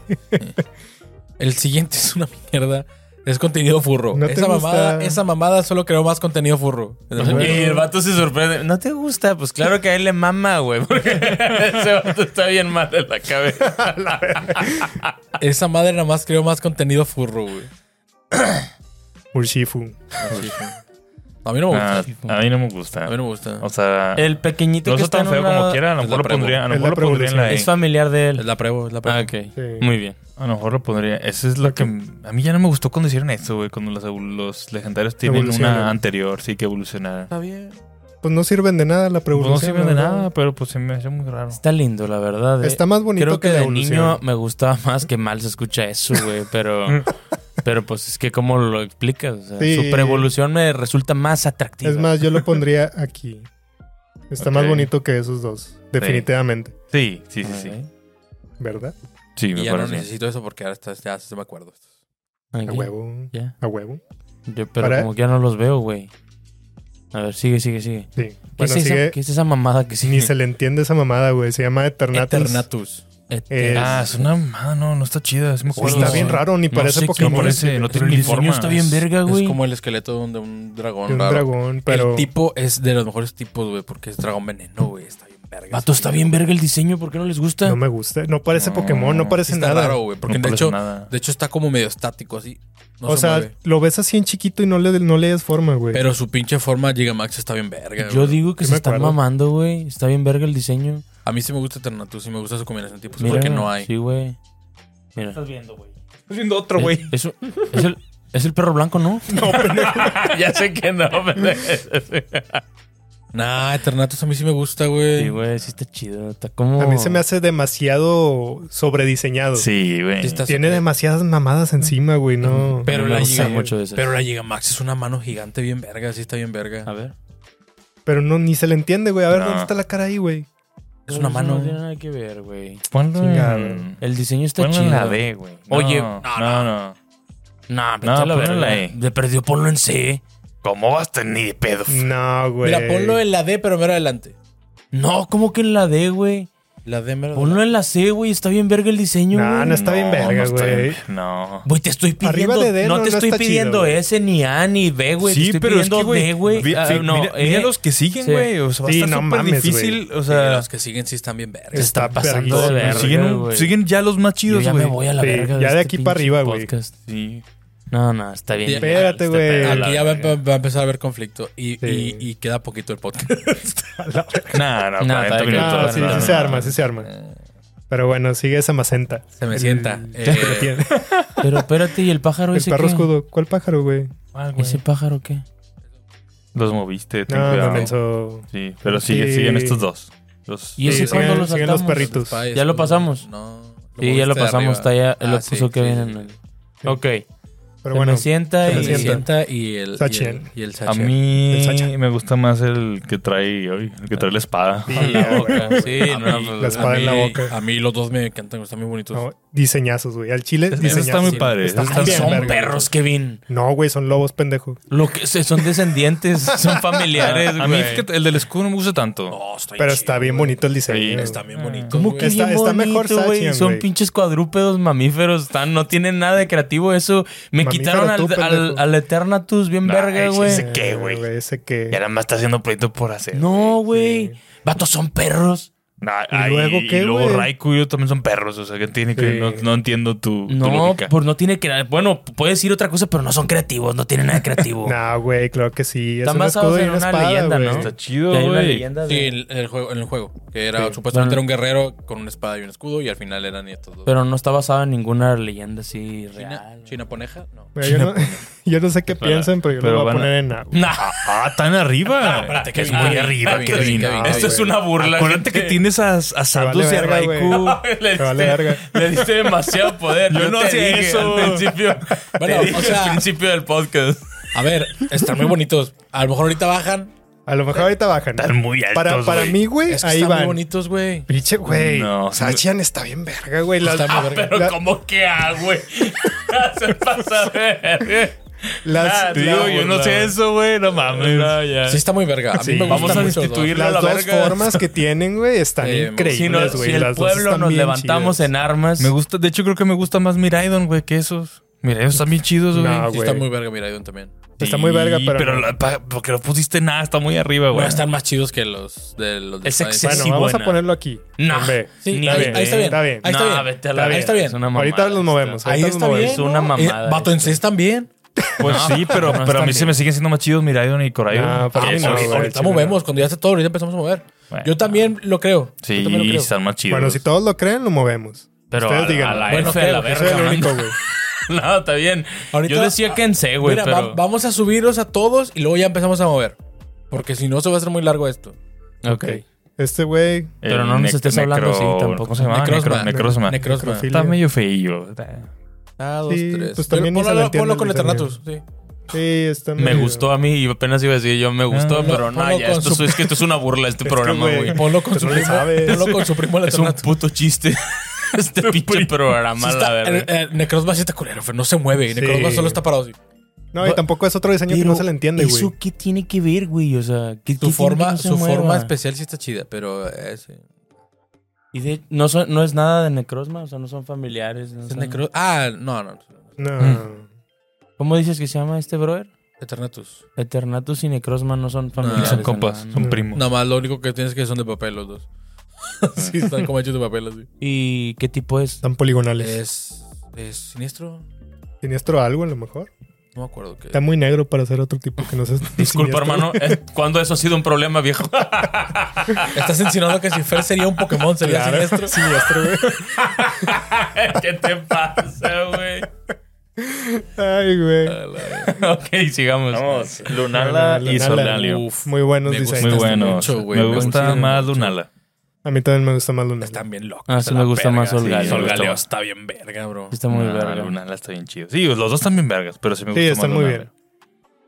Speaker 1: El siguiente es una mierda. Es contenido furro.
Speaker 3: No te
Speaker 1: esa,
Speaker 3: gusta.
Speaker 1: mamada, esa mamada solo creó más contenido furro.
Speaker 2: Y el vato se sorprende. ¿No te gusta? Pues claro que a él le mama, güey. Porque ese vato está bien mal de la cabeza.
Speaker 1: Esa madre nada más creó más contenido furro, güey.
Speaker 3: Urshifu.
Speaker 1: Sí, sí. A mí no me gusta.
Speaker 4: Ah, a mí no me gusta.
Speaker 1: A mí no me gusta.
Speaker 4: O sea,
Speaker 2: El pequeñito
Speaker 4: no
Speaker 2: que
Speaker 4: está
Speaker 2: está
Speaker 4: tan
Speaker 2: en
Speaker 4: feo
Speaker 2: una-
Speaker 4: como quiera. A lo
Speaker 1: Es la
Speaker 4: mejor lo
Speaker 1: pregu-
Speaker 4: pondría, a lo
Speaker 3: es la
Speaker 4: mejor lo pondría en la
Speaker 3: eh.
Speaker 2: Es
Speaker 4: E.
Speaker 2: familiar de
Speaker 1: Es
Speaker 2: él.
Speaker 1: la prueba, es la prueba.
Speaker 2: Ah, ok.
Speaker 3: Sí.
Speaker 2: Muy bien.
Speaker 4: A lo mejor lo pondría. Esa es lo que. A mí ya no me gustó cuando hicieron eso, güey. Cuando los, los legendarios tienen
Speaker 3: Evolucionan.
Speaker 4: una anterior, sí que evolucionaron.
Speaker 1: Está bien.
Speaker 3: Pues no sirven de nada la
Speaker 4: Pues no
Speaker 3: preevolución.
Speaker 4: sirve de
Speaker 3: la
Speaker 4: nada,
Speaker 3: verdad.
Speaker 4: pero pues se me hace muy raro.
Speaker 2: Está lindo, la verdad. eh.
Speaker 3: Está más bonito
Speaker 2: Creo que,
Speaker 3: la
Speaker 2: de
Speaker 3: evolución.
Speaker 2: niño me gustaba más que mal se escucha eso, güey. Pero, pero pues es que cómo lo explicas. O sea,
Speaker 3: Sí.
Speaker 2: Su preevolución me resulta más atractiva.
Speaker 3: Es más, yo lo pondría aquí. Está más
Speaker 4: Ok.
Speaker 3: bonito que esos dos, definitivamente.
Speaker 4: Sí, sí, sí, sí.
Speaker 2: Ok.
Speaker 3: ¿Verdad?
Speaker 4: Sí,
Speaker 1: Y
Speaker 4: me
Speaker 1: ya no
Speaker 4: parece.
Speaker 1: necesito eso porque ahora está- ya se me acuerdo.
Speaker 2: Ok.
Speaker 3: A huevo.
Speaker 2: Ya.
Speaker 3: A huevo.
Speaker 2: Yo- pero
Speaker 3: Para-
Speaker 2: como que ya no los veo, güey. A ver, sigue, sigue, sigue.
Speaker 3: Sí.
Speaker 2: ¿Qué,
Speaker 3: Bueno,
Speaker 2: es,
Speaker 3: sigue.
Speaker 2: esa, qué es esa mamada que sigue?
Speaker 3: Ni se le entiende esa mamada, güey. Se llama Eternatus.
Speaker 1: Eternatus.
Speaker 2: Este-
Speaker 3: Eh,
Speaker 4: Ah, es una mamada, no, no está chida. sí me acuerdo.
Speaker 3: Está bien raro, ni
Speaker 4: No
Speaker 3: parece
Speaker 4: sé quién
Speaker 3: Pokémon.
Speaker 4: parece, no tiene
Speaker 2: el
Speaker 4: ni
Speaker 2: diseño
Speaker 4: forma.
Speaker 2: está bien verga, güey.
Speaker 1: Es como el esqueleto de un dragón.
Speaker 3: De un
Speaker 1: raro.
Speaker 3: dragón, pero.
Speaker 1: El tipo es de los mejores tipos, güey, porque es dragón veneno, güey. Está bien verga.
Speaker 2: Vato, está bien verga el diseño, ¿por qué no les gusta?
Speaker 3: No me gusta. No parece
Speaker 4: No,
Speaker 3: Pokémon, no parece
Speaker 1: Sí Está
Speaker 3: nada.
Speaker 1: raro, güey. Porque
Speaker 4: No
Speaker 1: de,
Speaker 4: parece
Speaker 1: hecho,
Speaker 4: nada.
Speaker 1: de hecho está como medio estático, así. No
Speaker 3: o
Speaker 1: se
Speaker 3: sea,
Speaker 1: mueve.
Speaker 3: lo ves así en chiquito y no le, no le das forma, güey.
Speaker 1: Pero su pinche forma Gigamax está bien verga,
Speaker 2: yo
Speaker 1: güey.
Speaker 2: digo que
Speaker 3: Sí
Speaker 2: se
Speaker 3: me
Speaker 2: están
Speaker 3: acuerdo.
Speaker 2: mamando, güey. Está bien verga el diseño.
Speaker 1: A mí sí me gusta Eternatus, sí me gusta su combinación de tipos,
Speaker 4: Pues
Speaker 2: Mira,
Speaker 1: porque no hay.
Speaker 2: Sí, güey. Mira.
Speaker 4: viendo, güey? Estás viendo otro, güey.
Speaker 2: Es, es- es el, es el perro blanco, ¿no? No, Ya sé que no, pendejo.
Speaker 1: Nah, Eternatus a mí sí me gusta, güey.
Speaker 2: Sí, güey, sí está chido. Está como...
Speaker 3: A mí se me hace demasiado sobrediseñado.
Speaker 4: Sí, güey.
Speaker 1: Sí está
Speaker 3: Tiene
Speaker 1: sobre-
Speaker 3: demasiadas mamadas encima, güey. No.
Speaker 1: Pero
Speaker 2: Pero
Speaker 1: la
Speaker 2: me gusta
Speaker 1: Giga-
Speaker 2: mucho de esas.
Speaker 1: Pero la Gigamax es una mano gigante bien verga, sí está bien verga.
Speaker 2: A ver.
Speaker 3: Pero no, ni se le entiende, güey. A ver,
Speaker 4: No.
Speaker 3: ¿dónde está la cara ahí, güey?
Speaker 1: Es una mano.
Speaker 2: No tiene nada que ver, güey.
Speaker 4: Ponlo
Speaker 3: Chingado.
Speaker 4: en...
Speaker 2: El diseño está
Speaker 4: Ponlo
Speaker 2: chido.
Speaker 4: en la D, güey.
Speaker 2: Oye,
Speaker 4: no,
Speaker 2: no,
Speaker 4: no. no.
Speaker 2: No,
Speaker 4: No,
Speaker 2: pero
Speaker 4: ponlo en la E.
Speaker 2: De perdió, ponlo en C.
Speaker 4: ¿Cómo vas a tener ni de pedo?
Speaker 3: No, güey.
Speaker 1: Mira, ponlo en la D, pero mero adelante.
Speaker 2: No, ¿cómo que en la D, güey?
Speaker 1: La D mero
Speaker 2: Ponlo en la C, güey. Está bien verga el diseño, güey.
Speaker 3: No, no está bien verga,
Speaker 4: está bien
Speaker 3: güey.
Speaker 4: ver- No.
Speaker 2: Güey, te estoy pidiendo.
Speaker 3: Arriba de D
Speaker 2: no,
Speaker 3: no-
Speaker 2: te
Speaker 3: no
Speaker 2: estoy
Speaker 3: está chido,
Speaker 2: pidiendo
Speaker 3: güey.
Speaker 2: S ni A ni B, güey. te estoy pidiendo D, güey.
Speaker 4: vi-
Speaker 2: Ah,
Speaker 4: fi-
Speaker 2: no,
Speaker 4: mira, mira
Speaker 2: E.
Speaker 4: los que siguen,
Speaker 2: Sí.
Speaker 4: güey. O sea, va a
Speaker 3: Sí, no
Speaker 4: estar súper
Speaker 3: mames,
Speaker 4: difícil. O sea,
Speaker 1: los que siguen sí están bien verga.
Speaker 2: Se está
Speaker 3: Está
Speaker 2: pasando de
Speaker 3: verguísima.
Speaker 2: verga,
Speaker 4: siguen, un-
Speaker 2: güey.
Speaker 4: siguen ya los más
Speaker 2: Yo
Speaker 4: chidos,
Speaker 2: ya
Speaker 4: güey.
Speaker 2: me voy a la
Speaker 3: Sí,
Speaker 2: verga.
Speaker 3: ya de
Speaker 2: este
Speaker 3: aquí para
Speaker 2: pinche
Speaker 3: arriba, güey.
Speaker 2: podcast.
Speaker 4: Sí.
Speaker 2: No, no, está bien.
Speaker 1: Ya-
Speaker 3: Espérate,
Speaker 2: Está
Speaker 3: güey.
Speaker 2: pegado a la
Speaker 1: Aquí ya va,
Speaker 2: verga.
Speaker 1: va a empezar a haber conflicto y,
Speaker 3: Eh, Sí.
Speaker 1: y- y queda poquito el podcast.
Speaker 2: este
Speaker 4: No, no,
Speaker 2: No,
Speaker 4: 40
Speaker 2: todavía
Speaker 4: minutos.
Speaker 3: No, sí,
Speaker 4: no,
Speaker 3: sí
Speaker 4: no,
Speaker 3: se
Speaker 4: no.
Speaker 3: arma, sí se arma.
Speaker 2: Eh.
Speaker 3: Pero bueno, sigue esa macenta.
Speaker 1: Se me sienta. Eh,
Speaker 3: Que tiene.
Speaker 2: Pero espérate, ¿y el pájaro
Speaker 3: El
Speaker 2: ese
Speaker 3: perro
Speaker 2: qué?
Speaker 3: escudo. ¿Cuál pájaro, güey?
Speaker 2: ¿Ese pájaro qué?
Speaker 4: Los moviste, ten
Speaker 3: No,
Speaker 4: cuidado.
Speaker 3: no, menso.
Speaker 4: Sí, pero sigue,
Speaker 3: Sí.
Speaker 4: siguen estos dos. Los-
Speaker 2: ¿Y
Speaker 3: Sí,
Speaker 2: ese cuándo
Speaker 3: siguen-
Speaker 2: lo
Speaker 3: siguen los
Speaker 2: saltamos?
Speaker 1: los
Speaker 3: perritos.
Speaker 1: spies,
Speaker 2: Ya lo
Speaker 1: los-
Speaker 2: pasamos.
Speaker 1: No.
Speaker 2: Sí, ya lo
Speaker 1: moviste
Speaker 2: pasamos. Está
Speaker 1: arriba.
Speaker 2: ya, lo
Speaker 1: Ah, sí,
Speaker 2: puso que
Speaker 1: sí,
Speaker 2: bien
Speaker 1: sí.
Speaker 2: en el... Ok.
Speaker 3: Pero
Speaker 2: se
Speaker 3: bueno,
Speaker 2: me sienta
Speaker 3: se me
Speaker 2: y...
Speaker 1: Se me
Speaker 3: sienta.
Speaker 1: sienta y el, y el,
Speaker 3: Sachin.
Speaker 1: y el
Speaker 4: A
Speaker 1: Sachin.
Speaker 4: mí
Speaker 3: El Sacha.
Speaker 4: me gusta más el que trae hoy, el que trae la espada.
Speaker 3: Sí,
Speaker 2: en la boca. Sí,
Speaker 1: A
Speaker 2: no,
Speaker 1: mí-
Speaker 2: pues,
Speaker 3: la espada
Speaker 1: a
Speaker 3: en la
Speaker 1: mí-
Speaker 3: boca.
Speaker 1: A mí los dos me encantan, están muy bonitos.
Speaker 3: no, diseñazos, güey. Al chile,
Speaker 4: Eso
Speaker 3: diseñazos.
Speaker 4: está muy padre.
Speaker 3: Está
Speaker 4: eso está
Speaker 3: muy bien,
Speaker 2: son
Speaker 3: verga.
Speaker 2: perros, Kevin.
Speaker 3: No, güey, son lobos, pendejo.
Speaker 2: Lo que se- son descendientes, son familiares,
Speaker 4: A mí
Speaker 2: güey.
Speaker 4: fíjate, el del escudo no me gusta tanto.
Speaker 1: No, está bien
Speaker 3: Pero
Speaker 1: chido,
Speaker 3: está bien
Speaker 1: güey.
Speaker 3: bonito el diseño.
Speaker 4: Sí,
Speaker 3: güey.
Speaker 1: Está bien bonito.
Speaker 2: ¿Cómo
Speaker 1: güey.
Speaker 2: que
Speaker 3: Está-
Speaker 2: bien
Speaker 3: está mejor
Speaker 2: bonito, güey?
Speaker 3: Sachian,
Speaker 2: Son
Speaker 3: güey.
Speaker 2: pinches cuadrúpedos mamíferos, tan- no tienen nada de creativo eso. Me
Speaker 3: Mamífero
Speaker 2: quitaron al,
Speaker 3: tú,
Speaker 2: al-
Speaker 3: pendejo.
Speaker 2: al Eternatus bien
Speaker 4: Nah,
Speaker 2: verga,
Speaker 4: ese-
Speaker 2: güey.
Speaker 4: ese- ¿Qué, güey?
Speaker 3: Eh, Ese que.
Speaker 4: Y nada más está haciendo proyectos por hacer.
Speaker 2: No, güey. Vatos son perros.
Speaker 4: Nah,
Speaker 3: ¿Y
Speaker 4: Ah, ay,
Speaker 3: luego
Speaker 4: y
Speaker 3: qué,
Speaker 4: luego
Speaker 3: güey?
Speaker 4: Raikou y yo también son perros. O sea, que tiene que.
Speaker 3: Sí.
Speaker 4: No, no entiendo tu, tu
Speaker 2: No,
Speaker 4: lógica.
Speaker 2: pues no tiene que. Bueno, puede decir otra cosa, pero no son creativos, no tienen nada de creativo.
Speaker 3: No, güey, claro que sí. Es
Speaker 2: Están
Speaker 3: un
Speaker 2: basados
Speaker 3: escudo y
Speaker 2: en
Speaker 3: una
Speaker 2: una
Speaker 3: espada,
Speaker 2: leyenda,
Speaker 3: güey.
Speaker 2: ¿no?
Speaker 4: Está chido,
Speaker 2: Que hay una
Speaker 4: güey.
Speaker 2: leyenda de-
Speaker 1: Sí, en en el juego, en el juego. Que era
Speaker 3: Sí.
Speaker 1: supuestamente
Speaker 2: Bueno.
Speaker 1: era un guerrero con una espada y un escudo y al final eran estos dos.
Speaker 2: Pero no está basado en ninguna leyenda así
Speaker 1: China,
Speaker 2: real.
Speaker 1: China Poneja, no.
Speaker 3: Güey, yo, no, yo no sé qué
Speaker 4: Para-
Speaker 3: piensan, pero yo
Speaker 4: pero
Speaker 3: lo voy
Speaker 4: van
Speaker 3: a
Speaker 4: a-
Speaker 3: poner en agua.
Speaker 2: Nah,
Speaker 4: Ah, tan arriba.
Speaker 1: espérate,
Speaker 4: es
Speaker 1: Kevin,
Speaker 4: muy
Speaker 1: Kevin,
Speaker 4: arriba,
Speaker 1: Kevin,
Speaker 4: Kevin.
Speaker 1: Kevin,
Speaker 4: Ah,
Speaker 1: Kevin.
Speaker 4: Esto es una burla. Acuérdate que tienes a, a
Speaker 3: vale
Speaker 4: Zapdos y a
Speaker 3: verga, güey.
Speaker 4: Raikou.
Speaker 2: le,
Speaker 3: Te vale
Speaker 2: diste,
Speaker 3: verga.
Speaker 2: le diste demasiado poder.
Speaker 4: Yo no
Speaker 2: te
Speaker 4: hacía
Speaker 2: dije
Speaker 4: eso.
Speaker 2: Al principio,
Speaker 1: Bueno,
Speaker 2: te dije
Speaker 1: o sea-
Speaker 2: al principio del podcast.
Speaker 1: A ver, están muy bonitos. A lo mejor ahorita bajan.
Speaker 3: A lo mejor ahorita bajan.
Speaker 4: Están muy altos.
Speaker 3: Para, para
Speaker 4: güey.
Speaker 3: mí, güey,
Speaker 1: Es que
Speaker 3: ahí
Speaker 1: están muy
Speaker 3: van.
Speaker 1: bonitos, güey.
Speaker 3: Pinche, güey.
Speaker 4: No,
Speaker 3: No, Sachian está bien verga, güey.
Speaker 2: Pues
Speaker 3: Las,
Speaker 1: Está muy verga.
Speaker 2: Pero
Speaker 3: La-
Speaker 2: ¿cómo que ah, güey? Se pasa de
Speaker 3: las,
Speaker 4: Te
Speaker 3: la-
Speaker 4: Ah, digo, yo no sé eso, güey. No mames.
Speaker 2: Eh.
Speaker 1: Sí, está muy verga. A mí
Speaker 3: Sí.
Speaker 1: me
Speaker 3: Vamos
Speaker 1: gustan
Speaker 3: a
Speaker 1: mucho los dos.
Speaker 4: destituir-
Speaker 3: las
Speaker 4: la
Speaker 3: dos
Speaker 4: verga.
Speaker 3: formas que tienen, güey, están
Speaker 1: Sí,
Speaker 2: Si,
Speaker 3: increíbles,
Speaker 2: no-
Speaker 3: güey.
Speaker 2: si el
Speaker 3: Las dos
Speaker 2: pueblo
Speaker 3: están
Speaker 2: nos
Speaker 3: bien
Speaker 2: levantamos
Speaker 3: chidas.
Speaker 2: en armas.
Speaker 4: Me gusta, de hecho creo que me gusta más Miraidon, güey, que esos. Miraidon están bien chidos, güey.
Speaker 3: No,
Speaker 1: Sí, está
Speaker 3: güey.
Speaker 1: muy verga Miraidon también.
Speaker 3: Está muy verga, pero no.
Speaker 4: la- pa- porque lo pusiste nada, está muy arriba,
Speaker 1: No,
Speaker 4: güey.
Speaker 1: están más chidos que los de los de
Speaker 2: Es
Speaker 1: Spice.
Speaker 2: excesivo.
Speaker 3: Bueno,
Speaker 2: Sí,
Speaker 3: vamos
Speaker 2: buena.
Speaker 3: a ponerlo aquí.
Speaker 2: Nah.
Speaker 3: en B.
Speaker 1: Sí,
Speaker 2: Ni
Speaker 1: ahí,
Speaker 2: bien.
Speaker 1: ahí está bien.
Speaker 3: Está bien.
Speaker 1: Ahí está
Speaker 2: No,
Speaker 1: bien.
Speaker 2: vete a la
Speaker 1: Ahí
Speaker 2: verga,
Speaker 1: está bien.
Speaker 2: es una mamada
Speaker 3: Ahorita nos
Speaker 2: esta.
Speaker 3: movemos.
Speaker 1: Ahí
Speaker 3: ahorita nos
Speaker 1: está
Speaker 3: movemos.
Speaker 1: bien.
Speaker 2: Es
Speaker 1: ¿no?
Speaker 2: una mamada
Speaker 1: Eh, Vato en
Speaker 2: esta.
Speaker 1: sí también.
Speaker 4: Pues sí, pero,
Speaker 2: no
Speaker 4: pero a
Speaker 2: están
Speaker 4: mí se me
Speaker 2: bien.
Speaker 4: siguen siendo más chidos Miraidon y Coraidon. Ah,
Speaker 3: No, para
Speaker 4: que
Speaker 3: mí no,
Speaker 4: esos.
Speaker 3: güey.
Speaker 1: Ahorita
Speaker 3: chingada.
Speaker 1: movemos. Cuando ya está todo, ahorita empezamos a mover.
Speaker 4: Bueno.
Speaker 1: Yo también lo creo. Yo
Speaker 4: Sí,
Speaker 1: también lo creo.
Speaker 4: están más chidos.
Speaker 3: Bueno, si todos lo creen, lo movemos.
Speaker 2: Pero
Speaker 3: Ustedes
Speaker 2: a, la-
Speaker 3: digan.
Speaker 2: a la
Speaker 1: Bueno,
Speaker 2: F, a la
Speaker 1: ok,
Speaker 3: Yo soy el
Speaker 2: verga,
Speaker 3: único,
Speaker 2: man.
Speaker 3: güey.
Speaker 2: No, está bien.
Speaker 1: Ahorita-
Speaker 2: Yo decía que en C, güey,
Speaker 1: Mira,
Speaker 2: pero...
Speaker 1: va- vamos a subirlos a todos y luego ya empezamos a mover. Porque si no, se va a hacer muy largo esto.
Speaker 2: Ok.
Speaker 3: Este güey,
Speaker 2: Pero no nos estés hablando así tampoco.
Speaker 4: ¿Cómo se llama?
Speaker 1: Necrozma.
Speaker 4: Ah, Necro- Necrozma.
Speaker 1: Necrosma.
Speaker 3: Necrofilia.
Speaker 4: Está medio feillo.
Speaker 1: Ah, dos,
Speaker 3: Sí,
Speaker 1: tres.
Speaker 3: pues también
Speaker 1: Pero
Speaker 3: ni se
Speaker 1: ponlo,
Speaker 3: le entiende
Speaker 1: ponlo con
Speaker 3: el diseño.
Speaker 1: Eternatus. Sí.
Speaker 3: Sí, está
Speaker 2: Me
Speaker 3: medio-
Speaker 2: gustó a mí y apenas iba a decir yo me
Speaker 4: No,
Speaker 2: gustó, pero no,
Speaker 1: ponlo
Speaker 2: ya,
Speaker 1: Ah, con
Speaker 2: esto
Speaker 1: su-
Speaker 2: es que esto es una burla este programa,
Speaker 3: güey,
Speaker 2: güey.
Speaker 1: Ponlo con
Speaker 3: Pero
Speaker 1: su
Speaker 3: no le
Speaker 1: primo.
Speaker 3: sabes.
Speaker 1: Ponlo con su primo el
Speaker 2: Es un
Speaker 1: Eternatus.
Speaker 2: puto chiste este pinche programa,
Speaker 1: Sí
Speaker 2: la
Speaker 1: está-
Speaker 2: verdad.
Speaker 1: eh, eh, Necrozma sí está culero, fe, no se mueve. y Necrozma solo está parado así.
Speaker 3: No, y tampoco es otro diseño que no se le entiende, güey.
Speaker 2: ¿Eso qué tiene que ver, güey? O sea, ¿qué,
Speaker 1: Su forma, su forma especial sí está chida, pero eh, sí.
Speaker 2: Y de- no, son- no es nada de necrosma, o sea, no son familiares. no
Speaker 1: Es
Speaker 2: son-
Speaker 1: necro- Ah, no, no.
Speaker 3: No.
Speaker 2: ¿Cómo dices que se llama este brother?
Speaker 1: Eternatus.
Speaker 2: Eternatus y necrosma no son familiares.
Speaker 1: son
Speaker 2: o
Speaker 4: Son
Speaker 2: sea,
Speaker 4: compas,
Speaker 2: no, no.
Speaker 4: son primos.
Speaker 1: Nada más lo único que tienes es que son de papel los dos. sí, están como hechos de papel así.
Speaker 2: ¿Y qué tipo es?
Speaker 3: Están poligonales.
Speaker 1: Es, es siniestro.
Speaker 3: Siniestro algo, a lo mejor.
Speaker 1: No me acuerdo qué.
Speaker 3: Está muy negro para hacer otro tipo que no sé.
Speaker 2: Disculpa, hermano. ¿eh? ¿Cuándo eso ha sido un problema, viejo?
Speaker 1: Estás insinuando que si Fer sería un Pokémon, sería siniestro.
Speaker 3: Siniestro, güey.
Speaker 2: ¿Qué te pasa, güey?
Speaker 3: Ay, güey.
Speaker 2: ok, sigamos.
Speaker 4: Vamos,
Speaker 3: Lunala y Solalio.
Speaker 1: Uf,
Speaker 3: Muy buenos
Speaker 1: me gusta.
Speaker 3: diseños.
Speaker 4: Muy
Speaker 1: Estás
Speaker 4: bueno.
Speaker 1: mucho, güey.
Speaker 4: me
Speaker 1: Me
Speaker 4: gusta
Speaker 1: gusta
Speaker 4: más Lunala.
Speaker 3: A mí también me gusta más Luna.
Speaker 1: están bien locos.
Speaker 2: Ah, sí
Speaker 1: a
Speaker 2: me
Speaker 1: la
Speaker 2: gusta
Speaker 1: verga,
Speaker 2: más Sol
Speaker 1: sí.
Speaker 2: Galeo.
Speaker 1: Sol
Speaker 4: Me gusta
Speaker 1: Galeo
Speaker 4: más.
Speaker 1: está bien verga, bro.
Speaker 2: Está muy
Speaker 4: Ah,
Speaker 2: verga.
Speaker 4: Lunala está bien chido. Sí, los dos están bien vergas, pero sí me
Speaker 3: Sí,
Speaker 4: gusta más
Speaker 3: están muy
Speaker 4: Lunala.
Speaker 3: bien.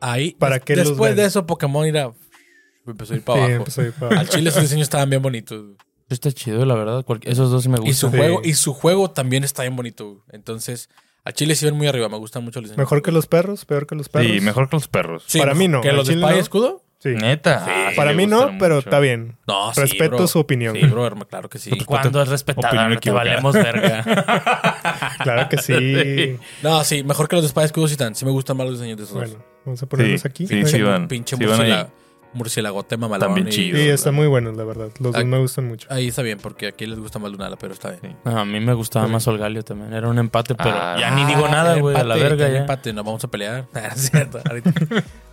Speaker 1: Ahí.
Speaker 3: ¿Para
Speaker 1: des-
Speaker 3: qué los
Speaker 1: después
Speaker 3: ven?
Speaker 1: de eso, Pokémon irá. Empezó a ir para
Speaker 3: Sí,
Speaker 1: abajo.
Speaker 3: empezó ahí para-
Speaker 1: Al chile sus diseños estaban bien bonitos.
Speaker 2: Está chido, la verdad. Cual- Esos dos sí me gustan.
Speaker 1: Y su
Speaker 3: Sí.
Speaker 1: juego, y su juego también está bien bonito. Entonces, al chile sí ven muy arriba. Me gustan mucho los diseños.
Speaker 3: Mejor que los perros, peor que los perros.
Speaker 4: Sí, mejor que los perros.
Speaker 1: Sí,
Speaker 3: para mí no,
Speaker 1: ¿Que
Speaker 3: al
Speaker 1: los de
Speaker 3: chile
Speaker 1: Espada y
Speaker 3: no.
Speaker 1: Escudo?
Speaker 3: Sí.
Speaker 4: Neta. Ah, sí
Speaker 3: Para
Speaker 4: me
Speaker 3: mí no,
Speaker 4: gustan
Speaker 3: pero
Speaker 4: mucho.
Speaker 3: está bien.
Speaker 1: No, sí,
Speaker 3: Respeto
Speaker 1: bro.
Speaker 3: su opinión.
Speaker 1: Sí, bro, hermano, claro que sí.
Speaker 2: ¿Cuándo has respetado?
Speaker 4: opinión
Speaker 2: No te
Speaker 4: equivocada.
Speaker 2: valemos verga.
Speaker 3: Claro que sí.
Speaker 1: No, sí, mejor que los de Espada y Escudo sí están. Sí me gustan más los diseños de esos dos.
Speaker 3: bueno, vamos a
Speaker 4: Sí,
Speaker 3: ponerlos aquí.
Speaker 4: sí, sí,
Speaker 3: Ahí.
Speaker 4: van.
Speaker 1: Pinche
Speaker 4: Sí van ahí.
Speaker 1: murciélago. murciélagote mamalón.
Speaker 4: También
Speaker 1: y-
Speaker 4: chido.
Speaker 3: Sí, están muy buenos, la verdad. Los
Speaker 1: Ah.
Speaker 3: dos me gustan mucho.
Speaker 1: Ahí está bien, porque aquí les gusta más Lunala, pero está bien.
Speaker 2: Ah, a mí me gustaba más Olgalio también. Era un empate, pero
Speaker 4: Ah.
Speaker 2: ya ni digo nada,
Speaker 1: el
Speaker 2: güey. A la
Speaker 1: empate,
Speaker 2: verga
Speaker 1: el
Speaker 2: ya.
Speaker 1: empate, nos vamos a pelear. Ah, es cierto, ahorita.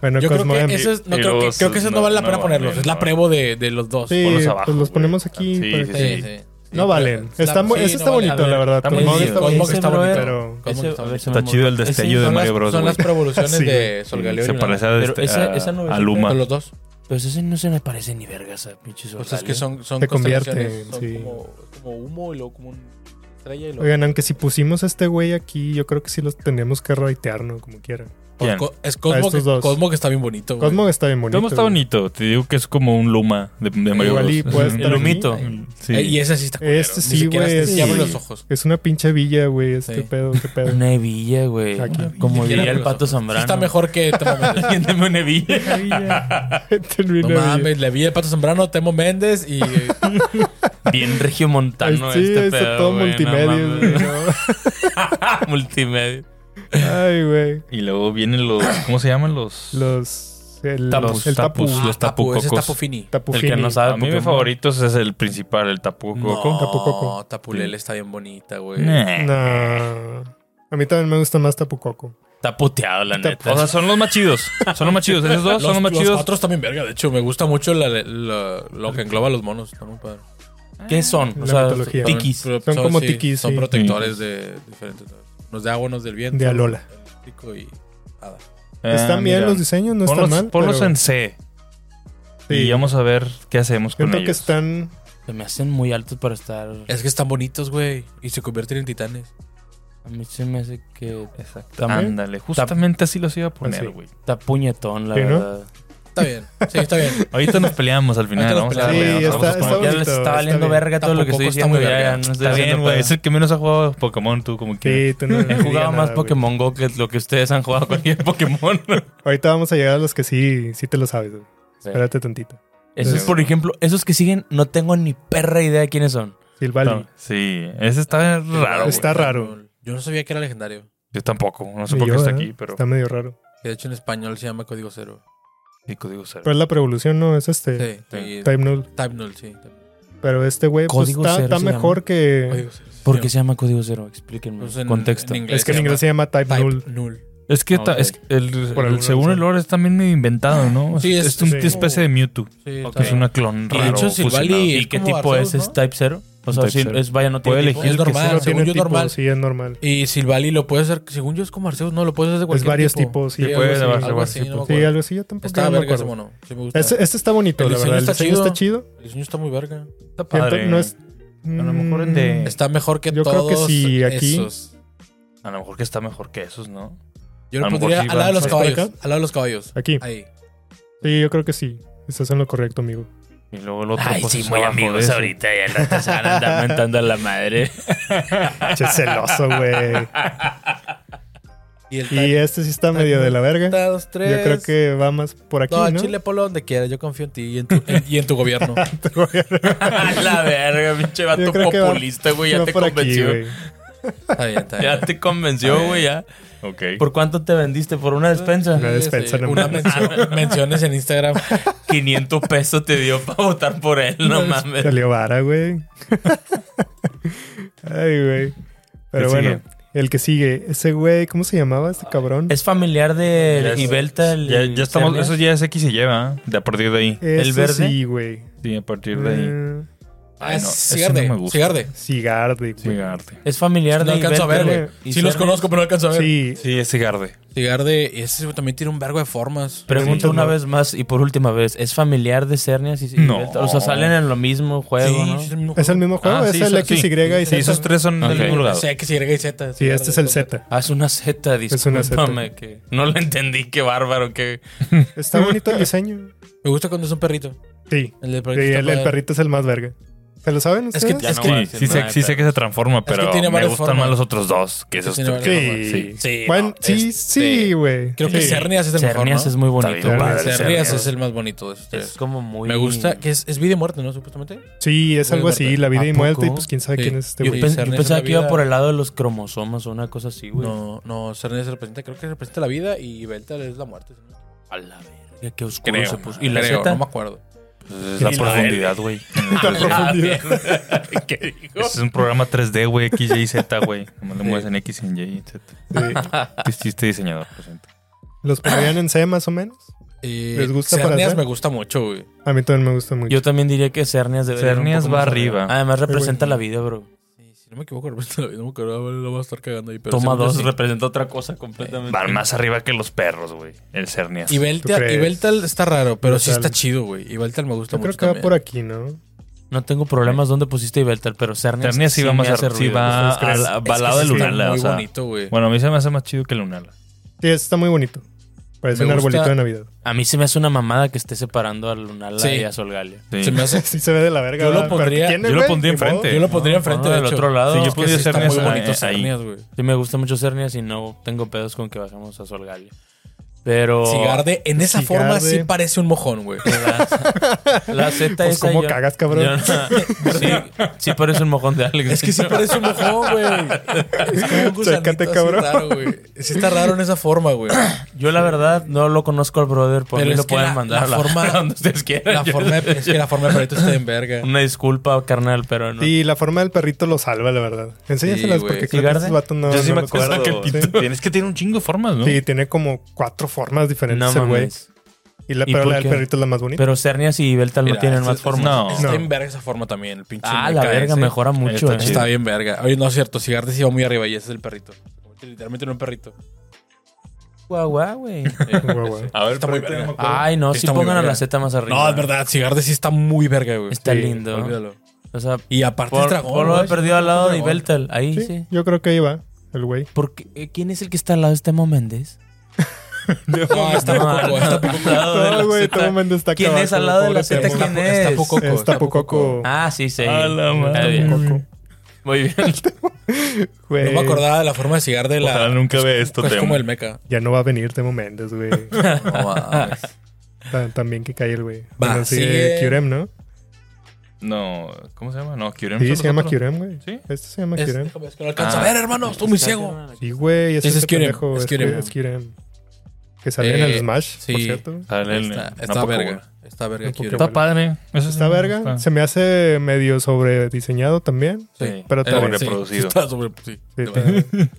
Speaker 3: Bueno,
Speaker 1: Yo creo
Speaker 3: Cosmodem.
Speaker 1: que eso es- no,
Speaker 4: Y
Speaker 1: creo,
Speaker 4: luego
Speaker 1: que, creo que
Speaker 4: esos
Speaker 1: eso no, vale la
Speaker 4: no
Speaker 1: pena
Speaker 4: valen,
Speaker 1: ponerlos. Es la
Speaker 4: no.
Speaker 1: prevo de, de los dos.
Speaker 3: Sí,
Speaker 4: ponlos abajo,
Speaker 3: pues los
Speaker 4: güey.
Speaker 3: ponlos aquí.
Speaker 4: Sí,
Speaker 3: para
Speaker 4: sí,
Speaker 3: que-
Speaker 4: sí.
Speaker 3: No valen.
Speaker 1: La-
Speaker 3: Está mu- ese está
Speaker 1: valen.
Speaker 3: bonito,
Speaker 1: A
Speaker 3: la verdad.
Speaker 2: está
Speaker 3: Cosmo
Speaker 2: muy
Speaker 3: está bonito,
Speaker 2: chido.
Speaker 1: Cosmo que está
Speaker 2: Ese,
Speaker 1: bonito.
Speaker 3: pero-
Speaker 1: Cosmo que
Speaker 2: Ese-
Speaker 1: está
Speaker 2: a ver,
Speaker 1: bonito.
Speaker 2: ese
Speaker 4: Está
Speaker 2: me
Speaker 4: chido el
Speaker 2: mola. Ese-
Speaker 4: destello de
Speaker 1: Son las-
Speaker 4: Mario Bros.
Speaker 1: Son las
Speaker 4: güey.
Speaker 1: provoluciones
Speaker 3: Sí,
Speaker 1: de Sol
Speaker 4: Sí,
Speaker 1: Galeo.
Speaker 4: se
Speaker 1: y
Speaker 4: parece
Speaker 1: Lunala.
Speaker 4: a,
Speaker 2: Pero
Speaker 4: este-
Speaker 2: esa-
Speaker 4: a-
Speaker 2: esa no es-
Speaker 4: a Luma.
Speaker 1: Son los dos.
Speaker 2: Pues ese no se me parece ni vergas a pinches
Speaker 1: Pues es
Speaker 2: Olgalio.
Speaker 1: que son, son
Speaker 3: Se convierte,
Speaker 1: constelaciones, son
Speaker 3: sí.
Speaker 1: como, como humo y luego como un estrella y luego.
Speaker 3: Oigan, aunque si pusimos a este güey aquí, yo creo que sí los tendríamos que raitear, ¿no? Como quieran.
Speaker 1: Pues
Speaker 4: ¿Quién?
Speaker 1: co- es
Speaker 3: A
Speaker 1: Cosmo
Speaker 3: estos
Speaker 1: que,
Speaker 3: dos.
Speaker 1: Cosmo que está bien bonito. güey.
Speaker 3: Cosmo está bien bonito.
Speaker 4: Cosmo está
Speaker 3: güey.
Speaker 4: bonito. Te digo que es como un Luma de, de Mario
Speaker 3: Igual
Speaker 4: Bros.
Speaker 3: y puede estar
Speaker 2: El humito.
Speaker 3: aquí.
Speaker 4: Sí.
Speaker 1: Eh, y ese sí está culero.
Speaker 3: Este
Speaker 1: Ni
Speaker 3: sí,
Speaker 1: siquiera
Speaker 3: güey,
Speaker 1: este sí
Speaker 3: sí.
Speaker 1: abre los ojos.
Speaker 3: Es una pinche villa, güey. Este
Speaker 1: Sí.
Speaker 3: pedo, qué pedo.
Speaker 2: Una hebilla, güey.
Speaker 3: Aquí.
Speaker 2: Como
Speaker 1: Ni siquiera
Speaker 2: diría el
Speaker 1: abre los
Speaker 2: pato
Speaker 1: ojos. Sí
Speaker 2: Zambrano.
Speaker 1: está mejor que Temo Méndez.
Speaker 2: Alguien deme una hebilla.
Speaker 3: Una villa. Termina
Speaker 1: No
Speaker 3: villa.
Speaker 1: mames, le vi el pato Zambrano, Temo Méndez y eh,
Speaker 2: Bien regiomontano
Speaker 3: Ay, sí,
Speaker 2: este
Speaker 3: ahí
Speaker 2: pedo,
Speaker 3: está todo
Speaker 2: güey, no
Speaker 3: multimedia.
Speaker 2: mames.
Speaker 3: güey, no.
Speaker 2: multimedia.
Speaker 3: Ay, güey.
Speaker 4: Y luego vienen los. ¿Cómo se llaman los?
Speaker 3: Los. El,
Speaker 2: Tapus,
Speaker 3: el tapu.
Speaker 4: tapus. Los
Speaker 1: Tapu, ese es
Speaker 4: tapucocos.
Speaker 1: Tapu Fini.
Speaker 3: Tapu
Speaker 2: El que
Speaker 3: Fini.
Speaker 2: no
Speaker 4: A
Speaker 2: sabe.
Speaker 4: mí mis
Speaker 2: Pokémon.
Speaker 4: favoritos es el principal, el Tapu Coco.
Speaker 1: No,
Speaker 3: Tapucoco.
Speaker 1: Tapu Lele está bien bonita, güey.
Speaker 4: Nah.
Speaker 3: No. A mí también me gusta más Tapu Coco.
Speaker 2: Está puteado, la
Speaker 3: Está-
Speaker 2: neta.
Speaker 4: O sea, son los más chidos. Son los más chidos. Esos dos
Speaker 1: Los,
Speaker 4: son los más
Speaker 1: los
Speaker 4: chidos.
Speaker 1: cuatro también verga, de hecho, me gusta mucho la- la- lo que engloba a los monos, está muy padre.
Speaker 2: ¿Qué son?
Speaker 3: La
Speaker 2: O sea,
Speaker 3: mitología.
Speaker 2: tiquis.
Speaker 1: Pero
Speaker 3: Son como
Speaker 1: sí,
Speaker 3: tiquis,
Speaker 1: Son
Speaker 3: sí.
Speaker 1: protectores de diferentes. Unos de agua, unos del viento.
Speaker 3: De Alola.
Speaker 1: el Tico y hada.
Speaker 4: Ah,
Speaker 3: están bien
Speaker 4: mira.
Speaker 3: los diseños, no
Speaker 4: ponlos,
Speaker 3: están mal.
Speaker 4: ponlos
Speaker 3: pero-
Speaker 4: en C.
Speaker 3: Sí.
Speaker 4: Y vamos a ver qué hacemos con
Speaker 3: Siento que
Speaker 4: ellos.
Speaker 3: están.
Speaker 2: Se me hacen muy altos para estar.
Speaker 1: Es que están bonitos, güey. Y se convierten en titanes.
Speaker 2: A mí se me hace que
Speaker 4: Exactamente. Ándale, justamente así los iba a poner,
Speaker 3: Así.
Speaker 4: güey.
Speaker 1: Ah,
Speaker 2: está puñetón, la
Speaker 3: Sí, ¿no?
Speaker 2: verdad.
Speaker 1: Está bien. Sí, está bien.
Speaker 4: Ahorita nos peleamos al final.
Speaker 1: Ahorita nos
Speaker 4: Vamos a
Speaker 1: peleamos.
Speaker 4: darle,
Speaker 1: Sí,
Speaker 4: vamos a
Speaker 3: está-
Speaker 4: poner-
Speaker 3: está
Speaker 2: Ya
Speaker 3: bonito,
Speaker 2: les
Speaker 3: está
Speaker 2: está valiendo
Speaker 3: bien.
Speaker 2: verga todo lo que estoy
Speaker 1: Tampoco está
Speaker 2: diciendo.
Speaker 1: muy
Speaker 2: ya,
Speaker 1: verga.
Speaker 2: no estoy
Speaker 4: Está bien,
Speaker 2: haciendo
Speaker 4: güey.
Speaker 2: pedo.
Speaker 4: Es el que menos ha jugado a Pokémon, tú como que.
Speaker 3: Sí, tú no-
Speaker 2: He
Speaker 3: no
Speaker 2: jugado
Speaker 3: digas
Speaker 2: más
Speaker 3: nada, güey.
Speaker 2: Pokémon Go que lo que ustedes han jugado cualquier Pokémon.
Speaker 3: Ahorita vamos a llegar a los que sí, sí te lo sabes. güey.
Speaker 2: Sí.
Speaker 3: Espérate tantito.
Speaker 2: Esos, por ejemplo, esos que siguen, no tengo ni perra idea de quiénes son.
Speaker 3: Silvali.
Speaker 4: No, sí, ese está raro. güey.
Speaker 3: Está raro.
Speaker 1: Yo no sabía que era legendario.
Speaker 4: Yo tampoco. No sé
Speaker 3: Y
Speaker 4: por qué
Speaker 3: yo,
Speaker 4: está
Speaker 3: ¿eh?
Speaker 4: aquí, pero.
Speaker 3: Está medio raro.
Speaker 1: Que de hecho en español se llama código cero.
Speaker 4: Sí, código cero.
Speaker 3: Pero es la prevolución, ¿no? Es
Speaker 1: Sí.
Speaker 3: este.
Speaker 1: sí. Y
Speaker 3: Time Null.
Speaker 1: Type null, sí.
Speaker 3: Pero este güey pues,
Speaker 2: Código
Speaker 3: está,
Speaker 2: cero
Speaker 3: está
Speaker 2: se
Speaker 3: mejor
Speaker 2: llama.
Speaker 3: que.
Speaker 1: Código cero.
Speaker 2: ¿Por qué se llama Código Cero? Explíquenme.
Speaker 1: Pues en-
Speaker 2: Contexto.
Speaker 1: en inglés.
Speaker 3: Es que en
Speaker 1: se
Speaker 3: inglés se llama Type,
Speaker 1: Type
Speaker 3: Null.
Speaker 1: null.
Speaker 4: Es que, ta-
Speaker 2: Ok.
Speaker 4: es que el,
Speaker 3: Por
Speaker 4: el-
Speaker 3: alguna
Speaker 4: según
Speaker 3: razón.
Speaker 4: el lore está bien medio inventado, ¿no?
Speaker 1: Sí, es-
Speaker 4: es, una
Speaker 3: sí.
Speaker 4: especie de Mewtwo.
Speaker 1: Sí,
Speaker 4: que Es una clon
Speaker 1: de
Speaker 4: raro.
Speaker 1: hecho, Silvali-
Speaker 4: fusionado.
Speaker 1: es
Speaker 2: ¿Y qué
Speaker 1: como
Speaker 2: tipo
Speaker 1: Arceus,
Speaker 2: es?
Speaker 1: ¿no?
Speaker 2: ¿Es Type 0? O sea,
Speaker 4: Type
Speaker 2: si
Speaker 4: cero.
Speaker 2: es, vaya, no tiene
Speaker 4: Puede
Speaker 2: tipo.
Speaker 4: elegir
Speaker 1: Es
Speaker 4: el que
Speaker 1: normal.
Speaker 4: sea.
Speaker 3: No
Speaker 1: Ah, según
Speaker 3: tiene
Speaker 1: yo,
Speaker 3: tipo,
Speaker 1: normal.
Speaker 3: sí, es normal.
Speaker 1: Y Silvali lo puede hacer, según yo es como Arceus, no, lo puede hacer de cualquier
Speaker 3: Es varios tipos, sí,
Speaker 1: Sí,
Speaker 4: puede
Speaker 1: algo
Speaker 4: llevarse
Speaker 1: así, algo
Speaker 4: varios
Speaker 1: así, no me
Speaker 4: tipos.
Speaker 3: Sí,
Speaker 1: acuerdo.
Speaker 3: algo así, yo tampoco
Speaker 1: Está
Speaker 3: no me
Speaker 1: verga ese
Speaker 3: acuerdo.
Speaker 1: mono. Sí me gusta.
Speaker 3: Este, este está bonito,
Speaker 1: El
Speaker 3: la
Speaker 1: diseño
Speaker 3: verdad. El
Speaker 1: está
Speaker 3: diseño
Speaker 1: chido.
Speaker 3: está chido.
Speaker 1: El diseño está muy verga.
Speaker 3: Siento-
Speaker 4: Está padre.
Speaker 3: no es-
Speaker 4: A lo mejor el de-
Speaker 3: Mm,
Speaker 1: Está mejor que
Speaker 3: Yo creo
Speaker 1: todos
Speaker 3: que sí, aquí-
Speaker 1: esos.
Speaker 4: A lo mejor que está mejor que esos, ¿no?
Speaker 1: Yo
Speaker 4: A
Speaker 1: lo
Speaker 4: lo mejor
Speaker 1: pondría
Speaker 4: sí
Speaker 1: al lado de los
Speaker 3: van- ¿Más
Speaker 1: caballos.
Speaker 3: para
Speaker 1: Al
Speaker 3: acá?
Speaker 1: lado de los caballos.
Speaker 3: Mm, Aquí.
Speaker 1: Ahí.
Speaker 3: Sí, yo creo que sí. Estás en lo correcto, amigo.
Speaker 4: Y luego el otro.
Speaker 2: Ay,
Speaker 4: pues,
Speaker 2: sí,
Speaker 4: es
Speaker 2: muy
Speaker 4: abajo de
Speaker 2: amigos
Speaker 4: ese.
Speaker 2: ahorita. Ya el rato se van a andar mentando a la madre.
Speaker 3: Che, celoso, güey.
Speaker 1: Y el
Speaker 3: Y este sí está medio de la verga.
Speaker 1: Una, dos, tres.
Speaker 3: Yo creo que va más por aquí,
Speaker 1: No,
Speaker 3: ¿no?
Speaker 1: Chile Polo donde quiera. Yo confío en ti y en tu, en- y en tu gobierno.
Speaker 2: A la verga, pinche vato
Speaker 3: creo que va-
Speaker 2: populista, güey. Ya
Speaker 3: Va
Speaker 2: te
Speaker 3: por aquí,
Speaker 2: convenció.
Speaker 3: güey.
Speaker 1: Está bien, está bien.
Speaker 2: ya te convenció, güey, ya.
Speaker 4: Ok.
Speaker 2: ¿Por cuánto te vendiste? ¿Por una despensa?
Speaker 3: Una despensa, no
Speaker 1: Este, Una
Speaker 3: mames.
Speaker 1: mención- menciones en Instagram.
Speaker 2: 500 pesos te dio para votar por él, no mames.
Speaker 3: Salió vara, güey. Ay, güey. Pero
Speaker 4: ¿Qué
Speaker 3: bueno,
Speaker 4: sigue?
Speaker 3: el que sigue. Ese güey, ¿cómo se llamaba este cabrón?
Speaker 2: Es familiar
Speaker 4: Ya
Speaker 2: de
Speaker 4: es-
Speaker 2: Ibelta. el-
Speaker 4: Ya, ya estamos.
Speaker 2: Cernias?
Speaker 4: Eso ya es X y lleva. De a partir de ahí.
Speaker 3: Ese
Speaker 2: ¿el verde?
Speaker 3: Sí, güey.
Speaker 4: Sí, a partir de ahí.
Speaker 3: Eh,
Speaker 1: Ah,
Speaker 4: Ay,
Speaker 1: es
Speaker 4: no, ese
Speaker 1: Cigarde.
Speaker 4: no me gusta.
Speaker 1: Cigarde.
Speaker 3: Cigarde, güey.
Speaker 4: Cigarde.
Speaker 2: Es familiar
Speaker 1: No
Speaker 2: de
Speaker 1: alcanzo a ver,
Speaker 2: Ibelta,
Speaker 1: güey.
Speaker 2: y
Speaker 1: Sí los
Speaker 2: Cernias.
Speaker 1: conozco, pero no alcanzo a ver.
Speaker 3: Sí,
Speaker 4: Sí, es Cigarde.
Speaker 1: Cigarde, ese güey también tiene un vergo de formas.
Speaker 2: Pregunto
Speaker 3: Sí.
Speaker 2: una vez más y por última vez, ¿es familiar de Cernias y
Speaker 4: No.
Speaker 2: Ibelta? O sea, salen en lo mismo juego, ¿no?
Speaker 1: sí, el mismo
Speaker 3: es el
Speaker 1: juego.
Speaker 3: mismo juego.
Speaker 4: Ah,
Speaker 3: es
Speaker 4: sí,
Speaker 3: el
Speaker 4: son-
Speaker 3: XY y
Speaker 4: Sí,
Speaker 3: Z.
Speaker 4: esos tres son
Speaker 2: Ok.
Speaker 4: del mismo lado.
Speaker 1: Sé que Cigarde y Z.
Speaker 3: Sí, este es el Z.
Speaker 2: Haz una Z,
Speaker 3: Es una Z.
Speaker 2: discúlpame, que no lo entendí, qué bárbaro, que...
Speaker 3: Está bonito el diseño.
Speaker 1: Me gusta cuando es un perrito.
Speaker 3: Sí.
Speaker 1: El del
Speaker 3: Y
Speaker 1: perrito. está
Speaker 3: el, el
Speaker 1: padre.
Speaker 3: perrito es el más verga. ¿Se lo saben
Speaker 1: Es que-
Speaker 3: ustedes?
Speaker 1: es
Speaker 2: no
Speaker 1: que
Speaker 2: va a
Speaker 4: Ah, Sí,
Speaker 2: decir
Speaker 4: sí, sé,
Speaker 2: nada,
Speaker 4: sí sé que se transforma, pero
Speaker 1: tiene
Speaker 4: me
Speaker 1: varias
Speaker 4: gustan
Speaker 1: formas.
Speaker 4: más los otros dos que esos
Speaker 1: tiene
Speaker 4: tres.
Speaker 1: varias
Speaker 3: Sí.
Speaker 4: Sí.
Speaker 1: Sí,
Speaker 3: Bueno,
Speaker 1: no,
Speaker 3: sí,
Speaker 1: este,
Speaker 3: sí, güey.
Speaker 1: Creo que
Speaker 3: Sí.
Speaker 1: Cernias es el mejor,
Speaker 2: Cernias
Speaker 1: ¿no?
Speaker 2: es muy
Speaker 4: Está
Speaker 2: bonito.
Speaker 4: bien,
Speaker 3: padre,
Speaker 4: padre,
Speaker 1: Cernias
Speaker 4: Cernias.
Speaker 1: es el más bonito de esos
Speaker 2: Es
Speaker 1: tres.
Speaker 2: como muy...
Speaker 1: Me gusta que es, es vida y muerte, ¿no? Supuestamente.
Speaker 3: Sí, es
Speaker 1: Muy
Speaker 3: algo así,
Speaker 1: verde.
Speaker 3: la vida
Speaker 2: ¿A
Speaker 3: y muerte, y
Speaker 2: poco?
Speaker 3: pues quién sabe
Speaker 1: Sí.
Speaker 3: quién es
Speaker 1: Yo
Speaker 3: este
Speaker 2: Yo,
Speaker 3: güey.
Speaker 2: pen-
Speaker 1: Cernias
Speaker 2: yo
Speaker 1: es
Speaker 2: pensaba
Speaker 1: la
Speaker 2: que iba
Speaker 1: vida.
Speaker 2: por el lado de los cromosomas o una cosa así, güey.
Speaker 1: No, no, Cernias representa, creo que representa la vida y Beltal es la muerte. ¿no?
Speaker 2: A la verga, qué oscuro
Speaker 1: Creo, ah,
Speaker 2: se puso. Y la
Speaker 1: creo,
Speaker 2: Z.
Speaker 1: no me acuerdo.
Speaker 4: Es la
Speaker 3: Y la
Speaker 4: profundidad, güey.
Speaker 1: Ah, ¿Qué dijo?
Speaker 4: Este es un programa 3D, güey, X, Y, Z, güey. Como le mueves en X, en Y, etc.
Speaker 3: Sí.
Speaker 4: Es chiste diseñador, lo siento.
Speaker 3: ¿Los pondrían en C más o menos?
Speaker 1: Eh,
Speaker 3: ¿Les gusta para
Speaker 1: Cernias
Speaker 3: hacer?
Speaker 1: me gusta mucho, güey.
Speaker 3: A mí también me gusta mucho.
Speaker 2: Yo también diría que Cernias debe
Speaker 4: Cernias va arriba.
Speaker 2: Además representa
Speaker 3: güey.
Speaker 2: la vida, bro.
Speaker 1: Sí, si no me equivoco, Roberto, no me acuerdo, ah, lo voy a estar cagando ahí. Pero
Speaker 2: Toma
Speaker 1: según yo
Speaker 2: dos
Speaker 1: sí.
Speaker 2: representa otra cosa completamente.
Speaker 4: Van más arriba que los perros, güey. El Cernias.
Speaker 1: Y
Speaker 3: ¿Tú crees?
Speaker 1: Beltal está raro, pero sí
Speaker 3: Ibeltal.
Speaker 1: está chido, güey. Y Beltal me gusta
Speaker 3: Yo creo
Speaker 1: mucho
Speaker 3: que va
Speaker 1: también.
Speaker 3: por aquí, ¿no?
Speaker 2: No tengo problemas dónde pusiste Ibeltal, pero Cernias,
Speaker 4: Cernias sí va
Speaker 2: me
Speaker 4: más
Speaker 2: hace
Speaker 4: arriba. Sí
Speaker 2: ruido.
Speaker 4: va
Speaker 3: ¿Ustedes creen?
Speaker 4: al-
Speaker 1: Es que
Speaker 4: va al lado de
Speaker 1: sí está
Speaker 4: Lunala, o
Speaker 1: Muy
Speaker 4: sea.
Speaker 1: bonito, güey.
Speaker 4: Bueno, a mí se me hace más chido que Lunala.
Speaker 3: Sí, este está muy bonito. Parece
Speaker 1: Me
Speaker 3: un
Speaker 1: gusta-
Speaker 3: arbolito de Navidad.
Speaker 2: A mí se me hace una mamada que esté separando a Lunala
Speaker 1: Sí.
Speaker 2: y a Solgalia.
Speaker 4: Sí.
Speaker 1: Se me hace-
Speaker 3: Sí se ve de la verga.
Speaker 1: Yo lo
Speaker 3: ¿verdad? Pero
Speaker 1: pondría-
Speaker 3: ¿tiene,
Speaker 4: yo lo
Speaker 3: güey?
Speaker 4: pondría
Speaker 3: Ni modo.
Speaker 4: enfrente.
Speaker 1: yo lo pondría enfrente
Speaker 2: no,
Speaker 1: de
Speaker 2: del
Speaker 1: hecho.
Speaker 2: otro lado.
Speaker 4: Sí, yo
Speaker 1: Es que
Speaker 4: podría
Speaker 1: sí está
Speaker 4: Cernias
Speaker 1: muy
Speaker 4: ahí-
Speaker 1: bonito
Speaker 4: ahí.
Speaker 1: Cernias, güey.
Speaker 2: Sí me gusta mucho Cernias y no tengo pedos con que bajemos a Solgalia. Pero
Speaker 1: Cigarde, en esa
Speaker 3: Cigarde.
Speaker 1: forma sí parece un mojón, güey.
Speaker 2: la Z
Speaker 3: Pues,
Speaker 2: esa
Speaker 3: ¿cómo
Speaker 2: yo-
Speaker 3: cagas, cabrón?
Speaker 2: yo no- sí, sí parece un mojón de Alex.
Speaker 1: Es que sí parece un mojón, güey. Es como un gusanito
Speaker 3: Chécate,
Speaker 1: así
Speaker 3: cabrón.
Speaker 1: raro, güey. Sí está raro en esa forma, güey.
Speaker 2: Yo la verdad no lo conozco al brother, por
Speaker 1: Pero
Speaker 2: mí
Speaker 1: es
Speaker 2: lo
Speaker 1: que
Speaker 2: pueden
Speaker 1: la-
Speaker 2: mandar
Speaker 1: la
Speaker 2: a la-
Speaker 1: forma-
Speaker 2: a donde ustedes quieran.
Speaker 1: La
Speaker 2: Yo-
Speaker 1: forma de- es que la forma de perrito está en verga.
Speaker 2: Una disculpa, carnal, pero no.
Speaker 3: Y la forma del perrito lo salva, la verdad.
Speaker 1: Sí, güey.
Speaker 3: Enséñaselas porque creo que
Speaker 2: ¿Cigarde?
Speaker 3: esos vatos no,
Speaker 4: Yo sí
Speaker 3: no
Speaker 4: me
Speaker 3: lo
Speaker 4: acuerdo.
Speaker 3: conocen.
Speaker 4: que
Speaker 3: Sí.
Speaker 4: pito- Tienes que tiene un chingo de formas, ¿no?
Speaker 3: Sí, tiene como cuatro formas diferentes
Speaker 2: no
Speaker 3: el güey.
Speaker 2: mames.
Speaker 3: Y la,
Speaker 2: ¿Y
Speaker 3: pero
Speaker 2: por
Speaker 3: la del
Speaker 2: qué?
Speaker 3: perrito es la más bonita.
Speaker 2: Pero Cernias y Beltal no
Speaker 1: Mira,
Speaker 2: tienen
Speaker 1: es-
Speaker 2: más
Speaker 1: es-
Speaker 2: forma.
Speaker 4: No.
Speaker 1: Está
Speaker 3: No.
Speaker 1: en verga esa forma también, el pinche.
Speaker 2: Ah, la
Speaker 1: meca
Speaker 2: verga,
Speaker 1: ese.
Speaker 2: mejora mucho.
Speaker 4: Está chido.
Speaker 2: eh.
Speaker 1: Este Está bien verga. Oye, no es cierto, Cigarde sí iba muy arriba y ese es el perrito. Literalmente no un perrito.
Speaker 2: Guau, guau, güey.
Speaker 3: Guau, guau.
Speaker 4: A ver,
Speaker 1: Está muy
Speaker 4: espérate,
Speaker 1: verga.
Speaker 4: no me acuerdo.
Speaker 2: Ay, no,
Speaker 1: Sí
Speaker 2: si
Speaker 1: Este está muy
Speaker 2: pongan a la
Speaker 1: verga.
Speaker 2: Z más arriba.
Speaker 1: No, es verdad, Cigarde sí está muy verga, güey.
Speaker 2: Está
Speaker 3: Sí,
Speaker 2: lindo.
Speaker 1: Olvídalo.
Speaker 2: O sea,
Speaker 1: Y aparte
Speaker 2: por,
Speaker 1: es dragón.
Speaker 2: por lo
Speaker 1: güey.
Speaker 2: he perdido al lado de
Speaker 1: Dragón.
Speaker 2: Beltal. Ahí
Speaker 3: Sí,
Speaker 2: sí.
Speaker 3: Yo creo que ahí va el güey.
Speaker 2: Porque, eh, ¿Quién es el que está al lado de Temo Méndez?
Speaker 1: No, está
Speaker 2: No,
Speaker 1: poco,
Speaker 2: al
Speaker 1: está poco.
Speaker 2: lado de
Speaker 3: No,
Speaker 2: la
Speaker 3: güey,
Speaker 2: Zeta.
Speaker 3: todo el mundo está
Speaker 2: ¿Quién
Speaker 3: acabado
Speaker 2: es al
Speaker 3: con
Speaker 2: lado de
Speaker 3: el
Speaker 2: la
Speaker 3: pobre
Speaker 2: Z?
Speaker 3: Temo.
Speaker 2: ¿Quién
Speaker 1: Está-
Speaker 2: es?
Speaker 1: está poco.
Speaker 3: Es Tapucoco.
Speaker 2: Ah, sí, sí.
Speaker 4: A la
Speaker 2: Está
Speaker 4: madre.
Speaker 2: bien. Muy bien.
Speaker 3: Güey,
Speaker 1: No me acordaba de la forma de Cigarde. La...
Speaker 4: Ojalá nunca
Speaker 1: es-
Speaker 4: vea esto,
Speaker 1: Es
Speaker 4: Temo.
Speaker 1: como el meca.
Speaker 3: Ya no va a venir Temo Méndez, güey.
Speaker 1: No mames.
Speaker 3: Tan- También que cae el güey.
Speaker 1: Va,
Speaker 3: Bueno,
Speaker 1: sigue.
Speaker 3: sigue Kyurem, ¿no?
Speaker 4: No, ¿cómo se llama? No, Kyurem.
Speaker 3: Sí,
Speaker 4: son
Speaker 3: se llama
Speaker 4: los otros.
Speaker 3: Kyurem, güey.
Speaker 4: ¿Sí?
Speaker 3: Este se llama
Speaker 1: Es-
Speaker 3: Kyurem.
Speaker 1: déjame, es que no alcanzo a ver, hermano. Estoy muy ciego.
Speaker 3: Sí, güey.
Speaker 1: Ese
Speaker 3: Ese
Speaker 1: es
Speaker 3: es
Speaker 1: Kyurem,
Speaker 3: pendejo.
Speaker 1: es
Speaker 3: Es
Speaker 1: Kyurem.
Speaker 3: Kyurem. Es Kyurem. Que salía en
Speaker 1: Eh,
Speaker 3: el Smash, por
Speaker 1: sí.
Speaker 3: cierto.
Speaker 4: Sale el-
Speaker 1: Está,
Speaker 4: una
Speaker 1: está
Speaker 4: poco bola.
Speaker 1: verga. Está verga
Speaker 3: Un poco
Speaker 1: Kyurem.
Speaker 3: bola.
Speaker 4: Está padre. Ah, Eso sí
Speaker 3: Está
Speaker 4: me
Speaker 3: verga.
Speaker 2: Ah.
Speaker 4: gusta.
Speaker 3: Se me hace medio sobrediseñado también.
Speaker 1: Sí.
Speaker 3: Pero
Speaker 1: Eh,
Speaker 3: está
Speaker 1: bueno,
Speaker 4: bien. Reproducido.
Speaker 1: Está sobre. Sí.
Speaker 3: Sí, también.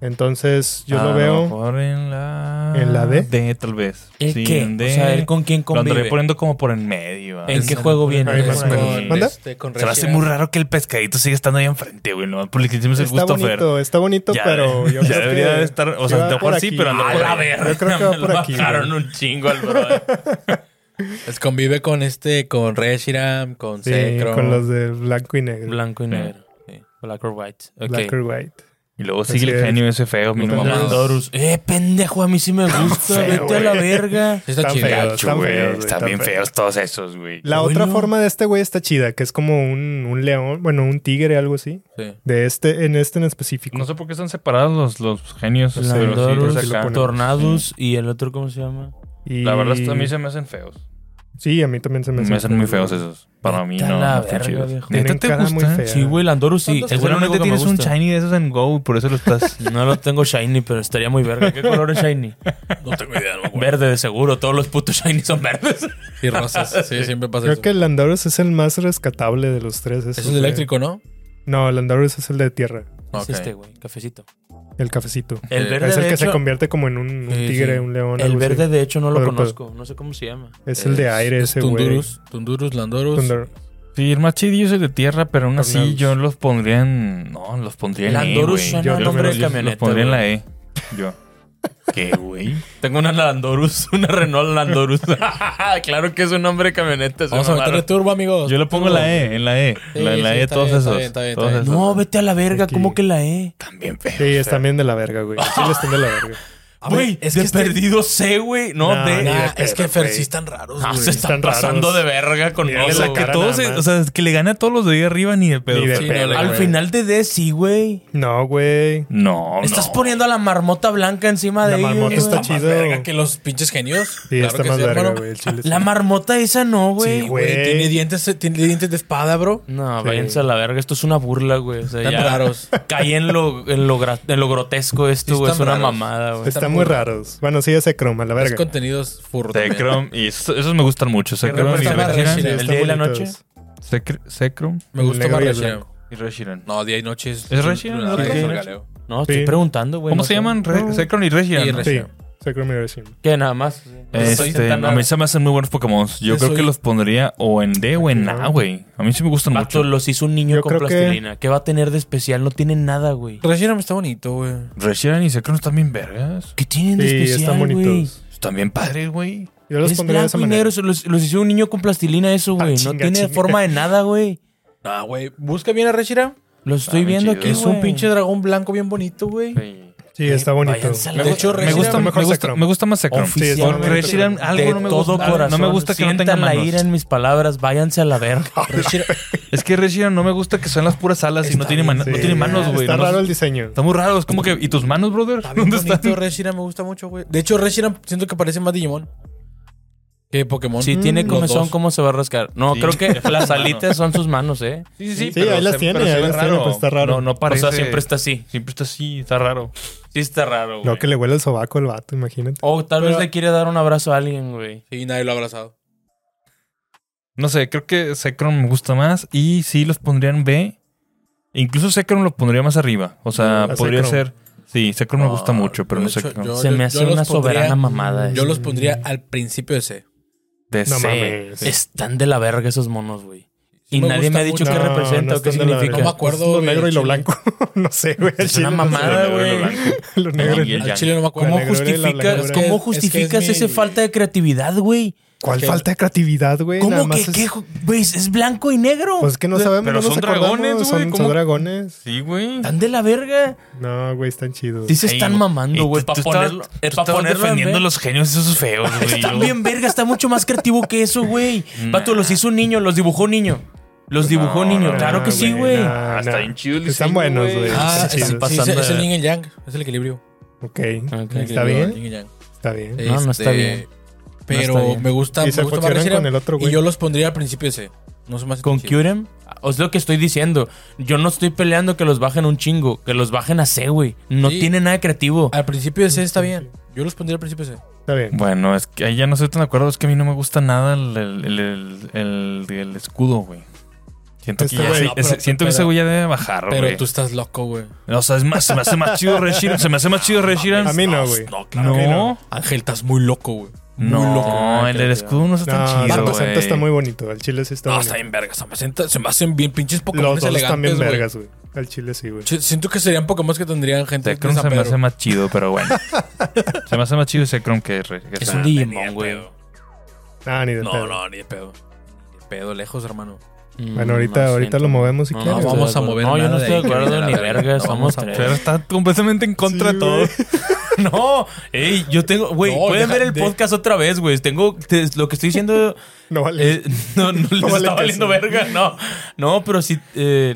Speaker 3: Entonces, yo
Speaker 4: A
Speaker 2: Ah,
Speaker 3: lo veo.
Speaker 4: mejor Ah, en la...
Speaker 3: ¿En la D?
Speaker 4: D, tal vez.
Speaker 2: ¿El
Speaker 4: Sí,
Speaker 2: qué?
Speaker 4: en D.
Speaker 2: O sea, ¿el con quién
Speaker 4: Lo andaré
Speaker 2: convive?
Speaker 4: poniendo como por en medio. ah.
Speaker 2: ¿En qué
Speaker 1: Es-
Speaker 2: juego viene?
Speaker 3: Ahí más o menos.
Speaker 1: Con,
Speaker 4: ¿Manda?
Speaker 1: este, con
Speaker 4: Se me hace
Speaker 1: Reshiram.
Speaker 4: muy raro que el pescadito siga estando ahí enfrente, güey. No, porque le hicimos Pues el
Speaker 3: Está
Speaker 4: gusto a Fer.
Speaker 3: bonito, está bonito,
Speaker 4: Ya,
Speaker 3: pero yo
Speaker 4: ya
Speaker 3: creo
Speaker 4: debería
Speaker 3: que
Speaker 4: de estar- o
Speaker 3: que
Speaker 4: sea,
Speaker 3: va
Speaker 4: a lo mejor
Speaker 3: por
Speaker 4: sí,
Speaker 3: aquí,
Speaker 4: pero a lo
Speaker 3: güey.
Speaker 4: mejor-
Speaker 2: A ver.
Speaker 3: Yo creo que va
Speaker 2: me lo
Speaker 3: por aquí,
Speaker 2: bajaron
Speaker 3: güey.
Speaker 2: un chingo al
Speaker 4: eh.
Speaker 2: brother.
Speaker 1: Es- Convive con este, con Reshiram, con
Speaker 3: Sí,
Speaker 1: Sekrom.
Speaker 3: con los de blanco y negro.
Speaker 2: Blanco y negro. Sí. Black or white. Ok.
Speaker 3: Black or white.
Speaker 4: Y luego
Speaker 3: Así
Speaker 4: sigue el
Speaker 3: es.
Speaker 4: genio ese feo, mi
Speaker 3: Los
Speaker 4: mamá.
Speaker 1: Mamá.
Speaker 2: Dorus. Eh, pendejo, a mí sí me gusta.
Speaker 3: feo,
Speaker 2: Vete a la verga.
Speaker 1: Sí, Está
Speaker 3: Están
Speaker 1: chido.
Speaker 3: feos.
Speaker 4: Gacho,
Speaker 3: Están
Speaker 4: güey.
Speaker 3: feos, güey,
Speaker 4: Están
Speaker 3: están
Speaker 4: bien
Speaker 3: feos.
Speaker 4: feos todos esos, güey.
Speaker 3: La
Speaker 2: Bueno.
Speaker 3: otra forma de este güey está chida, que es como un, un león, bueno, un tigre, algo así.
Speaker 1: Sí.
Speaker 3: De este, en este en específico.
Speaker 4: No sé por qué están separados los, los genios.
Speaker 3: Los
Speaker 4: pero sí,
Speaker 2: Landorus,
Speaker 4: los
Speaker 3: sí lo
Speaker 4: acá.
Speaker 3: ponen.
Speaker 2: Tornados y el otro, ¿cómo se llama?
Speaker 3: Y-
Speaker 4: La verdad, a mí se me hacen feos.
Speaker 3: Sí, a mí también se me
Speaker 4: Me hacen muy feos
Speaker 3: güey.
Speaker 4: esos. Para mí
Speaker 2: Vete a
Speaker 4: no,
Speaker 2: la
Speaker 4: no están
Speaker 2: verga,
Speaker 4: chidos.
Speaker 2: viejo.
Speaker 4: ¿Neta
Speaker 3: Tienen cara muy
Speaker 4: gustan?
Speaker 3: fea.
Speaker 2: Sí, güey, Landorus sí.
Speaker 1: ¿Cuántos
Speaker 2: Es el único
Speaker 4: Seguramente
Speaker 2: que me
Speaker 4: tienes un
Speaker 2: gusta.
Speaker 4: shiny de esos en Go, por eso lo estás.
Speaker 2: No lo tengo shiny, pero estaría muy verga. ¿Qué color es shiny?
Speaker 1: No tengo idea, no me acuerdo.
Speaker 2: Verde, de seguro. Todos los putos shiny son verdes.
Speaker 1: Y rosas. Sí, siempre pasa
Speaker 3: Creo
Speaker 1: eso.
Speaker 3: que el Landorus es el más rescatable de los tres. esos,
Speaker 1: Eso es
Speaker 3: güey.
Speaker 1: eléctrico, ¿no?
Speaker 3: No, el Landorus es el de tierra,
Speaker 1: Ok.
Speaker 2: Es este, güey. Cafecito.
Speaker 3: el cafecito.
Speaker 2: El
Speaker 1: Eh,
Speaker 2: verde,
Speaker 3: es el
Speaker 2: de
Speaker 3: que
Speaker 2: hecho,
Speaker 3: se convierte como en un, un
Speaker 1: Sí,
Speaker 3: tigre,
Speaker 1: sí.
Speaker 3: un león.
Speaker 2: El
Speaker 3: algo así.
Speaker 2: verde, de hecho, no lo
Speaker 3: Pero, pero-
Speaker 2: conozco. No sé cómo se llama.
Speaker 3: Es el de aire ese, güey.
Speaker 1: Tundurus, Tundurus, Landorus.
Speaker 3: Thunder.
Speaker 4: Sí, el más chidillo es el de tierra, pero aún así
Speaker 3: Tornados.
Speaker 4: yo los pondría en. No, los pondría en E.
Speaker 2: Landorus
Speaker 4: güey.
Speaker 2: suena
Speaker 4: Yo
Speaker 3: a nombre
Speaker 4: los-
Speaker 3: de
Speaker 4: Los
Speaker 2: camioneta,
Speaker 4: pondría en la
Speaker 2: güey.
Speaker 4: E. Yo. ¿Qué, güey?
Speaker 2: Tengo una Landorus, una Renault Landorus. claro que es un nombre de camioneta. se
Speaker 1: Vamos a
Speaker 2: mamaron.
Speaker 1: meterle turbo, amigos.
Speaker 4: Yo le pongo en la E, en la E.
Speaker 1: Sí,
Speaker 4: la, en la
Speaker 1: sí,
Speaker 4: E,
Speaker 1: está
Speaker 4: todos
Speaker 1: bien, está
Speaker 4: esos.
Speaker 1: bien, está bien, está
Speaker 4: todos
Speaker 1: bien.
Speaker 4: esos.
Speaker 2: No, vete a la verga.
Speaker 3: Aquí.
Speaker 2: ¿Cómo que la E?
Speaker 4: También feos.
Speaker 3: Sí, están bien de la verga, güey. Sí, les están de la verga.
Speaker 1: A ver,
Speaker 2: Güey, es
Speaker 1: es que
Speaker 2: de
Speaker 1: este-
Speaker 2: perdido C, güey. No,
Speaker 3: Nah,
Speaker 2: de.
Speaker 3: ni de
Speaker 1: Nah, es que
Speaker 3: pedo,
Speaker 1: Fer
Speaker 3: güey.
Speaker 1: sí están raros,
Speaker 2: Ah,
Speaker 1: güey.
Speaker 2: se están
Speaker 3: están raros.
Speaker 2: pasando de verga con
Speaker 3: Mírale
Speaker 2: oso,
Speaker 3: la
Speaker 2: güey.
Speaker 4: Que
Speaker 3: cara nada
Speaker 4: todos, se-
Speaker 3: más.
Speaker 4: o sea, que le gane a todos los de ahí arriba ni de pedo.
Speaker 3: Ni de
Speaker 1: Sí,
Speaker 4: Fer.
Speaker 1: no,
Speaker 3: pedo,
Speaker 1: la-
Speaker 2: Al
Speaker 3: güey.
Speaker 2: final de D, sí, güey.
Speaker 3: No, güey.
Speaker 4: No,
Speaker 2: Estás
Speaker 4: no.
Speaker 2: poniendo a la marmota blanca encima de
Speaker 3: Oh, La
Speaker 2: ellos,
Speaker 3: marmota
Speaker 2: güey.
Speaker 3: está
Speaker 1: más
Speaker 3: chido.
Speaker 1: verga que los pinches genios.
Speaker 3: Sí,
Speaker 1: Claro
Speaker 3: está
Speaker 1: que
Speaker 3: más
Speaker 1: sí,
Speaker 3: verga,
Speaker 1: hermano.
Speaker 3: güey. el chile
Speaker 2: La
Speaker 3: sí.
Speaker 2: marmota esa no, güey.
Speaker 3: Sí,
Speaker 1: Güey,
Speaker 3: Güey.
Speaker 1: tiene dientes, eh, tiene dientes de espada, bro.
Speaker 2: No,
Speaker 3: Sí.
Speaker 2: váyanse a la verga. Esto es una burla, güey. O sea,
Speaker 1: Están
Speaker 2: ya
Speaker 1: raros.
Speaker 2: Caí en lo, en lo, gra- en lo grotesco esto,
Speaker 1: Sí,
Speaker 2: güey.
Speaker 1: están
Speaker 2: es una
Speaker 1: raros.
Speaker 2: mamada, güey.
Speaker 3: Está
Speaker 1: están
Speaker 3: muy raros. Bueno, sí, ese croma, la
Speaker 1: Es
Speaker 3: verga.
Speaker 1: contenidos furro. también.
Speaker 4: Secrom. Y eso- esos me gustan mucho. Secrom y
Speaker 1: representa más
Speaker 4: Reshiram.
Speaker 1: Reshiram.
Speaker 2: el día y la noche.
Speaker 4: Secr- Secrom
Speaker 1: Me gusta
Speaker 3: Negro
Speaker 1: más
Speaker 3: y
Speaker 1: Reshiram.
Speaker 4: y Reshiram.
Speaker 1: No, día y noche es.
Speaker 4: ¿Es Reshiram?
Speaker 1: lunar,
Speaker 4: Sí,
Speaker 1: es
Speaker 4: sí.
Speaker 1: orgaleo.
Speaker 2: No, estoy
Speaker 3: Sí.
Speaker 2: preguntando, güey.
Speaker 4: ¿Cómo
Speaker 2: no
Speaker 4: se
Speaker 2: sé.
Speaker 4: llaman? Re- Secrom y
Speaker 1: Y
Speaker 4: Reshiram.
Speaker 1: Reshiram.
Speaker 3: Sí, Sacrum y Reshim.
Speaker 2: Que nada más. sí. No estoy
Speaker 4: Este,
Speaker 2: sentando
Speaker 4: a mí se me hacen muy buenos Pokémon. Yo
Speaker 1: Yo
Speaker 4: creo que
Speaker 1: soy-
Speaker 4: los pondría o en D o en A, güey. A mí sí me gustan
Speaker 2: Vato,
Speaker 4: mucho.
Speaker 2: los hizo un niño
Speaker 3: Yo
Speaker 2: con
Speaker 3: creo que-
Speaker 2: plastilina. ¿Qué va a tener de especial? No tiene nada, güey.
Speaker 1: Reshiram está bonito, güey.
Speaker 4: Reshiram y Secrom están bien vergas.
Speaker 2: ¿Qué tienen de
Speaker 3: Sí, están
Speaker 2: especial, güey?
Speaker 3: bonitos.
Speaker 4: Están bien padres, güey.
Speaker 3: Yo los
Speaker 2: es
Speaker 3: pondría de esa
Speaker 2: blanco y
Speaker 3: manera.
Speaker 2: negro. eso Los, los hizo un niño con plastilina eso, güey. no
Speaker 3: chinga,
Speaker 2: tiene
Speaker 3: chinga.
Speaker 2: forma de nada, güey.
Speaker 1: Ah, güey. Busca bien a Reshiram.
Speaker 2: Los estoy
Speaker 4: bien
Speaker 2: viendo
Speaker 4: chido.
Speaker 2: aquí,
Speaker 4: Es
Speaker 1: Es un
Speaker 2: güey.
Speaker 1: pinche dragón blanco bien bonito, güey.
Speaker 3: Sí, está bonito.
Speaker 2: váyanse a la-
Speaker 1: De hecho,
Speaker 4: Me
Speaker 1: Reshiram-
Speaker 4: gusta, me,
Speaker 3: mejor
Speaker 4: gusta,
Speaker 3: Secrom.
Speaker 4: me gusta más Secrom.
Speaker 2: Oficialmente.
Speaker 4: Porque Reshiram algo
Speaker 2: de
Speaker 4: no me
Speaker 2: todo
Speaker 4: gusta.
Speaker 2: corazón.
Speaker 4: no me gusta que no
Speaker 2: sientan
Speaker 4: tenga manos.
Speaker 2: la ira en mis palabras. Váyanse a la verga.
Speaker 1: Reshiram-
Speaker 4: Es que Reshiram no me gusta que son las puras alas y no tiene, man-
Speaker 3: Sí.
Speaker 4: no tiene manos, güey.
Speaker 3: Está
Speaker 4: No-
Speaker 3: raro el diseño.
Speaker 4: Está muy raro. Es como que. ¿Y tus manos, brother?
Speaker 1: Está bien
Speaker 4: ¿Dónde están?
Speaker 1: bonito Reshiram, me gusta mucho, güey. De hecho, Reshiram siento que parece más Digimon que Pokémon. Mm,
Speaker 2: Si tiene
Speaker 1: Los
Speaker 2: comezón,
Speaker 1: dos.
Speaker 2: ¿cómo se va a rascar? No,
Speaker 4: Sí.
Speaker 2: creo que las alitas son sus manos, ¿eh?
Speaker 4: Sí,
Speaker 3: Sí, ahí las tiene, ahí las tiene, pero está raro.
Speaker 4: No, no parece.
Speaker 2: O sea, siempre está así.
Speaker 4: Siempre está así, está raro.
Speaker 2: Sí está raro, güey.
Speaker 3: Lo que le huele el sobaco al vato, imagínate.
Speaker 2: O tal vez
Speaker 3: Pero-
Speaker 2: le quiere dar un abrazo a alguien, güey.
Speaker 1: Sí, nadie lo ha abrazado.
Speaker 4: No sé, creo que Secron me gusta más y sí los pondría en B. Incluso Secron lo pondría más arriba. O sea,
Speaker 3: A
Speaker 4: podría
Speaker 3: Zekrom.
Speaker 4: ser. Sí, Secron me gusta mucho, pero
Speaker 1: de
Speaker 4: no
Speaker 1: hecho,
Speaker 4: Secron.
Speaker 1: yo-
Speaker 2: Se me
Speaker 1: yo-
Speaker 2: hace
Speaker 1: yo los
Speaker 2: una soberana
Speaker 1: pondría-
Speaker 2: mamada.
Speaker 1: Yo
Speaker 2: eso.
Speaker 1: los pondría al principio de C.
Speaker 4: De
Speaker 3: No
Speaker 4: C.
Speaker 3: mames.
Speaker 2: Están de la verga esos monos, güey.
Speaker 1: Sí
Speaker 2: y
Speaker 1: me
Speaker 2: nadie
Speaker 1: gusta
Speaker 2: me ha dicho
Speaker 1: mucho.
Speaker 2: qué
Speaker 3: No,
Speaker 2: representa
Speaker 3: no
Speaker 2: o qué
Speaker 3: están de
Speaker 1: No
Speaker 3: la verga.
Speaker 1: me
Speaker 2: significa.
Speaker 1: acuerdo,
Speaker 3: Lo
Speaker 1: güey,
Speaker 3: negro y
Speaker 1: chile.
Speaker 3: lo blanco. no sé, güey. al
Speaker 2: Es
Speaker 3: chile
Speaker 2: una
Speaker 3: no sé.
Speaker 2: mamada,
Speaker 4: Lo negro y lo
Speaker 2: güey.
Speaker 3: Lo negro y
Speaker 4: Y el
Speaker 1: Al
Speaker 4: yang.
Speaker 1: chile no me acuerdo.
Speaker 2: ¿Cómo
Speaker 3: negro era la
Speaker 2: justificas,
Speaker 3: blanca.
Speaker 1: Es que
Speaker 2: ¿cómo
Speaker 1: es
Speaker 2: justificas
Speaker 1: mi-
Speaker 2: esa falta de creatividad, güey?
Speaker 3: ¿Cuál
Speaker 1: Porque-
Speaker 3: falta de creatividad, güey? Nada
Speaker 2: ¿Cómo que
Speaker 3: más es-
Speaker 2: qué, ju- güey? Es blanco y negro.
Speaker 3: Pues que no
Speaker 4: Pero
Speaker 3: sabemos. no
Speaker 4: son
Speaker 3: nos acordamos,
Speaker 4: dragones, güey,
Speaker 3: son- Son,
Speaker 4: ¿cómo?
Speaker 3: dragones.
Speaker 4: Sí, güey.
Speaker 2: Están de la verga.
Speaker 3: No, güey, están chidos.
Speaker 2: Sí se
Speaker 4: Ey,
Speaker 2: están mamando,
Speaker 4: y
Speaker 2: güey. eh,
Speaker 4: tú-
Speaker 2: Para
Speaker 4: tú estabas-
Speaker 2: ponerlo.
Speaker 4: tú
Speaker 2: Para
Speaker 4: estabas
Speaker 2: ponerlo. en
Speaker 4: defendiendo
Speaker 2: ver-
Speaker 4: los genios esos feos, güey.
Speaker 2: Están
Speaker 4: Yo-
Speaker 2: bien verga. Está mucho más creativo que eso, güey.
Speaker 1: Mm.
Speaker 2: Pato, los hizo un niño. Los dibujó un niño. Los dibujó un niño.
Speaker 4: no,
Speaker 2: claro que sí, güey.
Speaker 3: no,
Speaker 4: está
Speaker 3: no.
Speaker 4: bien chido el
Speaker 3: Están
Speaker 4: diseño,
Speaker 3: buenos,
Speaker 4: güey.
Speaker 3: güey.
Speaker 1: Ah,
Speaker 3: Están
Speaker 1: es, sí,
Speaker 3: chidos.
Speaker 1: es,
Speaker 2: pasando
Speaker 1: es el
Speaker 2: de-
Speaker 1: yin y el yang. Es el equilibrio.
Speaker 3: Ok.
Speaker 2: Ok.
Speaker 3: Está
Speaker 1: El
Speaker 3: bien.
Speaker 1: yin y yang. Este,
Speaker 3: Está bien.
Speaker 2: No, no está bien.
Speaker 1: Pero
Speaker 2: está bien.
Speaker 1: me gusta,
Speaker 3: Y
Speaker 1: me
Speaker 3: se
Speaker 1: gusta más
Speaker 3: fusionan
Speaker 1: Reshiram.
Speaker 3: con el otro,
Speaker 1: Y
Speaker 3: güey.
Speaker 1: yo los pondría al principio de C. No se me hace
Speaker 2: Con
Speaker 1: tan chido.
Speaker 2: Kyurem. Es lo que estoy diciendo. Yo no estoy peleando que los bajen un chingo. Que los bajen a C, güey. No
Speaker 1: Sí. Ah,
Speaker 2: tiene nada creativo.
Speaker 1: Al principio de C está bien. Yo los pondría al principio de C.
Speaker 3: Está bien.
Speaker 4: Bueno, es que ahí ya no estoy tan de acuerdo. Es que a mí no me gusta nada el, el- el- el- el escudo, güey. Siento
Speaker 3: Este
Speaker 4: que, ya
Speaker 3: güey-
Speaker 4: sí-
Speaker 1: No, pero-
Speaker 4: ese- siento que
Speaker 1: pero-
Speaker 4: ese güey ya debe bajar,
Speaker 1: Pero
Speaker 4: güey.
Speaker 1: tú estás loco, güey.
Speaker 4: O sea, es más, se me hace más chido Reshiram. Se me hace más chido Reshiram.
Speaker 3: A mí no, güey.
Speaker 1: No, claro.
Speaker 4: No,
Speaker 3: que
Speaker 4: no,
Speaker 3: no.
Speaker 1: Ángel, estás muy loco, güey. Muy
Speaker 4: no
Speaker 1: loco. Ah,
Speaker 4: el del escudo no
Speaker 3: No,
Speaker 4: está tan
Speaker 3: el
Speaker 4: chido,
Speaker 3: Santa
Speaker 4: güey.
Speaker 3: está muy bonito. El chile sí está
Speaker 1: No,
Speaker 3: bonito.
Speaker 1: está bien vergas. Se me, hacen- se me hacen bien pinches Pokémon
Speaker 3: Los dos están
Speaker 1: elegantes,
Speaker 3: bien
Speaker 1: güey.
Speaker 3: vergas, güey. El chile sí, güey.
Speaker 1: Ch- Siento que serían Pokémon que tendrían gente de
Speaker 4: Zekrom
Speaker 1: San
Speaker 4: se me
Speaker 1: Pedro.
Speaker 4: hace más chido, pero bueno. se me hace más chido Zekrom que, Re- que
Speaker 2: Es
Speaker 4: Santa.
Speaker 2: un Digimon, güey.
Speaker 3: Ah, ni de
Speaker 1: No,
Speaker 3: pedo.
Speaker 1: no, ni de pedo. Ni de pedo, lejos, hermano.
Speaker 3: Bueno, ahorita, ahorita lo movemos si
Speaker 2: No,
Speaker 3: quieres.
Speaker 1: Mm, no,
Speaker 3: güey.
Speaker 1: vamos a mover
Speaker 2: No, yo no
Speaker 1: nada de
Speaker 2: estoy de
Speaker 1: ahí, que
Speaker 2: acuerdo
Speaker 1: viene
Speaker 2: ni
Speaker 1: la verga.
Speaker 2: verga.
Speaker 1: No,
Speaker 2: Somos
Speaker 1: vamos a
Speaker 2: tres.
Speaker 4: Pero está completamente en contra
Speaker 3: Sí,
Speaker 4: de todo.
Speaker 3: güey.
Speaker 2: No, ey, yo tengo, güey,
Speaker 1: No,
Speaker 2: pueden
Speaker 1: deja-
Speaker 2: ver el
Speaker 1: de-
Speaker 2: podcast otra vez, güey. Tengo te- lo que estoy diciendo
Speaker 3: No vale.
Speaker 2: eh, no, no, les
Speaker 3: vale
Speaker 2: está
Speaker 3: que
Speaker 2: valiendo
Speaker 3: sí.
Speaker 2: verga, no. No, pero sí eh,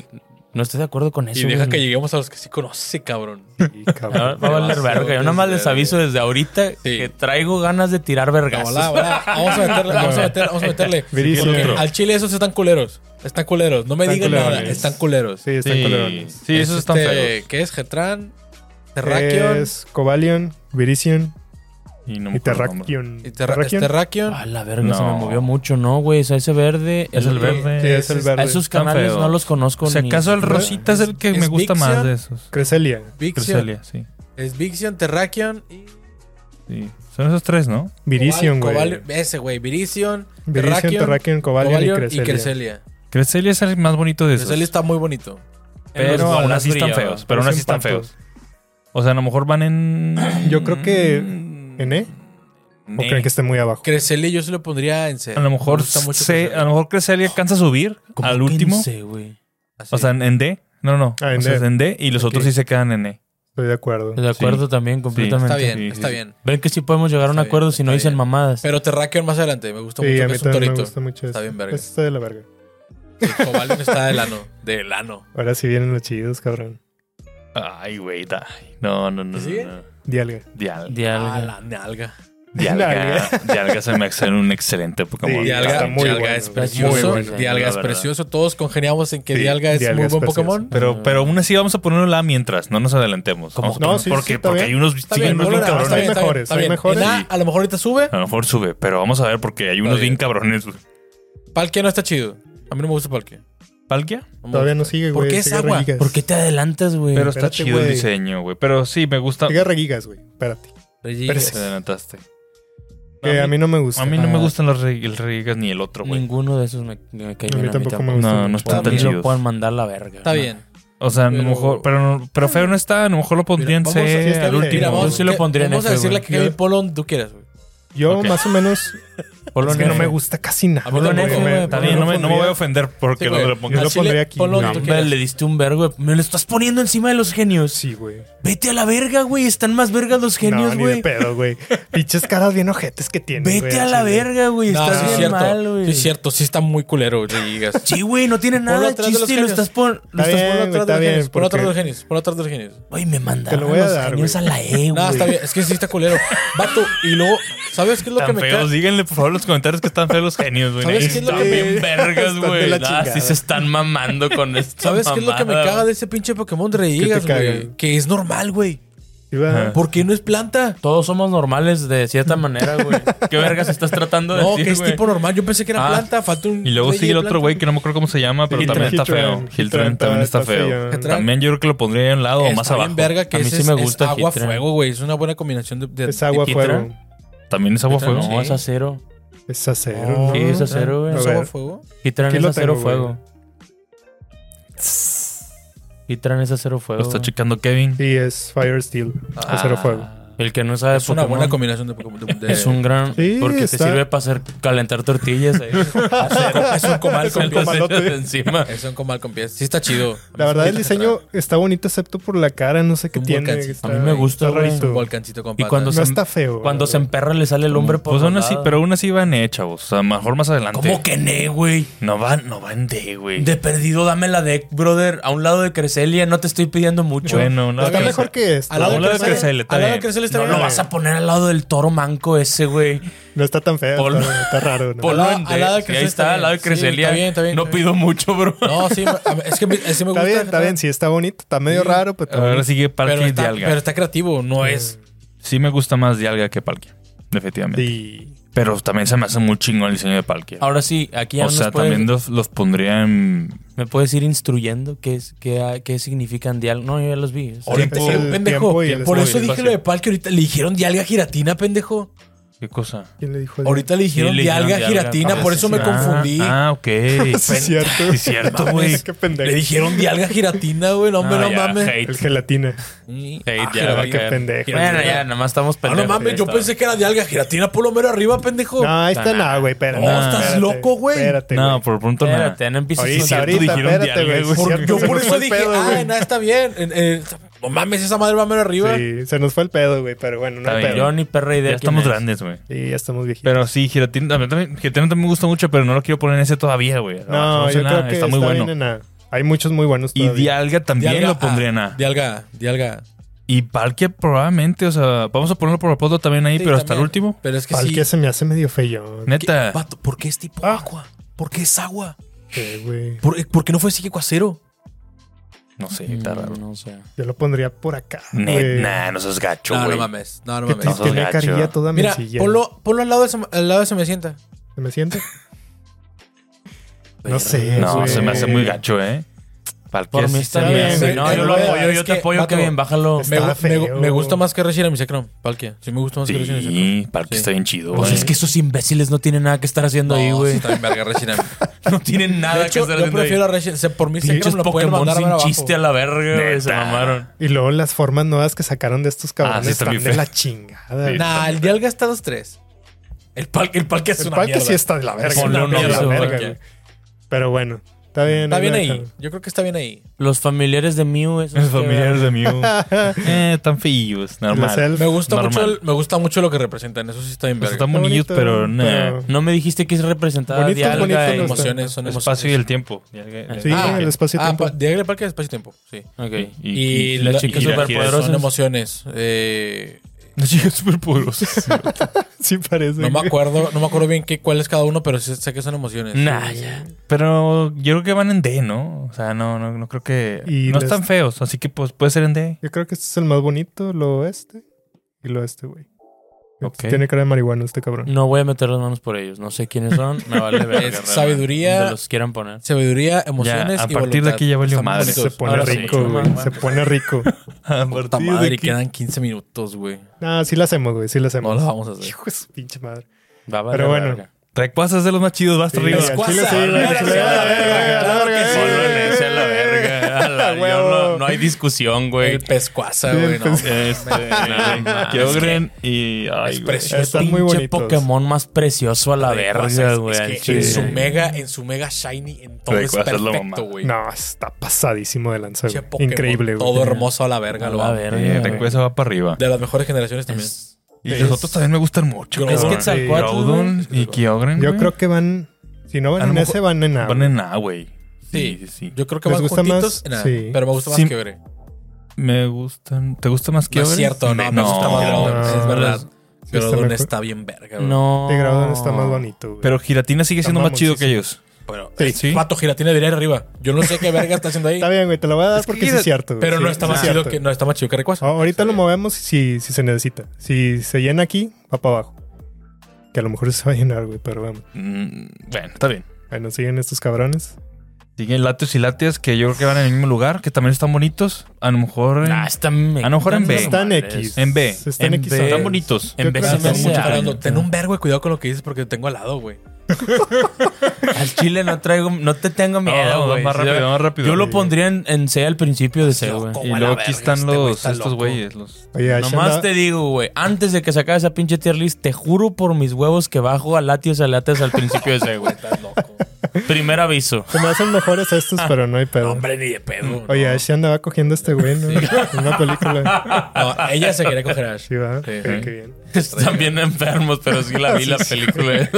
Speaker 2: no estoy de acuerdo con eso.
Speaker 1: Y deja
Speaker 2: güey.
Speaker 1: que lleguemos a los que sí conoce, cabrón.
Speaker 3: Sí,
Speaker 2: Ah,
Speaker 3: cabrón.
Speaker 2: Va a valer verga. Yo nada más les
Speaker 1: Verga.
Speaker 2: aviso desde ahorita que traigo ganas de tirar vergas.
Speaker 1: Hola, hola. Vamos a meterle, vamos a meter- vamos a meterle.
Speaker 3: Viris
Speaker 1: Porque
Speaker 3: otro.
Speaker 1: al chile esos están culeros. Están culeros. No me
Speaker 3: Están
Speaker 1: digan
Speaker 3: culerones.
Speaker 1: nada. Están culeros.
Speaker 3: Sí, están
Speaker 4: Sí,
Speaker 3: colorones.
Speaker 4: sí, esos están
Speaker 1: Este,
Speaker 4: feos.
Speaker 1: ¿Qué es? Getran, Terrakion.
Speaker 3: Es Cobalion, Virizion
Speaker 4: Y, no me
Speaker 3: y
Speaker 4: acuerdo el nombre.
Speaker 3: Terrakion.
Speaker 1: y Terra- es
Speaker 3: Terrakion. Ah,
Speaker 1: Terrakion.
Speaker 2: A la verga, se me
Speaker 4: No.
Speaker 2: movió mucho, ¿no, güey? O sea, ese verde.
Speaker 4: Es el
Speaker 2: eh,
Speaker 4: verde.
Speaker 3: Sí, es el
Speaker 2: A
Speaker 3: verde.
Speaker 2: esos
Speaker 4: Están
Speaker 2: canales
Speaker 4: feos.
Speaker 2: no los conozco.
Speaker 4: Si
Speaker 2: ni-
Speaker 4: acaso el Rosita es el que
Speaker 1: ¿Es
Speaker 4: me gusta
Speaker 1: Vixia?
Speaker 4: más de esos.
Speaker 3: Creselia.
Speaker 1: Vixion.
Speaker 4: Creselia, sí.
Speaker 1: Es Vixion, Terrakion y.
Speaker 4: sí. Son esos tres, ¿no?
Speaker 3: Virizion,
Speaker 1: Cobal-
Speaker 3: güey.
Speaker 1: Cobal- Ese, güey. Virizion,
Speaker 3: Virizion, Terrakion, Cobalion y
Speaker 1: Cobalion y
Speaker 3: Creselia.
Speaker 1: Creselia.
Speaker 4: Creselia es el más bonito de esos.
Speaker 1: Creselia está muy bonito.
Speaker 4: pero
Speaker 2: los
Speaker 4: aún
Speaker 2: bolas
Speaker 4: así están
Speaker 2: brillaba.
Speaker 4: feos. Pero aún así
Speaker 3: Parecen
Speaker 4: están
Speaker 3: patos.
Speaker 4: feos. O sea, a lo mejor van en.
Speaker 3: Yo creo que
Speaker 4: En
Speaker 3: ¿En E? ¿O creen que esté muy abajo?
Speaker 1: Creselia yo se lo pondría en C.
Speaker 4: A lo mejor
Speaker 1: Me gusta mucho
Speaker 4: C,
Speaker 1: Creselia.
Speaker 4: a lo mejor Creselia alcanza a subir
Speaker 2: ¿Cómo
Speaker 4: al
Speaker 2: que
Speaker 4: último.
Speaker 2: No sé, güey.
Speaker 1: Así.
Speaker 4: O sea, en, en D. No, no.
Speaker 3: Ah, en
Speaker 4: o sea,
Speaker 3: D.
Speaker 4: es en D y los
Speaker 3: Ok.
Speaker 4: otros sí se quedan en E.
Speaker 3: Estoy de acuerdo.
Speaker 2: De acuerdo también, completamente.
Speaker 1: está bien,
Speaker 4: sí, sí,
Speaker 1: está
Speaker 4: sí.
Speaker 1: bien.
Speaker 2: Ven que sí podemos llegar a un
Speaker 1: Está bien,
Speaker 2: acuerdo si no
Speaker 1: está
Speaker 2: dicen
Speaker 1: bien.
Speaker 2: mamadas.
Speaker 1: Pero Terrakion más adelante. Me gusta
Speaker 3: Sí,
Speaker 1: mucho
Speaker 3: a
Speaker 1: que
Speaker 3: mí
Speaker 1: es un
Speaker 3: también me
Speaker 1: torito.
Speaker 3: gusta mucho eso.
Speaker 1: Está bien verga.
Speaker 3: Este está de la verga.
Speaker 1: Y Cobalion está del ano. Del ano.
Speaker 3: Ahora sí vienen los chidos, cabrón.
Speaker 4: Ay, güey. da- No, no, no.
Speaker 1: ¿Sí?
Speaker 4: no, no.
Speaker 3: Dialga.
Speaker 4: Dial.
Speaker 2: Dialga.
Speaker 1: Ah, la nalga.
Speaker 4: Dialga, Dialga se me hace un excelente Pokémon.
Speaker 3: Sí,
Speaker 1: Dialga,
Speaker 3: está muy
Speaker 1: Dialga
Speaker 3: bueno,
Speaker 1: es
Speaker 3: güey.
Speaker 1: precioso.
Speaker 2: Muy bueno,
Speaker 1: Dialga
Speaker 4: la
Speaker 1: es
Speaker 4: verdad.
Speaker 1: precioso. Todos congeniamos en que
Speaker 3: Sí,
Speaker 1: Dialga es
Speaker 3: Dialga
Speaker 1: muy
Speaker 3: es
Speaker 1: buen
Speaker 3: precioso.
Speaker 1: Pokémon.
Speaker 4: Pero, pero aún así vamos a ponerlo la mientras, no nos adelantemos.
Speaker 2: Como
Speaker 4: Vamos
Speaker 3: que no,
Speaker 4: con-
Speaker 3: sí,
Speaker 4: porque,
Speaker 3: sí, está
Speaker 4: porque
Speaker 3: bien.
Speaker 4: hay unos,
Speaker 1: Está
Speaker 4: sí,
Speaker 1: bien,
Speaker 4: unos
Speaker 1: no,
Speaker 4: bien
Speaker 1: no, no, está
Speaker 4: cabrones.
Speaker 1: bien, está bien,
Speaker 3: mejores,
Speaker 1: está
Speaker 3: hay
Speaker 1: bien.
Speaker 3: mejores.
Speaker 1: En A, a lo mejor ahorita sube.
Speaker 4: A lo mejor sube, pero vamos a ver porque hay unos
Speaker 1: bien.
Speaker 4: bien cabrones. güey.
Speaker 1: Palkia no está chido. A mí no me gusta Palkia.
Speaker 4: ¿Palkia?
Speaker 1: me
Speaker 3: Todavía no
Speaker 1: gusta.
Speaker 3: sigue,
Speaker 1: ¿Por
Speaker 3: güey.
Speaker 1: qué es
Speaker 3: sigue
Speaker 1: agua?
Speaker 3: regigas.
Speaker 2: ¿Por qué te adelantas, güey?
Speaker 4: Pero está
Speaker 3: espérate,
Speaker 4: chido el
Speaker 3: güey.
Speaker 4: diseño, güey. Pero sí, me gusta.
Speaker 3: Sigue regigas, güey. Espérate.
Speaker 1: Regigas.
Speaker 4: Pero sí. Te adelantaste.
Speaker 3: Que a mí no me gusta.
Speaker 4: A mí no
Speaker 2: Ah.
Speaker 4: me gustan los re- el Regigas ni el otro, güey.
Speaker 2: Ninguno de esos me, me cae
Speaker 3: A mí
Speaker 2: bien
Speaker 3: tampoco me gusta.
Speaker 4: No, no están tan
Speaker 2: También lo
Speaker 4: chidos.
Speaker 2: pueden mandar la verga.
Speaker 1: Está
Speaker 2: ¿no?
Speaker 1: bien.
Speaker 4: O sea, a lo
Speaker 1: Pero-
Speaker 4: mejor. Pero, no- pero feo no está. A lo mejor lo pondrían
Speaker 1: Mira, vamos a-
Speaker 3: sí,
Speaker 4: C
Speaker 3: está
Speaker 4: al
Speaker 3: bien.
Speaker 4: último.
Speaker 1: Mira, vamos,
Speaker 2: Yo sí lo
Speaker 1: te-
Speaker 2: pondría en
Speaker 1: Vamos a
Speaker 2: F,
Speaker 1: decirle
Speaker 2: güey.
Speaker 1: que Kevin Polon tú quieras, güey.
Speaker 3: Yo
Speaker 4: Ok.
Speaker 3: más o menos.
Speaker 2: Ponlo
Speaker 3: Es
Speaker 2: en
Speaker 3: que no
Speaker 2: F.
Speaker 3: me gusta casi nada.
Speaker 1: Ponlo
Speaker 3: güey.
Speaker 1: en F,
Speaker 3: Yo
Speaker 1: güey,
Speaker 3: me-
Speaker 4: Está
Speaker 3: yo
Speaker 4: bien,
Speaker 3: lo
Speaker 4: no me, no me voy a
Speaker 3: pondría-
Speaker 4: ofender porque
Speaker 1: Sí,
Speaker 4: no
Speaker 1: güey.
Speaker 4: lo
Speaker 3: Yo
Speaker 4: pongas.
Speaker 3: lo
Speaker 1: Al chile,
Speaker 3: pondría aquí.
Speaker 1: ponlo
Speaker 3: No,
Speaker 1: tú
Speaker 2: Hombre,
Speaker 1: quieras.
Speaker 2: le diste un vergo. güey. Me lo estás poniendo encima de los genios.
Speaker 3: Sí, güey.
Speaker 2: Vete a la verga, güey. Están más vergas los
Speaker 3: No,
Speaker 2: genios,
Speaker 3: ni de
Speaker 2: güey.
Speaker 3: pedo, güey. Pinches caras bien ojetes que tiene.
Speaker 2: Vete a la verga, güey.
Speaker 1: No,
Speaker 2: Estás
Speaker 1: sí es
Speaker 2: bien
Speaker 1: cierto.
Speaker 2: mal, güey.
Speaker 1: sí es cierto, sí está muy culero, Regigas.
Speaker 2: Sí, güey, no tiene
Speaker 1: Ponlo
Speaker 2: nada de
Speaker 1: atrás de los
Speaker 2: chiste y lo
Speaker 1: genios.
Speaker 2: estás pon...
Speaker 1: Lo
Speaker 3: Está
Speaker 1: estás
Speaker 3: bien,
Speaker 1: poniendo
Speaker 3: güey,
Speaker 1: atrás
Speaker 3: está
Speaker 1: de los
Speaker 3: bien,
Speaker 1: genios. Ponlo atrás de los
Speaker 3: porque-
Speaker 1: genios. Ponlo atrás de los genios.
Speaker 2: Güey, me mandaron
Speaker 3: Te lo voy a
Speaker 2: los
Speaker 3: dar,
Speaker 2: genios
Speaker 3: güey.
Speaker 2: a la E, güey.
Speaker 1: No, está bien. Es que sí está culero. Vato, y luego, ¿sabes qué es lo que
Speaker 4: Tan
Speaker 1: me cae?
Speaker 4: feos, díganle por favor en los comentarios que están feos los genios, güey.
Speaker 1: ¿Sabes qué es lo
Speaker 4: Están
Speaker 1: que-
Speaker 4: bien vergas,
Speaker 3: Están de
Speaker 4: güey.
Speaker 3: la
Speaker 4: Ah,
Speaker 3: chingada.
Speaker 4: sí se están mamando con esto.
Speaker 1: ¿Sabes qué es lo que me caga de ese pinche Pokémon de Regigas,
Speaker 3: caga,
Speaker 1: güey?
Speaker 3: güey?
Speaker 1: Que es normal, güey.
Speaker 3: verga.
Speaker 1: ¿Por qué no es planta?
Speaker 2: Todos somos normales de cierta manera, güey.
Speaker 4: ¿Qué vergas estás tratando de
Speaker 1: No,
Speaker 4: decir,
Speaker 1: que es
Speaker 4: güey?
Speaker 1: tipo normal. Yo pensé que era
Speaker 4: Ah,
Speaker 1: planta. Falta un.
Speaker 4: Y luego
Speaker 1: rey
Speaker 4: sigue el
Speaker 1: de
Speaker 4: otro
Speaker 1: planta.
Speaker 4: güey que no me acuerdo cómo se llama, pero
Speaker 3: Hiltran.
Speaker 4: también está feo.
Speaker 3: Hiltran.
Speaker 4: Hiltran
Speaker 3: Hiltran
Speaker 4: también está
Speaker 3: está
Speaker 4: feo.
Speaker 3: feo.
Speaker 4: También yo creo que lo pondría a un lado o
Speaker 1: Está
Speaker 4: más
Speaker 1: bien
Speaker 4: abajo.
Speaker 1: verga que
Speaker 2: A mí
Speaker 1: ese
Speaker 2: sí me
Speaker 1: es- es
Speaker 2: gusta
Speaker 1: agua
Speaker 2: Hitran.
Speaker 1: fuego, güey. Es una buena combinación de. de-
Speaker 3: Es agua,
Speaker 1: de-
Speaker 3: fuego.
Speaker 4: También es agua fuego.
Speaker 1: Sí.
Speaker 2: No, es acero.
Speaker 3: Es acero.
Speaker 1: No,
Speaker 3: ¿no?
Speaker 2: Sí, es acero,
Speaker 1: ¿No
Speaker 2: güey.
Speaker 1: es
Speaker 3: A
Speaker 1: agua
Speaker 3: ver.
Speaker 1: fuego?
Speaker 2: Hitran
Speaker 3: Aquí
Speaker 2: es
Speaker 3: lo
Speaker 2: acero
Speaker 3: tengo,
Speaker 2: fuego. Hitran es acero fuego.
Speaker 4: Lo está checando Kevin.
Speaker 3: Sí, es Fire Steel. Acero fuego.
Speaker 2: El que no sabe
Speaker 1: Es una buena
Speaker 2: Pokémon
Speaker 1: combinación de Pokémon. de- de-
Speaker 2: es un gran.
Speaker 3: Sí,
Speaker 2: porque
Speaker 3: está-
Speaker 2: te sirve para hacer calentar tortillas. eh. ahí.
Speaker 1: Es un comal con
Speaker 3: un
Speaker 1: pies.
Speaker 3: comalote.
Speaker 2: encima.
Speaker 1: Es un comal con pies. Sí está chido.
Speaker 3: La verdad, el diseño está bonito, excepto por la cara. No sé qué
Speaker 1: Un
Speaker 3: tiene.
Speaker 1: volcancito.
Speaker 3: está-
Speaker 2: A mí me gusta,
Speaker 3: está
Speaker 2: güey.
Speaker 1: Es un
Speaker 3: rarito.
Speaker 1: volcancito con
Speaker 2: Y
Speaker 1: patas.
Speaker 2: cuando
Speaker 3: No
Speaker 2: se- em-
Speaker 3: está feo.
Speaker 2: Cuando se
Speaker 3: güey.
Speaker 2: emperra le sale el hombre por
Speaker 4: Pues aún
Speaker 2: los
Speaker 4: así,
Speaker 2: lados.
Speaker 4: pero aún así van hechas, chavos. O sea, mejor más adelante.
Speaker 2: ¿Cómo que ne, güey?
Speaker 4: No van, no van de, güey.
Speaker 2: De perdido, dame la de brother. A un lado de Creselia, no te estoy pidiendo mucho.
Speaker 4: Bueno, no.
Speaker 3: Está
Speaker 4: que-
Speaker 3: mejor que este.
Speaker 1: Al lado
Speaker 4: La bola de Cresel, está
Speaker 1: Al lado de
Speaker 4: bien.
Speaker 1: Cresel está
Speaker 2: no
Speaker 1: bien.
Speaker 2: lo vas a poner al lado del toro manco ese, güey.
Speaker 3: No está tan feo.
Speaker 2: Ponlo-
Speaker 3: Está, está raro. ¿no?
Speaker 1: Al
Speaker 2: Ponlo
Speaker 1: lado-
Speaker 2: en D.
Speaker 1: al lado de
Speaker 2: Sí,
Speaker 1: Creselia
Speaker 2: ahí
Speaker 1: está
Speaker 2: está, al lado de
Speaker 1: bien. Sí,
Speaker 2: Creselia.
Speaker 1: está bien, está bien,
Speaker 2: no
Speaker 1: está bien.
Speaker 2: pido mucho, bro.
Speaker 1: No, sí, a mí- es que me- ese me
Speaker 3: Está
Speaker 1: gusta.
Speaker 3: bien, está bien. Sí, está bonito. Está medio
Speaker 1: Sí.
Speaker 3: raro, pero está
Speaker 4: Ahora
Speaker 3: bonito.
Speaker 4: sigue
Speaker 1: Pero
Speaker 4: Palkia y
Speaker 1: está, pero
Speaker 4: Dialga.
Speaker 1: está creativo, no es.
Speaker 4: Sí me gusta más Dialga que Palkia. Definitivamente.
Speaker 3: Sí.
Speaker 4: Pero también se me hace muy chingón el diseño de Palkia.
Speaker 2: Ahora sí, aquí ya
Speaker 4: o sea,
Speaker 2: nos puedes-
Speaker 4: también los, los pondría en.
Speaker 2: ¿Me puedes ir instruyendo qué, es, qué, qué significan dial? No, yo ya los vi.
Speaker 1: Ahorita
Speaker 3: Tiempo-
Speaker 1: sí,
Speaker 3: el
Speaker 1: pendejo.
Speaker 3: tiempo y el
Speaker 1: Por
Speaker 3: espacio.
Speaker 1: eso dije lo de Palkia. Ahorita le dijeron dialga giratina, pendejo.
Speaker 4: ¿Qué cosa?
Speaker 3: ¿Quién le dijo?
Speaker 1: Ahorita le dijeron
Speaker 4: le dijeron
Speaker 1: dialga
Speaker 4: dialga.
Speaker 1: giratina,
Speaker 4: Ah,
Speaker 1: por eso me
Speaker 4: Ah,
Speaker 1: confundí.
Speaker 4: Ah, ok.
Speaker 3: Sí, es cierto.
Speaker 4: Sí, es cierto, güey.
Speaker 3: Qué pendejo.
Speaker 1: Le dijeron dialga giratina, güey. No, hombre,
Speaker 4: Ah,
Speaker 1: no
Speaker 4: ya,
Speaker 1: mames.
Speaker 4: hate.
Speaker 3: El gelatina.
Speaker 1: Sí.
Speaker 4: Hate,
Speaker 1: Ah,
Speaker 4: ya,
Speaker 1: giratina.
Speaker 4: va a
Speaker 3: Qué
Speaker 4: caer.
Speaker 3: pendejo.
Speaker 2: Bueno, ya, nada más estamos
Speaker 1: Ah,
Speaker 2: pendejos.
Speaker 1: no mames, yo pensé que era dialga giratina, por lo mero arriba, pendejo.
Speaker 3: No, ahí está nada, güey. Espérate.
Speaker 1: No,
Speaker 4: estás
Speaker 3: espérate,
Speaker 1: loco, güey.
Speaker 3: Espérate.
Speaker 4: No, pues,
Speaker 3: güey.
Speaker 4: por pronto nada.
Speaker 2: Espérate, no empieces
Speaker 3: Ahorita,
Speaker 2: con-
Speaker 3: ahorita,
Speaker 4: dijeron
Speaker 3: espérate,
Speaker 4: diálogo,
Speaker 3: güey.
Speaker 4: güey.
Speaker 3: es
Speaker 1: Por-
Speaker 3: cierto,
Speaker 1: yo
Speaker 3: se
Speaker 1: por
Speaker 3: nos
Speaker 1: eso
Speaker 3: fue el
Speaker 1: dije,
Speaker 3: pedo,
Speaker 1: ah,
Speaker 3: güey.
Speaker 1: nada, está bien. Eh, eh, no mames, esa madre va mero arriba.
Speaker 3: Sí, se nos fue el pedo, güey. Pero bueno, no
Speaker 4: Está
Speaker 3: hay
Speaker 4: bien,
Speaker 3: pedo.
Speaker 2: Yo ni perra idea.
Speaker 4: Ya estamos
Speaker 2: quién es.
Speaker 4: grandes, güey.
Speaker 3: Sí, ya estamos viejitos.
Speaker 4: Pero sí, Giratina también, también, Giratina también me gusta mucho, pero no lo quiero poner en ese todavía, güey.
Speaker 3: no,
Speaker 4: sé
Speaker 3: yo
Speaker 4: nada,
Speaker 3: creo que
Speaker 4: está muy bueno.
Speaker 3: bien en A. Hay muchos muy buenos
Speaker 4: Y
Speaker 3: todavía.
Speaker 4: Dialga también
Speaker 1: Dialga
Speaker 4: lo pondría
Speaker 1: A,
Speaker 4: en A.
Speaker 1: Dialga, dialga.
Speaker 4: Y Palkia probablemente, o sea, vamos a ponerlo por pronto también ahí,
Speaker 1: Sí,
Speaker 4: pero hasta el
Speaker 1: también.
Speaker 4: último. Ah.
Speaker 1: Pero es que sí. Ah.
Speaker 3: Palkia se me hace medio feo.
Speaker 4: Neta.
Speaker 1: Vato, ¿por qué es tipo agua? ¿Por qué es agua?
Speaker 3: Sí, este, güey.
Speaker 1: ¿Por, eh, por qué no fue psíquico acero?
Speaker 4: No sé,
Speaker 2: Mm,
Speaker 4: está raro.
Speaker 2: No sé.
Speaker 3: Yo lo pondría por acá.
Speaker 4: Net,
Speaker 3: güey.
Speaker 4: nah, no seas gacho,
Speaker 1: No,
Speaker 4: güey.
Speaker 1: no mames. No, no
Speaker 3: Que
Speaker 1: mames.
Speaker 4: sos
Speaker 3: tiene
Speaker 4: gacho.
Speaker 3: carilla toda
Speaker 1: Mira,
Speaker 3: mencilla.
Speaker 1: ponlo, ponlo al lado de se, al lado de se me sienta.
Speaker 3: ¿Se me siente? No sé.
Speaker 4: No,
Speaker 3: güey.
Speaker 4: se me hace muy gacho, ¿eh? Palkia
Speaker 2: Por mí
Speaker 4: sí
Speaker 2: está
Speaker 4: se me
Speaker 2: bien.
Speaker 4: hace-
Speaker 1: güey.
Speaker 2: güey. No, yo lo
Speaker 1: Es
Speaker 2: apoyo. Yo te
Speaker 1: que,
Speaker 2: apoyo,
Speaker 1: vato,
Speaker 2: Kevin. Bájalo.
Speaker 1: Me,
Speaker 3: Está
Speaker 1: gu- me gu-
Speaker 3: feo.
Speaker 1: me gusta más que Reshiram y Zekrom, Palkia. Sí, me gusta más que Reshiram y Zekrom.
Speaker 4: Sí, Palkia está bien chido,
Speaker 2: Pues
Speaker 4: güey.
Speaker 2: es que esos imbéciles no tienen nada que estar haciendo ahí,
Speaker 1: No, sí
Speaker 2: güey.
Speaker 1: está bien verga Reshiram.
Speaker 2: No tienen nada
Speaker 1: De hecho,
Speaker 2: que estar
Speaker 1: yo
Speaker 2: haciendo ahí.
Speaker 1: prefiero a Reshiram. Se- Por mí
Speaker 2: Pinches
Speaker 1: Zekrom lo pueden
Speaker 2: Pokémon
Speaker 1: mandar
Speaker 2: sin
Speaker 1: a abajo.
Speaker 2: chiste a la verga, güey. Se
Speaker 4: Neta.
Speaker 2: mamaron.
Speaker 3: Y luego las formas nuevas que sacaron de estos cabrones
Speaker 4: Ah, sí, está
Speaker 3: están
Speaker 4: bien
Speaker 3: de
Speaker 4: feo.
Speaker 3: la chingada.
Speaker 4: Sí.
Speaker 3: güey.
Speaker 1: Nah, el Dialga está 2-3. El, pal, el Palkia es
Speaker 3: El
Speaker 1: una
Speaker 3: parque
Speaker 1: mierda.
Speaker 3: sí está de la verga.
Speaker 2: Ponle
Speaker 3: Está
Speaker 2: un
Speaker 3: de la
Speaker 2: oso,
Speaker 3: verga,
Speaker 2: güey.
Speaker 3: güey. Pero bueno, está bien.
Speaker 1: Está
Speaker 3: ahí
Speaker 1: bien
Speaker 3: la
Speaker 1: ahí.
Speaker 3: dejaron.
Speaker 1: Yo creo que está bien ahí.
Speaker 2: Los familiares de Mew. esos
Speaker 4: Los
Speaker 2: que-
Speaker 4: familiares de Mew. eh, tan feillos,
Speaker 3: La
Speaker 4: normal.
Speaker 3: self-
Speaker 1: Me gusta,
Speaker 4: Normal.
Speaker 1: mucho el- me gusta mucho lo que representan. Eso sí está bien
Speaker 4: Pues
Speaker 1: verga.
Speaker 4: están bonillos,
Speaker 3: bonito,
Speaker 4: pero nah.
Speaker 3: pero-
Speaker 2: No me dijiste que es representada
Speaker 3: Bonitos,
Speaker 2: Dialga
Speaker 3: bonitos
Speaker 1: Son
Speaker 2: y-
Speaker 3: no están.
Speaker 1: emociones, son
Speaker 4: El
Speaker 1: emociones.
Speaker 4: espacio y el tiempo.
Speaker 3: Sí,
Speaker 1: Ah,
Speaker 3: el
Speaker 1: Ah,
Speaker 3: espacio-tiempo.
Speaker 1: pa- Dialga, el Palkia, espacio y tiempo. Sí.
Speaker 2: Ok.
Speaker 1: Y, las chicas
Speaker 2: y la-
Speaker 1: superpoderosas
Speaker 2: son
Speaker 1: son emociones. Eh,
Speaker 4: Llegan súper poderosos.
Speaker 3: Sí parece.
Speaker 1: No me
Speaker 3: que-
Speaker 1: acuerdo, no me acuerdo bien qué, cuál es cada uno, pero sí sé que son emociones.
Speaker 4: Ah,
Speaker 2: Nah, ya.
Speaker 4: Pero yo creo que van en D, ¿no? O sea, no, no, no creo que.
Speaker 3: Y
Speaker 4: no
Speaker 3: les-
Speaker 4: están feos, así que pues puede ser en D.
Speaker 3: Yo creo que este es el más bonito, lo oeste y lo este, güey.
Speaker 4: Ok.
Speaker 3: Tiene cara de marihuana este cabrón.
Speaker 2: No voy a meter las manos por ellos. No sé quiénes son. Me vale ver.
Speaker 1: Es sabiduría.
Speaker 2: los quieran poner.
Speaker 1: Sabiduría, emociones
Speaker 4: Ya, a
Speaker 1: y
Speaker 4: partir de
Speaker 1: voluntad.
Speaker 4: aquí ya valió
Speaker 1: Están
Speaker 4: madre.
Speaker 1: bonitos.
Speaker 3: Se pone
Speaker 2: Ahora sí.
Speaker 3: rico,
Speaker 2: Mamá,
Speaker 3: güey.
Speaker 2: mamá.
Speaker 3: Se pone rico.
Speaker 1: Puta madre, y quedan 15 minutos, güey.
Speaker 3: Ah, sí la hacemos, güey. Sí la
Speaker 1: No
Speaker 3: hacemos.
Speaker 1: la vamos a hacer.
Speaker 3: Hijo de su pinche madre.
Speaker 2: Va a valer
Speaker 3: Pero bueno.
Speaker 2: verga.
Speaker 4: Recuazas de los más chidos, vas
Speaker 3: Sí,
Speaker 4: arriba.
Speaker 3: al chile sí, güey, al chile, a la verga, a la verga,
Speaker 2: Que solo le sea la verga. A la- yo
Speaker 3: Huevo.
Speaker 2: no, no hay discusión, güey.
Speaker 1: El pescuaza,
Speaker 3: Sí,
Speaker 1: güey,
Speaker 3: el
Speaker 1: no.
Speaker 3: pescuaza.
Speaker 2: Este, no,
Speaker 1: Ah,
Speaker 2: mames,
Speaker 4: Que ogren y. Ay,
Speaker 1: es
Speaker 4: güey.
Speaker 1: precioso.
Speaker 3: Están
Speaker 2: pinche
Speaker 3: muy bonitos.
Speaker 2: Pokémon más precioso a la
Speaker 1: Rayquaza,
Speaker 2: verga,
Speaker 1: es-
Speaker 2: güey.
Speaker 1: es
Speaker 2: al
Speaker 1: que
Speaker 2: chile.
Speaker 1: En su mega, en su mega shiny, en todo es
Speaker 4: Rayquaza es la
Speaker 1: perfecto,
Speaker 4: mamá.
Speaker 1: güey.
Speaker 3: No, está pasadísimo de lanza,
Speaker 1: Che,
Speaker 3: güey.
Speaker 1: Pokémon,
Speaker 3: Increíble, güey.
Speaker 1: Todo hermoso a la verga,
Speaker 2: A
Speaker 1: lo
Speaker 2: la
Speaker 1: amo.
Speaker 2: verga.
Speaker 4: Eh,
Speaker 2: güey.
Speaker 4: Recuaza va para arriba.
Speaker 1: De las mejores generaciones también.
Speaker 2: Es-
Speaker 4: Y los otros también me gustan mucho.
Speaker 1: Es
Speaker 4: cabrón.
Speaker 2: Quetzalcóatl,
Speaker 4: Groudon
Speaker 2: güey.
Speaker 4: y Kyogren.
Speaker 3: Yo
Speaker 4: güey.
Speaker 3: creo que van. Si no
Speaker 4: A
Speaker 3: van
Speaker 4: lo
Speaker 3: en
Speaker 4: mejor
Speaker 3: ese, van en A.
Speaker 4: Van en A, güey.
Speaker 1: Sí,
Speaker 4: sí, sí.
Speaker 1: Yo creo que
Speaker 3: ¿Les
Speaker 1: van
Speaker 3: gusta
Speaker 1: juntitos,
Speaker 3: más?
Speaker 1: nada,
Speaker 3: Sí.
Speaker 1: pero me gusta más
Speaker 4: Sí.
Speaker 1: que Ore.
Speaker 4: Me gustan. ¿Te gusta más
Speaker 1: No
Speaker 4: Kyogre?
Speaker 1: es cierto, no, me gusta más
Speaker 4: no.
Speaker 1: Groudon, es verdad.
Speaker 3: Sí,
Speaker 1: Pero
Speaker 3: está
Speaker 1: Groudon
Speaker 3: mejor.
Speaker 1: está bien verga, güey.
Speaker 2: No.
Speaker 3: Sí, Groudon está más bonito, güey.
Speaker 4: Pero Giratina sigue siendo
Speaker 3: Está
Speaker 4: más chido que
Speaker 3: mamoncísimo.
Speaker 4: ellos.
Speaker 1: Pero
Speaker 3: Sí,
Speaker 1: el
Speaker 4: sí.
Speaker 1: Pato Giratina diría arriba. Yo no sé qué verga está haciendo ahí,
Speaker 3: Está bien, güey. Te lo voy a dar
Speaker 4: Es que
Speaker 3: porque sí
Speaker 4: quiere-
Speaker 3: es cierto. güey.
Speaker 1: pero no
Speaker 3: Sí,
Speaker 1: está
Speaker 3: sí
Speaker 1: más
Speaker 3: es
Speaker 1: chido
Speaker 3: cierto.
Speaker 1: que no está más chido que Rayquaza.
Speaker 3: Ah, Ahorita lo movemos si, si se necesita. Si se llena aquí, va para abajo. Que a lo mejor se va a llenar, güey, pero vamos.
Speaker 4: Mm, bueno, está bien.
Speaker 3: Bueno, siguen estos cabrones.
Speaker 4: Siguen Latios y Latias que yo creo que van en el mismo lugar, que también están bonitos. A lo mejor en,
Speaker 2: Nah, están
Speaker 4: A lo mejor en B.
Speaker 3: Están X.
Speaker 4: en B.
Speaker 3: Están
Speaker 4: en
Speaker 3: X.
Speaker 4: B. Están
Speaker 3: Yo
Speaker 4: bonitos.
Speaker 3: creo
Speaker 2: En B sí
Speaker 3: que
Speaker 1: Espérame,
Speaker 2: están
Speaker 3: sí.
Speaker 2: mucho
Speaker 1: mucho
Speaker 2: talento.
Speaker 1: Ten un vergo y cuidado con lo que dices porque te tengo al lado, güey.
Speaker 2: Al chile no traigo, no te tengo
Speaker 4: No,
Speaker 2: miedo,
Speaker 4: va
Speaker 2: güey.
Speaker 4: más
Speaker 2: Sí,
Speaker 4: rápido, va más rápido.
Speaker 2: Yo lo pondría en, en C al principio de C,
Speaker 1: Loco,
Speaker 2: güey.
Speaker 1: güey.
Speaker 4: Y
Speaker 1: a la
Speaker 4: luego aquí
Speaker 1: verga,
Speaker 4: están
Speaker 1: este güey
Speaker 4: los
Speaker 1: está
Speaker 4: estos
Speaker 1: loco.
Speaker 4: güeyes, los
Speaker 3: Oye, Ash
Speaker 2: Nomás
Speaker 3: andaba-
Speaker 2: te digo, güey, antes de que sacara esa pinche tier list, te juro por mis huevos que bajo a latios a latas al principio de C, güey.
Speaker 1: Estás loco.
Speaker 2: Primer aviso.
Speaker 3: Se me hacen mejores estos, pero no hay
Speaker 1: No,
Speaker 3: pedo.
Speaker 1: hombre, ni de pedo.
Speaker 3: Oye,
Speaker 1: no.
Speaker 3: Ash ya andaba cogiendo a este güey, ¿no? En una película.
Speaker 1: No, ella se quería coger a Ash.
Speaker 3: Sí, va.
Speaker 1: Sí,
Speaker 3: Qué-
Speaker 1: sí.
Speaker 3: qué bien.
Speaker 2: Están bien enfermos, pero sí la vi la película.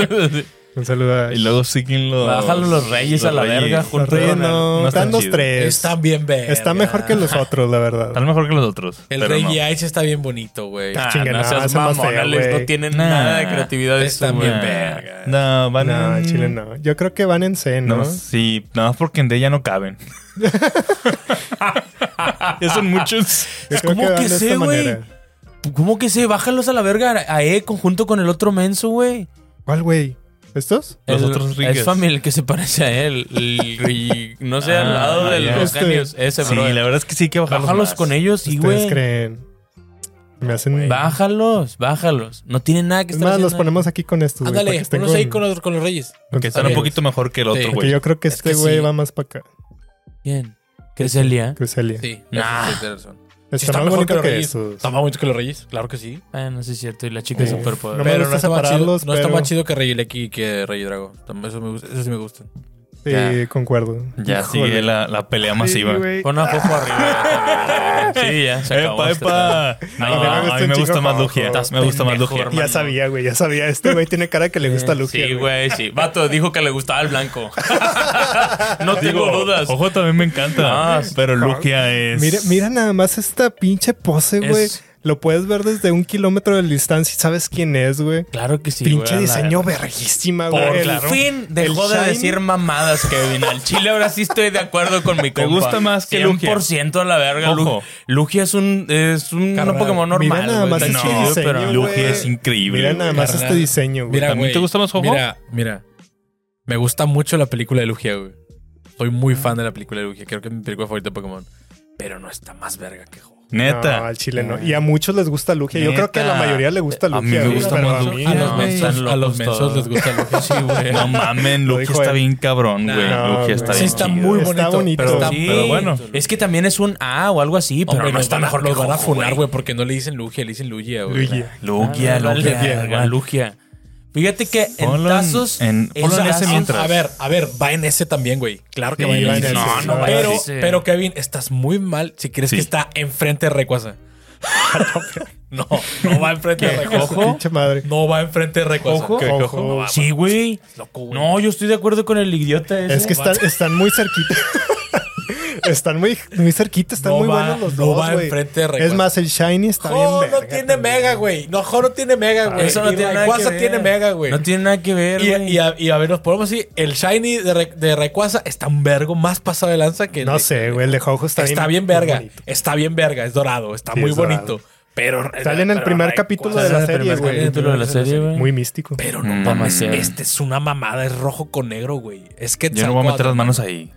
Speaker 3: Un saludo a Ash.
Speaker 4: Y luego siguen los.
Speaker 2: Bájalo los reyes a la verga,
Speaker 3: Los
Speaker 2: junto
Speaker 3: Reyes
Speaker 2: con el-
Speaker 3: no.
Speaker 4: no están
Speaker 3: están los
Speaker 4: chidos.
Speaker 3: tres.
Speaker 1: Están bien verga.
Speaker 3: Está mejor que los otros, la verdad.
Speaker 4: Están mejor que los otros.
Speaker 1: El
Speaker 4: pero
Speaker 1: Rey
Speaker 4: no.
Speaker 1: Ice está bien bonito, güey.
Speaker 2: Ah,
Speaker 3: Chinga,
Speaker 2: no
Speaker 3: no,
Speaker 2: seas
Speaker 3: hace más
Speaker 2: mamón,
Speaker 3: feo,
Speaker 2: Alex,
Speaker 3: güey.
Speaker 2: no tienen
Speaker 4: Nah.
Speaker 2: nada de creatividad de
Speaker 1: Están
Speaker 2: su-
Speaker 1: bien
Speaker 2: güey.
Speaker 1: verga.
Speaker 4: No, van
Speaker 3: No,
Speaker 4: en-
Speaker 3: en Chile no. Yo creo que van en C, ¿no?
Speaker 4: No, sí, nada más porque en D ya no caben. ya son muchos.
Speaker 3: Yo creo
Speaker 2: ¿Cómo
Speaker 3: que van
Speaker 2: que
Speaker 3: de
Speaker 2: sé,
Speaker 3: esta
Speaker 2: güey?
Speaker 3: manera.
Speaker 2: ¿Cómo que se? Bájalos a la verga a E conjunto con el otro menso, güey.
Speaker 3: ¿Cuál, güey? ¿Estos?
Speaker 4: Los
Speaker 2: el,
Speaker 4: otros
Speaker 2: el
Speaker 4: Reyes.
Speaker 2: family el que se parece a él. El- y no sé, al
Speaker 4: Ah,
Speaker 2: lado de
Speaker 4: ya.
Speaker 2: los
Speaker 3: Este-
Speaker 2: genios. Ese,
Speaker 4: Sí,
Speaker 2: bro.
Speaker 4: la verdad es que sí hay que bajarlos.
Speaker 2: Bájalos
Speaker 4: más.
Speaker 2: con ellos y,
Speaker 3: ¿Ustedes
Speaker 2: güey.
Speaker 3: creen? Me hacen.
Speaker 2: Bájalos, bájalos. No tienen nada que
Speaker 3: Es
Speaker 2: estar
Speaker 3: más, los
Speaker 2: haciendo.
Speaker 3: ponemos aquí con estos. güey, para
Speaker 1: Ándale,
Speaker 3: que estén
Speaker 1: ponlos ahí
Speaker 3: con-
Speaker 1: con los, con los Reyes.
Speaker 4: Que están un
Speaker 1: Ok.
Speaker 4: poquito mejor que el
Speaker 1: Sí.
Speaker 4: otro,
Speaker 3: Porque
Speaker 4: güey.
Speaker 3: yo creo que
Speaker 1: Es
Speaker 3: este
Speaker 1: que
Speaker 3: güey
Speaker 1: sí.
Speaker 3: va más para acá.
Speaker 2: ¿Quién? Creselia.
Speaker 3: Crucelia.
Speaker 1: Sí,
Speaker 2: Nah.
Speaker 1: eso sí, tienes razón.
Speaker 3: Está,
Speaker 1: Sí, está
Speaker 3: más
Speaker 1: mejor que
Speaker 3: bonito
Speaker 1: los
Speaker 3: que,
Speaker 1: Reyes.
Speaker 3: esos.
Speaker 1: Está más bonito que los Reyes, claro que sí.
Speaker 2: Ah, no sé es cierto. Y la chica es
Speaker 3: Uf,
Speaker 2: súper
Speaker 3: No me
Speaker 1: pero no
Speaker 3: gusta
Speaker 1: está, más chido,
Speaker 3: separarlos,
Speaker 1: no está
Speaker 3: pero-
Speaker 1: más chido que Rey Leki y que Rey Drago. También Eso, me gusta, eso sí me gusta.
Speaker 3: Sí, concuerdo.
Speaker 4: Ya
Speaker 3: Híjole.
Speaker 4: sigue la, la pelea masiva.
Speaker 3: Sí, güey.
Speaker 2: Pon a Jojo arriba. sí, ya. Se acabó
Speaker 4: Epa,
Speaker 2: este
Speaker 4: epa. No,
Speaker 3: A mí me gusta
Speaker 4: a
Speaker 3: un
Speaker 4: mí me gusta
Speaker 3: chingo
Speaker 4: más
Speaker 3: Jojo.
Speaker 4: Lugia.
Speaker 3: Estás
Speaker 4: Me gusta más
Speaker 2: pendejo,
Speaker 4: Lugia.
Speaker 2: hermano.
Speaker 3: Ya sabía, güey, ya sabía. Este güey tiene cara que le gusta
Speaker 2: pedo.
Speaker 3: Lugia.
Speaker 2: Eh, Sí, güey, sí. Vato dijo que le gustaba el blanco. no tengo
Speaker 4: Digo,
Speaker 2: dudas.
Speaker 4: Ojo también me encanta. eh,
Speaker 2: Ah,
Speaker 4: pero Lugia es.
Speaker 3: Mira, mira nada más esta pinche pose,
Speaker 2: Es-
Speaker 3: güey. Lo puedes ver desde un kilómetro de distancia y sabes quién es, güey.
Speaker 2: Claro que sí.
Speaker 3: pinche
Speaker 2: güey, a la-
Speaker 3: diseño verguísima,
Speaker 2: Por
Speaker 3: güey.
Speaker 2: fin dejó
Speaker 3: el
Speaker 2: de
Speaker 3: shine.
Speaker 2: decir mamadas, Kevin. Al chile ahora sí estoy de acuerdo con mi compa.
Speaker 4: gusta más que Lugia?
Speaker 2: 100% a la verga. Lu-
Speaker 4: Ojo.
Speaker 2: Lugia es un, es un
Speaker 1: Carnal,
Speaker 2: Pokémon normal.
Speaker 3: mira nada
Speaker 2: güey,
Speaker 3: más
Speaker 2: está
Speaker 4: ese
Speaker 2: chido,
Speaker 3: diseño,
Speaker 2: pero-
Speaker 3: güey.
Speaker 4: Lugia es increíble.
Speaker 3: Mira nada
Speaker 4: güey.
Speaker 3: más
Speaker 1: Carnal.
Speaker 3: este diseño, güey.
Speaker 1: Mira,
Speaker 4: ¿También
Speaker 1: güey,
Speaker 4: te gusta más Jojo?
Speaker 1: Mira, mira. Me gusta mucho la película de Lugia, güey. Soy muy fan de la película de Lugia. Creo que es mi película favorita de Pokémon. Pero no está más verga que Jojo.
Speaker 4: Neta.
Speaker 3: No, al chile no. Y a muchos les gusta Lugia. Yo creo que a la
Speaker 4: Neta.
Speaker 3: mayoría le gusta
Speaker 4: A mí
Speaker 3: Lugia.
Speaker 4: me
Speaker 3: güey,
Speaker 4: gusta
Speaker 3: pero
Speaker 4: más
Speaker 3: a mí
Speaker 4: Lugia,
Speaker 1: A
Speaker 4: Ah,
Speaker 3: no,
Speaker 1: los
Speaker 4: güey.
Speaker 1: mensos,
Speaker 2: Están
Speaker 1: a los
Speaker 2: locos
Speaker 1: mensos
Speaker 2: todos.
Speaker 1: les gusta Lugia. Sí, güey.
Speaker 4: No mamen,
Speaker 3: Lo
Speaker 4: Lugia
Speaker 3: dijo
Speaker 4: está
Speaker 3: él.
Speaker 4: bien cabrón, güey.
Speaker 1: Nah.
Speaker 4: Lugia está
Speaker 3: güey.
Speaker 1: Sí,
Speaker 4: bien
Speaker 1: está
Speaker 4: chido.
Speaker 1: muy
Speaker 3: Está
Speaker 1: bonito.
Speaker 3: bonito.
Speaker 1: Pero, Eh,
Speaker 3: Está-
Speaker 2: Sí,
Speaker 4: pero bueno.
Speaker 2: Es que también es un A o algo así, pero
Speaker 1: Hombre,
Speaker 2: no
Speaker 1: nos
Speaker 2: está
Speaker 1: van a-
Speaker 2: mejor que
Speaker 1: Los van a
Speaker 2: Jojo,
Speaker 1: funar,
Speaker 2: güey.
Speaker 1: güey, porque no le dicen Lugia, le dicen Lugia, güey.
Speaker 3: Lugia.
Speaker 4: Lugia,
Speaker 2: Ah, vale,
Speaker 4: Lugia.
Speaker 2: verga, Lugia. Fíjate que en
Speaker 4: Ponlo en-
Speaker 2: tazos...
Speaker 4: en- ponlo en ese
Speaker 2: tazos-
Speaker 4: mientras.
Speaker 1: A ver, a ver, va en ese también, güey. Claro que
Speaker 4: Sí,
Speaker 1: va en
Speaker 4: va en
Speaker 1: ese.
Speaker 4: ese, sí,
Speaker 2: va en
Speaker 1: pero,
Speaker 2: ese.
Speaker 1: pero Kevin, estás muy mal si crees
Speaker 4: Sí.
Speaker 1: que está enfrente de Rayquaza. no, no va enfrente de Rayquaza.
Speaker 3: Ojo. Pinche madre.
Speaker 1: No va enfrente de Rayquaza.
Speaker 2: Ojo.
Speaker 1: Que-
Speaker 3: Ojo.
Speaker 2: Sí, güey.
Speaker 1: Loco, güey.
Speaker 2: No, yo estoy de acuerdo con el idiota ese.
Speaker 3: Es que están, están muy cerquita. Están muy, muy cerquita, están
Speaker 1: No
Speaker 3: muy
Speaker 1: va-
Speaker 3: buenos los
Speaker 1: no
Speaker 3: dos.
Speaker 1: va
Speaker 3: güey.
Speaker 1: enfrente de Rayquaza.
Speaker 3: es más, el Shiny está
Speaker 1: Jo
Speaker 3: bien.
Speaker 1: no
Speaker 3: verga
Speaker 1: tiene
Speaker 3: también.
Speaker 1: mega, güey. No, Jo no tiene mega, güey.
Speaker 4: eso no
Speaker 1: Y
Speaker 4: tiene nada
Speaker 1: Rayquaza
Speaker 4: que ver.
Speaker 1: tiene mega, güey.
Speaker 2: No tiene nada que ver,
Speaker 1: y,
Speaker 2: güey.
Speaker 1: y a, y a ver, nos ponemos así. El Shiny de, Re- de Rayquaza está un vergo más pasado de lanza que... el
Speaker 3: No
Speaker 1: de-
Speaker 3: sé, güey. El de Jojo está,
Speaker 1: Está bien
Speaker 3: muy
Speaker 1: verga.
Speaker 3: bonito.
Speaker 1: Está bien verga. Es dorado. Está
Speaker 3: Sí,
Speaker 1: muy
Speaker 3: es dorado.
Speaker 1: bonito. Pero...
Speaker 3: Sale en el
Speaker 1: pero
Speaker 3: primer
Speaker 1: Rayquaza-
Speaker 3: capítulo de
Speaker 2: Sale en
Speaker 3: la
Speaker 2: el
Speaker 3: serie,
Speaker 2: primer
Speaker 3: güey.
Speaker 2: capítulo de la serie, güey.
Speaker 3: Muy místico.
Speaker 1: Pero no
Speaker 4: Mm,
Speaker 1: mames,
Speaker 2: demasiado.
Speaker 1: este es una mamada, es rojo con negro, güey. Es que
Speaker 4: Yo no voy a meter las manos ahí.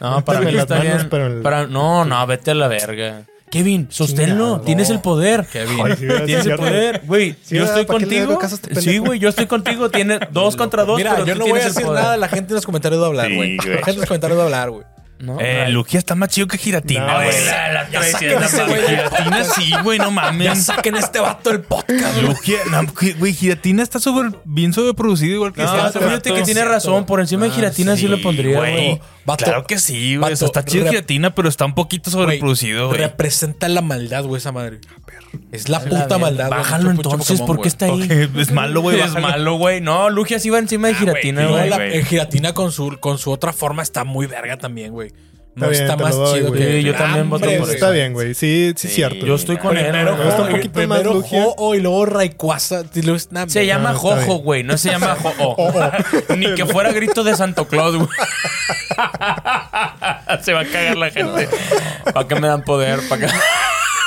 Speaker 2: No, para mí
Speaker 3: Méteme las
Speaker 2: está
Speaker 3: manos,
Speaker 2: bien.
Speaker 3: pero el-
Speaker 2: Para- No, no, vete a la verga. Kevin, sosténlo.
Speaker 3: Chingado.
Speaker 2: Tienes el poder.
Speaker 3: Ay,
Speaker 1: Kevin.
Speaker 3: sí, ¿verdad?
Speaker 2: Tienes
Speaker 3: Sí,
Speaker 2: el
Speaker 3: cierto.
Speaker 2: poder, güey.
Speaker 3: Sí,
Speaker 2: yo
Speaker 3: ¿verdad?
Speaker 2: estoy
Speaker 3: ¿Para qué le doy
Speaker 2: contigo.
Speaker 3: caso a este
Speaker 2: Sí,
Speaker 3: pendejo?
Speaker 2: güey, yo estoy contigo. Tiene dos contra dos.
Speaker 1: Mira,
Speaker 2: pero
Speaker 1: yo
Speaker 2: tú
Speaker 1: no voy
Speaker 2: tienes
Speaker 1: a
Speaker 2: el
Speaker 1: decir
Speaker 2: poder.
Speaker 1: nada, la gente en los comentarios va a hablar,
Speaker 4: Sí,
Speaker 1: güey.
Speaker 4: güey.
Speaker 1: la gente en los comentarios va a hablar, güey.
Speaker 2: No,
Speaker 4: Eh,
Speaker 2: no.
Speaker 4: Luquía está más chido que
Speaker 3: No,
Speaker 4: Giratina, güey.
Speaker 3: güey.
Speaker 4: la, la traición,
Speaker 1: sáquense,
Speaker 4: la madre.
Speaker 1: güey.
Speaker 4: Giratina sí, güey, no
Speaker 1: Ya
Speaker 4: mames.
Speaker 1: saquen este vato el podcast, güey.
Speaker 4: Luquía, no, güey, Giratina está sobre, bien sobreproducido igual que
Speaker 2: No,
Speaker 4: este.
Speaker 2: fíjate
Speaker 4: vato.
Speaker 2: que tiene razón. Por encima de Giratina sí, lo pondría, güey.
Speaker 1: Vato,
Speaker 4: claro que sí, güey. O sea,
Speaker 1: vato,
Speaker 4: está chido
Speaker 1: rep-
Speaker 4: Giratina, pero está un poquito sobreproducido, güey.
Speaker 1: Representa la maldad, güey, esa madre.
Speaker 3: Ah,
Speaker 1: Es la
Speaker 2: La
Speaker 1: puta
Speaker 2: verga.
Speaker 1: maldad. güey,
Speaker 2: Bájalo
Speaker 1: mucho, mucho
Speaker 2: entonces,
Speaker 1: Pokémon,
Speaker 2: ¿por qué
Speaker 1: güey.
Speaker 2: está ahí?
Speaker 4: Ok, Es malo, güey.
Speaker 2: Es
Speaker 4: bájalo.
Speaker 2: malo, güey. No, Lugia sí va encima de Giratina,
Speaker 4: güey,
Speaker 1: No,
Speaker 2: güey.
Speaker 1: la
Speaker 4: güey.
Speaker 1: eh, giratina con su, con su otra forma está muy verga también, güey. No
Speaker 3: Está bien,
Speaker 1: está
Speaker 3: te
Speaker 1: más
Speaker 3: lo doy,
Speaker 1: chido
Speaker 3: güey.
Speaker 1: que.
Speaker 2: Sí, yo también voto
Speaker 1: Hombre,
Speaker 2: por
Speaker 1: güey.
Speaker 3: Está bien, güey. Sí, sí, cierto.
Speaker 2: Yo estoy con él.
Speaker 1: Primero,
Speaker 2: güey.
Speaker 3: está
Speaker 1: Jo,
Speaker 3: un
Speaker 1: y
Speaker 3: poquito más
Speaker 1: primero
Speaker 3: Lugia.
Speaker 1: Jo, y luego Rayquaza. y luego- nah,
Speaker 2: Se llama
Speaker 3: No, está
Speaker 2: Jojo,
Speaker 3: bien.
Speaker 2: güey. No se llama Oh, Jojo. Ni que fuera grito de Santo Claus, güey. se va a cagar la gente. ¿Para qué me dan poder? ¿Para qué?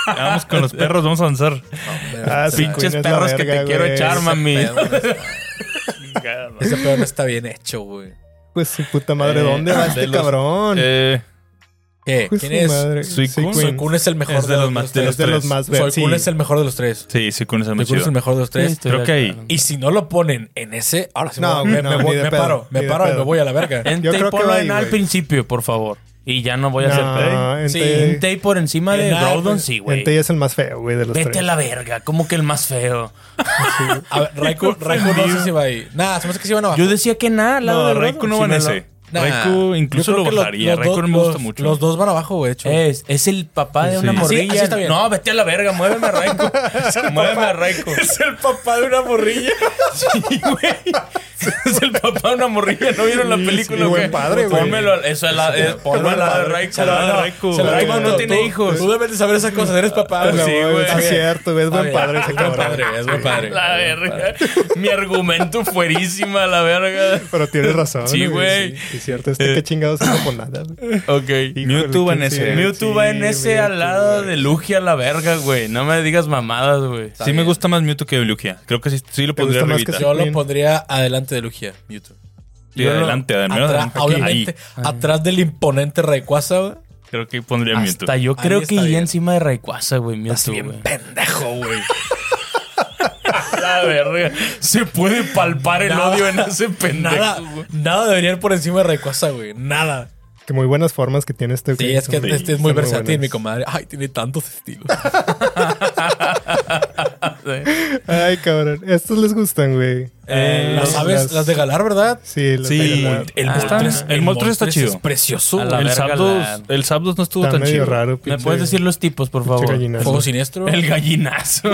Speaker 4: Vamos con los perros, vamos a avanzar.
Speaker 3: Ah, sí,
Speaker 2: Pinches
Speaker 3: Queen es la
Speaker 2: perros que
Speaker 3: verga,
Speaker 2: te quiero
Speaker 3: güey.
Speaker 2: echar, mami.
Speaker 1: Ese pedo, güey. Ese pedo no está bien hecho, güey.
Speaker 3: Pues su puta madre,
Speaker 4: Eh,
Speaker 3: ¿dónde va
Speaker 4: de
Speaker 3: este
Speaker 4: los-
Speaker 3: cabrón?
Speaker 4: Eh,
Speaker 1: ¿Qué?
Speaker 3: Pues
Speaker 1: ¿Quién
Speaker 3: su
Speaker 1: es?
Speaker 3: madre.
Speaker 4: Suicune.
Speaker 3: Suicune.
Speaker 1: Soykun es el mejor
Speaker 4: Es de los más- de
Speaker 1: tres.
Speaker 3: Es de los más ver- sí.
Speaker 1: Soykun es el mejor de los tres.
Speaker 4: sí, sí, con ese más
Speaker 1: Soykun es
Speaker 4: chido.
Speaker 1: el mejor de los tres.
Speaker 2: Estoy
Speaker 4: Creo que ahí.
Speaker 2: hablando.
Speaker 1: Y si no lo ponen en ese, ahora sí
Speaker 3: No,
Speaker 1: me,
Speaker 3: güey,
Speaker 1: me-
Speaker 3: no,
Speaker 1: me
Speaker 3: ni
Speaker 1: voy-
Speaker 3: de
Speaker 1: me
Speaker 3: pedo,
Speaker 1: paro, me
Speaker 3: ni de
Speaker 1: paro y
Speaker 3: pedo.
Speaker 1: me voy a la verga.
Speaker 2: Ente
Speaker 3: creo
Speaker 2: y
Speaker 3: que
Speaker 2: ponlo
Speaker 3: va ahí,
Speaker 2: en al
Speaker 3: güey.
Speaker 2: principio, por favor. Y ya no voy a hacer
Speaker 3: No,
Speaker 1: Sí,
Speaker 4: Este,
Speaker 2: pedo.
Speaker 3: Entei-
Speaker 2: Ente y por encima
Speaker 4: Eh,
Speaker 2: de
Speaker 1: En al-
Speaker 2: Rodon,
Speaker 4: pues,
Speaker 2: sí, güey.
Speaker 3: Entei es el más feo, güey, de los
Speaker 2: Vete a
Speaker 3: tres.
Speaker 2: la verga, como que el más feo.
Speaker 1: A ver, Raikou, Raikou no sé si va ahí. Nada, se me hace que sí van a bajar.
Speaker 2: Yo decía que nada, al lado
Speaker 4: Ah. No,
Speaker 2: de
Speaker 4: Raikou
Speaker 2: Rodon.
Speaker 4: no
Speaker 2: Si
Speaker 4: va en
Speaker 2: lo-
Speaker 4: ese.
Speaker 1: Nah.
Speaker 4: Raikou incluso
Speaker 1: Yo
Speaker 4: lo
Speaker 1: creo que
Speaker 4: bajaría.
Speaker 1: los
Speaker 4: Raikou no
Speaker 1: dos-
Speaker 4: me gusta
Speaker 1: los-
Speaker 4: mucho.
Speaker 1: Los dos van abajo, güey, de hecho.
Speaker 2: Es, es el papá de una
Speaker 4: Sí.
Speaker 2: morrilla.
Speaker 1: Así- así está bien.
Speaker 2: No, vete a la verga, muéveme a Raico. muéveme a Raico.
Speaker 1: Es el papá de una morrilla.
Speaker 2: es el papá de una morrilla. ¿No vieron la película?
Speaker 3: sí, buen
Speaker 2: güey?
Speaker 3: padre, güey.
Speaker 2: Pónmelo, al- eso es la, eh, ponlo al lado de Raico.
Speaker 1: Se la-
Speaker 4: Raikou.
Speaker 1: se la-
Speaker 2: Raikou no
Speaker 1: tú-
Speaker 2: tiene
Speaker 1: tú-
Speaker 2: hijos.
Speaker 1: Tú debes de saber esas cosas, eres papá.
Speaker 3: No,
Speaker 1: güey.
Speaker 3: güey,
Speaker 1: güey,
Speaker 3: sí
Speaker 1: está
Speaker 3: Es
Speaker 1: bien.
Speaker 3: cierto, güey, es
Speaker 1: Está
Speaker 3: buen
Speaker 1: bien.
Speaker 3: padre ese
Speaker 1: Es buen
Speaker 3: cabrón.
Speaker 1: padre, es buen padre.
Speaker 2: La verga. Mi argumento fuerísima, la verga.
Speaker 3: Pero tienes razón.
Speaker 2: Sí, güey.
Speaker 3: sí, Es cierto, este que chingados es por nada. güey.
Speaker 2: Ok.
Speaker 3: Híjole,
Speaker 4: Mewtwo va en
Speaker 3: qué
Speaker 4: ese.
Speaker 3: feo.
Speaker 2: Mewtwo
Speaker 3: Sí,
Speaker 2: va en ese al
Speaker 3: Mewtwo,
Speaker 2: lado
Speaker 3: güey.
Speaker 2: de Lugia, la verga, güey. No me digas mamadas, güey.
Speaker 4: Sí me gusta más Mewtwo que Lugia. Creo que sí, sí lo
Speaker 3: ¿Te
Speaker 4: pondría
Speaker 3: gusta más que
Speaker 4: arribita.
Speaker 1: Yo lo
Speaker 3: Bien.
Speaker 1: pondría adelante de Lugia, Mewtwo.
Speaker 4: Y adelante, al
Speaker 1: Atrás,
Speaker 4: menos adelante.
Speaker 1: obviamente,
Speaker 4: Ahí.
Speaker 1: atrás del imponente Rayquaza, güey.
Speaker 4: Creo que pondría Mewtwo.
Speaker 2: Hasta yo
Speaker 1: Ahí
Speaker 2: creo que
Speaker 1: está
Speaker 2: iría
Speaker 1: bien.
Speaker 2: encima de Rayquaza, güey.
Speaker 1: Estás
Speaker 2: Mewtwo,
Speaker 1: bien
Speaker 2: güey.
Speaker 1: pendejo, güey.
Speaker 2: La verga. Se puede palpar el
Speaker 1: Nada.
Speaker 2: odio en ese pendejo.
Speaker 1: Nada, nada debería ir por encima de Rayquaza, güey. Nada.
Speaker 3: Que muy buenas formas que tiene este
Speaker 1: Sí,
Speaker 3: güey,
Speaker 1: es que
Speaker 3: son-
Speaker 1: este es muy
Speaker 3: son
Speaker 1: versátil,
Speaker 3: buenas.
Speaker 1: mi comadre. Ay, tiene tantos estilos.
Speaker 3: Ay, cabrón. Estos les gustan, güey.
Speaker 1: Eh, las
Speaker 3: los-
Speaker 1: aves,
Speaker 3: las-
Speaker 1: las de Galar, ¿verdad?
Speaker 3: Sí, los
Speaker 4: Sí,
Speaker 3: de verdad.
Speaker 1: El
Speaker 2: Ah,
Speaker 1: Moltres,
Speaker 4: el Moltres está chido.
Speaker 1: Es precioso.
Speaker 2: A
Speaker 1: güey.
Speaker 2: la
Speaker 4: el,
Speaker 2: verga,
Speaker 4: Zapdos,
Speaker 2: la-
Speaker 4: el Zapdos no estuvo
Speaker 3: Está
Speaker 4: tan
Speaker 3: medio
Speaker 4: chido.
Speaker 3: raro.
Speaker 2: ¿Me puedes decir los tipos, por favor?
Speaker 1: Fuego
Speaker 3: gallinazo.
Speaker 1: siniestro.
Speaker 2: El gallinazo.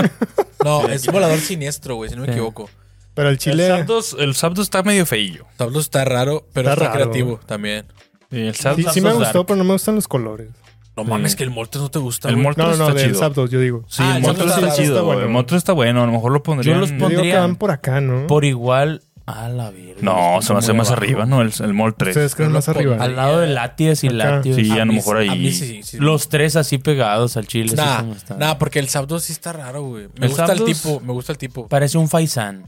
Speaker 1: No, es volador siniestro, güey, si no me
Speaker 2: Sí.
Speaker 1: equivoco.
Speaker 3: Pero el
Speaker 4: El
Speaker 3: chile.
Speaker 4: Zapdos, el Zapdos está medio feillo.
Speaker 1: Tablos está raro, pero
Speaker 3: Está
Speaker 1: está,
Speaker 3: raro.
Speaker 1: creativo también.
Speaker 4: Sí, el
Speaker 3: Sí,
Speaker 4: Zapdos
Speaker 3: sí me
Speaker 4: Zapdos
Speaker 3: gustó,
Speaker 4: Dark.
Speaker 3: pero no me gustan los colores.
Speaker 1: No
Speaker 4: Sí.
Speaker 1: mames, que el Moltres no te gusta.
Speaker 4: El
Speaker 1: güey.
Speaker 4: Moltres
Speaker 3: No, no,
Speaker 4: está
Speaker 3: del
Speaker 4: chido.
Speaker 3: Zapdos, yo digo.
Speaker 4: Sí,
Speaker 1: Ah,
Speaker 4: el
Speaker 1: el
Speaker 4: Moltres
Speaker 1: Zapdos
Speaker 4: está,
Speaker 1: está
Speaker 4: chido.
Speaker 3: bueno.
Speaker 4: El Moltres está bueno. A lo mejor lo pondría.
Speaker 2: Yo los
Speaker 4: en-
Speaker 3: Yo digo que
Speaker 2: Pondría-
Speaker 3: van por acá, ¿no?
Speaker 2: Por igual a la verga.
Speaker 4: No, se me hace
Speaker 2: Muy
Speaker 4: más
Speaker 2: abajo.
Speaker 4: arriba, ¿no? El, el Moltres.
Speaker 3: Ustedes creen
Speaker 1: Yo lo
Speaker 3: más arriba.
Speaker 1: pon-
Speaker 2: Al lado de Latias y
Speaker 3: Acá.
Speaker 2: Latios.
Speaker 4: Sí, a lo
Speaker 1: mí
Speaker 4: mejor
Speaker 1: sí-
Speaker 4: ahí.
Speaker 1: A mí sí, sí. sí.
Speaker 2: Los tres así pegados al chile. así
Speaker 1: Nah,
Speaker 2: como están.
Speaker 1: nah, porque el Zapdos sí está raro, güey. Me
Speaker 2: El
Speaker 1: gusta
Speaker 2: Zapdos-
Speaker 1: el tipo, me gusta el tipo.
Speaker 2: Parece un faisán.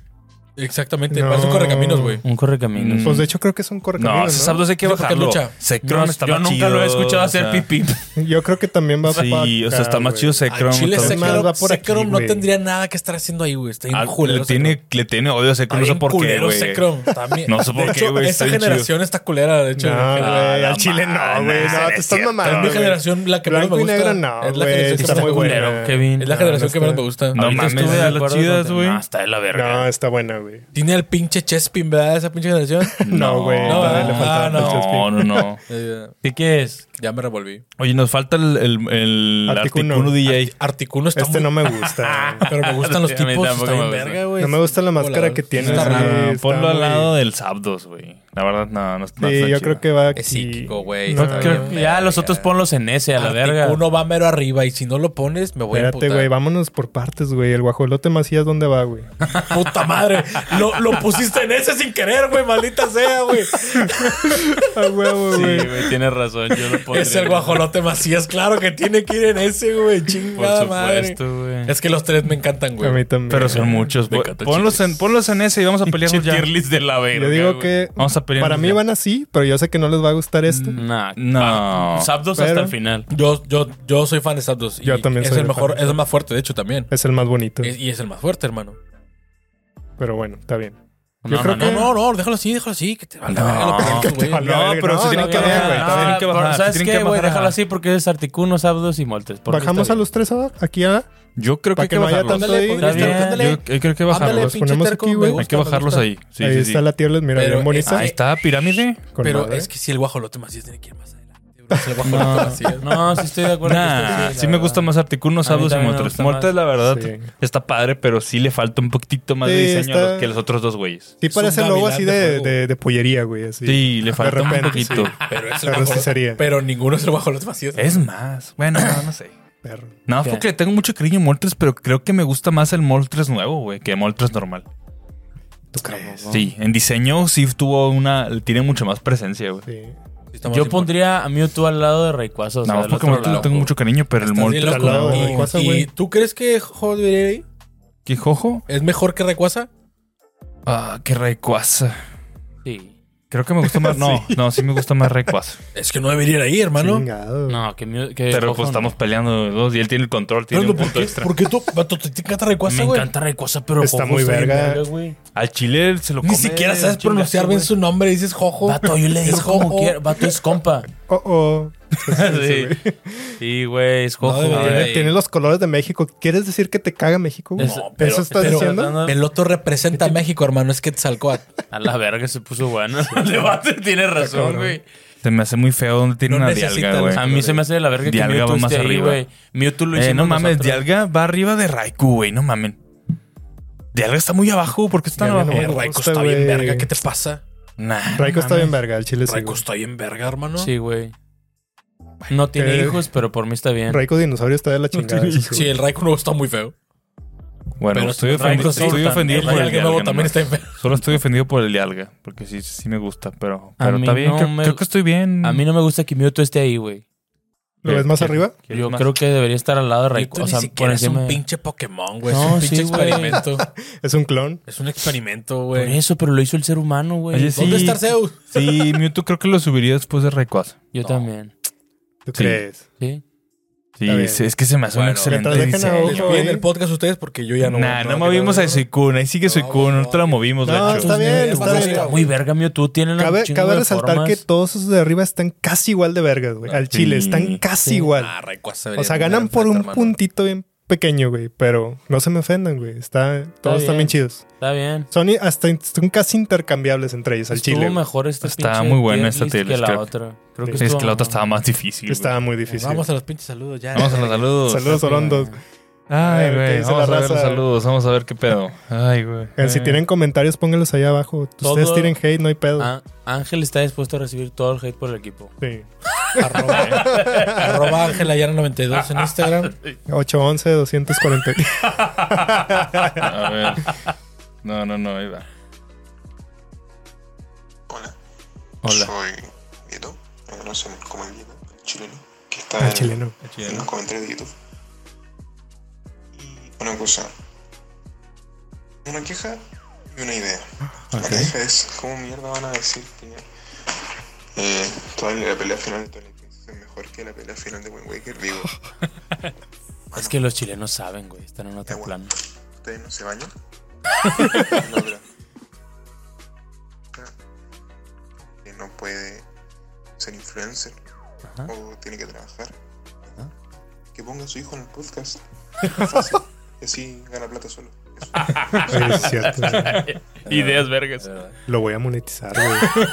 Speaker 1: Exactamente,
Speaker 3: No.
Speaker 1: parece un correcaminos, güey.
Speaker 2: Un correcaminos.
Speaker 4: Mm.
Speaker 3: Pues de hecho creo que son
Speaker 4: No,
Speaker 3: correcaminos,
Speaker 4: ese
Speaker 3: ¿no?
Speaker 4: Zapdos hay que
Speaker 1: Sí, porque
Speaker 4: bajarlo.
Speaker 1: lucha.
Speaker 4: Secron
Speaker 2: No,
Speaker 4: está
Speaker 2: yo
Speaker 4: más
Speaker 2: nunca
Speaker 4: chido.
Speaker 2: lo he escuchado
Speaker 4: o
Speaker 2: hacer
Speaker 4: sea,
Speaker 2: pipí.
Speaker 3: Yo creo que también va para
Speaker 4: Sí, o sea, está más chido
Speaker 1: Al
Speaker 4: Secron.
Speaker 1: Chile
Speaker 4: está-
Speaker 3: se- más
Speaker 1: Secrom,
Speaker 3: va por aquí,
Speaker 1: Secrom no
Speaker 3: güey.
Speaker 1: tendría nada que estar haciendo ahí, güey. Está bien
Speaker 4: Ah,
Speaker 1: culero
Speaker 4: le, tiene, le tiene odio a
Speaker 1: Secrom.
Speaker 4: Secron, no sé
Speaker 1: Está bien
Speaker 4: por qué,
Speaker 1: culero
Speaker 4: güey.
Speaker 1: Secrom, también.
Speaker 4: No sé por
Speaker 1: De
Speaker 4: qué,
Speaker 1: hecho,
Speaker 4: güey,
Speaker 1: Esa
Speaker 4: está bien
Speaker 1: generación está culera, de hecho.
Speaker 3: No, güey, al
Speaker 4: no,
Speaker 3: chile no,
Speaker 4: man,
Speaker 3: güey. No,
Speaker 4: no es
Speaker 3: te estás
Speaker 4: cierto,
Speaker 3: mamando.
Speaker 1: mi
Speaker 3: güey.
Speaker 1: generación, la que menos
Speaker 3: Blanco
Speaker 1: me
Speaker 3: y
Speaker 1: gusta.
Speaker 3: negro, no,
Speaker 1: es la
Speaker 3: güey,
Speaker 1: generación que
Speaker 3: está
Speaker 1: menos
Speaker 3: muy
Speaker 1: me gusta.
Speaker 3: buena.
Speaker 2: culero, Kevin.
Speaker 1: Es la
Speaker 3: No,
Speaker 1: generación
Speaker 3: no
Speaker 1: que menos
Speaker 3: está.
Speaker 1: me gusta.
Speaker 4: No
Speaker 2: Ahorita
Speaker 4: mames,
Speaker 2: estuve
Speaker 4: de las
Speaker 2: acuerdo
Speaker 4: chidas,
Speaker 2: con-
Speaker 4: güey.
Speaker 2: No, está de la
Speaker 3: No,
Speaker 2: verga.
Speaker 3: está buena, güey.
Speaker 1: Tiene el pinche Chespin, ¿verdad? Esa pinche generación.
Speaker 3: No, güey.
Speaker 1: no,
Speaker 3: todavía le
Speaker 1: no,
Speaker 3: faltaba
Speaker 1: no.
Speaker 3: mucho
Speaker 4: No,
Speaker 3: spin.
Speaker 4: no, no.
Speaker 1: Eh,
Speaker 2: ¿Y qué es?
Speaker 1: ya me revolví.
Speaker 4: Oye, nos falta el, el, el
Speaker 3: Articuno.
Speaker 4: Articuno DJ.
Speaker 1: Articuno está
Speaker 3: Este
Speaker 1: muy-
Speaker 3: no me gusta. güey.
Speaker 1: Pero me gustan los
Speaker 2: Sí, a mí
Speaker 1: tipos.
Speaker 2: tampoco
Speaker 1: Está bien
Speaker 2: me gusta.
Speaker 1: verga, güey.
Speaker 3: No me gusta la máscara
Speaker 1: Volador.
Speaker 3: que tiene,
Speaker 1: Está
Speaker 3: güey.
Speaker 1: raro.
Speaker 4: Ah,
Speaker 3: está
Speaker 4: Ponlo al
Speaker 3: muy-
Speaker 4: lado del Zapdos, güey. La verdad, no, no, no
Speaker 3: Sí,
Speaker 4: está
Speaker 3: yo
Speaker 4: chido. Ah,
Speaker 3: creo que va aquí.
Speaker 1: Es psíquico, güey.
Speaker 3: No,
Speaker 1: está
Speaker 3: creo-
Speaker 1: bien,
Speaker 2: ya
Speaker 1: verga.
Speaker 2: los otros ponlos en ese, a la
Speaker 1: Arti-
Speaker 2: verga.
Speaker 1: Uno va mero arriba y si no lo pones, me voy
Speaker 3: Espérate,
Speaker 1: a
Speaker 3: güey,
Speaker 1: emputar.
Speaker 3: vámonos por partes, güey. El guajolote Macías, ¿dónde va, güey?
Speaker 1: Puta madre. Lo, lo pusiste en ese sin querer, güey. Maldita sea, güey.
Speaker 3: A huevo,
Speaker 2: Sí,
Speaker 3: güey.
Speaker 2: güey, tienes razón. Yo lo pondría.
Speaker 1: Es el guajolote Macías. Claro que tiene que ir en ese, güey.
Speaker 2: Por
Speaker 1: Chingada madre.
Speaker 2: supuesto, güey.
Speaker 1: Es que los tres me encantan,
Speaker 3: a mí
Speaker 1: güey.
Speaker 3: también.
Speaker 4: Pero son muchos.
Speaker 1: Me
Speaker 4: pon-
Speaker 1: encanta
Speaker 4: Ponlos
Speaker 1: Chiquis.
Speaker 4: en, ponlos en ese y vamos a pelearlos
Speaker 2: Pinche
Speaker 4: ya.
Speaker 2: tier list de la verga.
Speaker 3: Yo digo que
Speaker 4: Vamos a pelearlos
Speaker 3: para mí
Speaker 4: ya.
Speaker 3: van así, pero yo sé que no les va a gustar este.
Speaker 1: Mm.
Speaker 2: Nah,
Speaker 4: No.
Speaker 2: Zapdos
Speaker 3: Pero-
Speaker 2: hasta el final.
Speaker 1: Yo, yo, yo soy fan de Zapdos. y
Speaker 3: Yo también
Speaker 1: es
Speaker 3: soy
Speaker 1: el
Speaker 3: fan
Speaker 1: mejor,
Speaker 3: de
Speaker 1: es el más fuerte, de hecho, también.
Speaker 3: Es el más bonito.
Speaker 1: Es- y es el más fuerte, hermano.
Speaker 3: Pero bueno, está bien.
Speaker 2: No,
Speaker 3: Yo creo
Speaker 2: no,
Speaker 1: No,
Speaker 3: que.
Speaker 1: no, no, déjalo así, déjalo así. Que te valga
Speaker 4: No,
Speaker 1: verga lo que pienses,
Speaker 3: Ah. te
Speaker 1: güey.
Speaker 3: valga
Speaker 4: No,
Speaker 3: verga.
Speaker 4: pero se tienen
Speaker 3: no,
Speaker 4: que
Speaker 3: no,
Speaker 4: ver,
Speaker 3: no,
Speaker 4: güey.
Speaker 3: no,
Speaker 4: Se tienen que
Speaker 2: Ah, pero
Speaker 4: bajar, se
Speaker 2: ¿Sabes
Speaker 4: tienen
Speaker 2: qué,
Speaker 4: que
Speaker 2: güey?
Speaker 4: bajar a-
Speaker 2: Déjalo así porque es Articuno, Zapdos y Moltres. porque
Speaker 3: Bajamos
Speaker 2: está
Speaker 3: a los tres a- aquí ¿ah? a.
Speaker 4: Yo creo que
Speaker 3: Para
Speaker 4: hay
Speaker 3: que
Speaker 4: que
Speaker 3: no haya
Speaker 4: bajarlos.
Speaker 3: tanto-
Speaker 1: Ándale,
Speaker 3: Está
Speaker 1: podrías-
Speaker 2: bien.
Speaker 1: ándale.
Speaker 4: Yo yo creo que
Speaker 1: Ándale,
Speaker 4: bajarlos.
Speaker 3: Los
Speaker 1: pinche
Speaker 3: ponemos
Speaker 1: terco,
Speaker 3: aquí,
Speaker 1: me
Speaker 3: güey.
Speaker 1: gusta,
Speaker 4: Hay que
Speaker 1: me
Speaker 4: bajarlos
Speaker 1: gusta.
Speaker 4: ahí. Sí,
Speaker 3: Ahí
Speaker 4: sí, sí.
Speaker 3: está la tier list, mira,
Speaker 1: Pero
Speaker 3: bien bonita.
Speaker 4: Ahí está Pirámide.
Speaker 3: Con
Speaker 1: Pero
Speaker 3: madre.
Speaker 1: es que si el guajolote Macías tiene que ir más adelante. bro. Es el guajolote Macías.
Speaker 2: bien. No, sí estoy de acuerdo. que
Speaker 4: Nah,
Speaker 2: estoy-
Speaker 4: sí me gusta más Articuno,
Speaker 2: mí
Speaker 4: Sabdos y
Speaker 2: también me
Speaker 4: Mortres.
Speaker 2: gusta
Speaker 4: Mortres,
Speaker 2: más.
Speaker 4: la verdad,
Speaker 3: Sí.
Speaker 4: está padre, pero sí le falta un poquitito más de
Speaker 3: Sí,
Speaker 4: diseño
Speaker 3: está-
Speaker 4: que los otros dos güeyes.
Speaker 3: Sí,
Speaker 1: Es un
Speaker 3: parece el logo
Speaker 1: gavilán
Speaker 3: así
Speaker 1: de
Speaker 3: de,
Speaker 1: fuego.
Speaker 3: de, de pollería, güey. Así.
Speaker 4: Sí, le falta un
Speaker 3: repente,
Speaker 4: poquito.
Speaker 1: Pero es el
Speaker 3: Pero sí
Speaker 1: guajolote.
Speaker 3: sería.
Speaker 1: Pero ninguno es el guajolote Macías.
Speaker 4: Es más. Bueno, no, no sé.
Speaker 3: Perro.
Speaker 4: No,
Speaker 2: ¿Qué?
Speaker 4: fue que le tengo mucho cariño a Moltres, pero creo que me gusta más el Moltres nuevo, güey, que el Moltres normal.
Speaker 3: ¿Tú crees?
Speaker 4: Sí, en diseño sí tuvo una. Tiene mucho más presencia, güey.
Speaker 3: Sí.
Speaker 1: Está más
Speaker 2: Yo
Speaker 1: importante.
Speaker 2: pondría a Mewtwo al lado de Rayquaza. o sea,
Speaker 4: Nada más
Speaker 2: del
Speaker 4: porque
Speaker 2: otro
Speaker 4: Moltres le
Speaker 2: lado.
Speaker 4: tengo mucho cariño, pero el
Speaker 1: Estás bien
Speaker 4: Moltres
Speaker 1: loco.
Speaker 3: al lado de
Speaker 1: Y-
Speaker 3: Rayquaza,
Speaker 1: y,
Speaker 3: güey.
Speaker 1: tú crees que Joder
Speaker 4: ¿Qué jojo?
Speaker 1: es mejor que Recuasa?
Speaker 4: Ah, qué Rayquaza.
Speaker 2: Sí.
Speaker 4: Creo que me gusta más. No, no, sí me gusta más Rayquaza.
Speaker 1: Es que no debería ir ahí, hermano.
Speaker 3: Chingado.
Speaker 2: No, que Mew- que
Speaker 4: Pero
Speaker 2: Jojo
Speaker 4: pues
Speaker 2: no.
Speaker 4: estamos peleando los dos y él tiene el control, tiene un
Speaker 1: ¿por,
Speaker 4: punto
Speaker 1: qué,
Speaker 4: extra.
Speaker 1: por qué tú, vato, te te encanta Recuasa,
Speaker 2: Me
Speaker 1: güey?
Speaker 2: encanta Rayquaza, pero
Speaker 3: Está
Speaker 2: Jojo
Speaker 3: muy
Speaker 2: bien
Speaker 3: verga.
Speaker 2: güey.
Speaker 4: Al chile se lo
Speaker 1: Ni
Speaker 4: come,
Speaker 1: siquiera sabes
Speaker 4: chingazo,
Speaker 1: pronunciar bien
Speaker 4: güey.
Speaker 1: su nombre y dices jojo.
Speaker 2: Vato, yo
Speaker 1: Oh.
Speaker 2: le
Speaker 1: Es
Speaker 2: digo como
Speaker 1: Jojo.
Speaker 2: quiera. Vato es compa.
Speaker 3: Oh, oh.
Speaker 4: Sí.
Speaker 2: Sí, güey, es Jojo.
Speaker 1: No debería
Speaker 2: güey.
Speaker 1: de-
Speaker 3: Tiene los colores de México. ¿Quieres decir que te caga México? güey?
Speaker 2: Es-
Speaker 3: ¿Eso
Speaker 1: pero-
Speaker 3: estás
Speaker 1: pero-
Speaker 3: diciendo?
Speaker 1: Peloto representa a México, hermano. Es Quetzalcoatl.
Speaker 2: A la verga se puso bueno. El debate tiene razón, güey.
Speaker 4: Se me hace muy feo donde tiene
Speaker 1: No
Speaker 4: una
Speaker 1: necesitan
Speaker 4: dialga,
Speaker 1: los
Speaker 4: güey.
Speaker 2: A mí se me hace de la verga
Speaker 4: Dialga
Speaker 2: que Mewtwo
Speaker 4: va más
Speaker 2: esté ahí,
Speaker 4: arriba.
Speaker 2: güey. Mewtwo lo
Speaker 4: Eh,
Speaker 2: hicimos
Speaker 4: no mames,
Speaker 2: nosotros.
Speaker 4: Dialga va arriba de Raikou, güey, no mamen. Dialga está muy abajo, ¿por qué está
Speaker 3: Dialga
Speaker 4: abajo?
Speaker 3: no.
Speaker 1: Eh,
Speaker 3: me
Speaker 1: Raico
Speaker 3: gusta,
Speaker 1: está bien
Speaker 3: güey.
Speaker 1: verga. ¿Qué te pasa?
Speaker 4: Nah,
Speaker 3: Raico
Speaker 4: no
Speaker 3: está
Speaker 4: mames.
Speaker 3: bien verga, el chile sí.
Speaker 1: Raico
Speaker 3: güey.
Speaker 1: está bien verga, hermano.
Speaker 2: Sí, güey. No tiene
Speaker 3: Eh,
Speaker 2: hijos, pero por mí está bien.
Speaker 3: Raico dinosaurio está de la chingada. eso sí,
Speaker 1: Sí, el Raico nuevo está muy feo.
Speaker 4: Bueno,
Speaker 1: Pero este
Speaker 4: estoy,
Speaker 1: si
Speaker 4: ofendi-
Speaker 2: Raikou sí,
Speaker 4: estoy
Speaker 2: tan-
Speaker 4: ofendido
Speaker 1: El
Speaker 4: por el
Speaker 1: Raico
Speaker 4: Dialga.
Speaker 1: nuevo
Speaker 4: nomás.
Speaker 1: también está bien feo.
Speaker 4: Solo estoy ofendido por el Dialga, porque sí, sí me gusta, pero,
Speaker 2: A
Speaker 4: pero
Speaker 2: mí
Speaker 4: está bien,
Speaker 2: no
Speaker 4: creo,
Speaker 2: me-
Speaker 4: creo que estoy bien.
Speaker 2: A mí no me gusta que Mewtwo esté ahí, güey.
Speaker 3: ¿Lo ves más arriba?
Speaker 2: Yo creo que debería estar al lado de
Speaker 1: Esto
Speaker 2: Raikou. O
Speaker 1: ni
Speaker 2: sea, por
Speaker 1: siquiera es
Speaker 2: encima
Speaker 1: un
Speaker 2: de...
Speaker 1: pinche Pokémon, güey. es
Speaker 2: No,
Speaker 1: un pinche
Speaker 2: sí, güey.
Speaker 1: experimento.
Speaker 3: Es un clon.
Speaker 1: es un experimento,
Speaker 2: Por
Speaker 1: güey.
Speaker 2: eso, pero lo hizo el ser humano,
Speaker 4: Oye,
Speaker 2: güey.
Speaker 4: sí.
Speaker 1: ¿Dónde está Arceus?
Speaker 4: Sí, Mewtwo creo que lo subiría después de Rayquaza.
Speaker 2: Yo
Speaker 1: No.
Speaker 2: también.
Speaker 3: ¿Tú
Speaker 4: Sí.
Speaker 3: crees?
Speaker 2: Sí.
Speaker 4: Sí,
Speaker 3: Está bien.
Speaker 4: es, es que se me hace
Speaker 1: Bueno,
Speaker 4: un excelente
Speaker 3: mientras dejen a
Speaker 4: diseño.
Speaker 1: Les piden
Speaker 3: güey.
Speaker 1: el podcast a ustedes porque yo ya no.
Speaker 4: Nah, no,
Speaker 1: no,
Speaker 4: movimos
Speaker 1: no,
Speaker 4: a Suicune, ahí sigue Suicune, no, te la movimos,
Speaker 3: No,
Speaker 4: de hecho.
Speaker 3: Eh, está bien,
Speaker 1: está
Speaker 2: Está
Speaker 1: bien.
Speaker 2: muy verga, Mewtwo. Tiene la
Speaker 3: Cabe, cabe resaltar que todos esos de arriba están casi igual de vergas, güey. Al
Speaker 4: Sí.
Speaker 3: chile, están casi
Speaker 2: Sí.
Speaker 3: igual.
Speaker 1: Ah, Rayquaza
Speaker 3: o
Speaker 1: debería
Speaker 3: sea,
Speaker 1: tener
Speaker 3: ganan por un
Speaker 1: enfrente, hermano.
Speaker 3: puntito bien pequeño, güey. Pero no se me ofendan, güey. Está, todos están
Speaker 2: bien.
Speaker 3: bien chidos.
Speaker 2: Está bien.
Speaker 3: Son i- hasta in- son casi intercambiables entre ellos al
Speaker 2: Estuvo
Speaker 3: chile. güey.
Speaker 2: mejor esta
Speaker 4: Está
Speaker 2: pinche
Speaker 4: muy buena
Speaker 2: tier
Speaker 4: esta
Speaker 2: list
Speaker 4: tier
Speaker 2: que
Speaker 4: list,
Speaker 2: la
Speaker 4: creo.
Speaker 2: otra. Creo que
Speaker 3: Sí.
Speaker 4: Es
Speaker 2: estuvo-
Speaker 4: que la otra estaba más difícil. güey.
Speaker 3: Estaba muy difícil.
Speaker 1: Vamos a los pinches saludos ya.
Speaker 4: Vamos a los saludos.
Speaker 3: Saludos, Orondo. A
Speaker 4: Ay,
Speaker 3: ver, ¿qué
Speaker 4: güey.
Speaker 3: dice
Speaker 4: Vamos
Speaker 3: la
Speaker 4: a ver los
Speaker 3: raza?
Speaker 4: saludos. Vamos a ver qué pedo. Ay, güey.
Speaker 3: Eh, Si tienen comentarios, pónganlos ahí abajo. Ustedes
Speaker 2: Todo-
Speaker 3: tienen hate, no hay pedo.
Speaker 2: Ah, Ángel está dispuesto a recibir todo el hate por el equipo.
Speaker 3: Sí.
Speaker 1: Arroba, arroba Ángela Llana 92 en Instagram.
Speaker 3: 811 240.
Speaker 4: A ver. No, no, no, ahí va.
Speaker 6: Hola,
Speaker 4: Hola.
Speaker 6: soy Guido, me conocen como el Guido, el chileno, que está
Speaker 3: Ah,
Speaker 6: en,
Speaker 3: chileno.
Speaker 6: en los comentarios de YouTube. Y una cosa, una queja y una idea.
Speaker 3: Ah,
Speaker 6: La queja es, ¿cómo mierda van a decir que eh, toda la pelea final de Tony Prince es mejor que la pelea final de Wind Waker? Digo,
Speaker 2: Es que los chilenos saben, güey. Están en otro plano.
Speaker 6: ¿ustedes no se bañan? La otra. Que no puede ser influencer.
Speaker 2: Ajá.
Speaker 6: o tiene que trabajar.
Speaker 2: Ah.
Speaker 6: Que ponga a su hijo en el podcast. Fácil. Y así gana plata solo. Eso.
Speaker 3: Oye, es cierto, güey.
Speaker 2: Ideas vergas.
Speaker 3: Lo voy a monetizar, güey.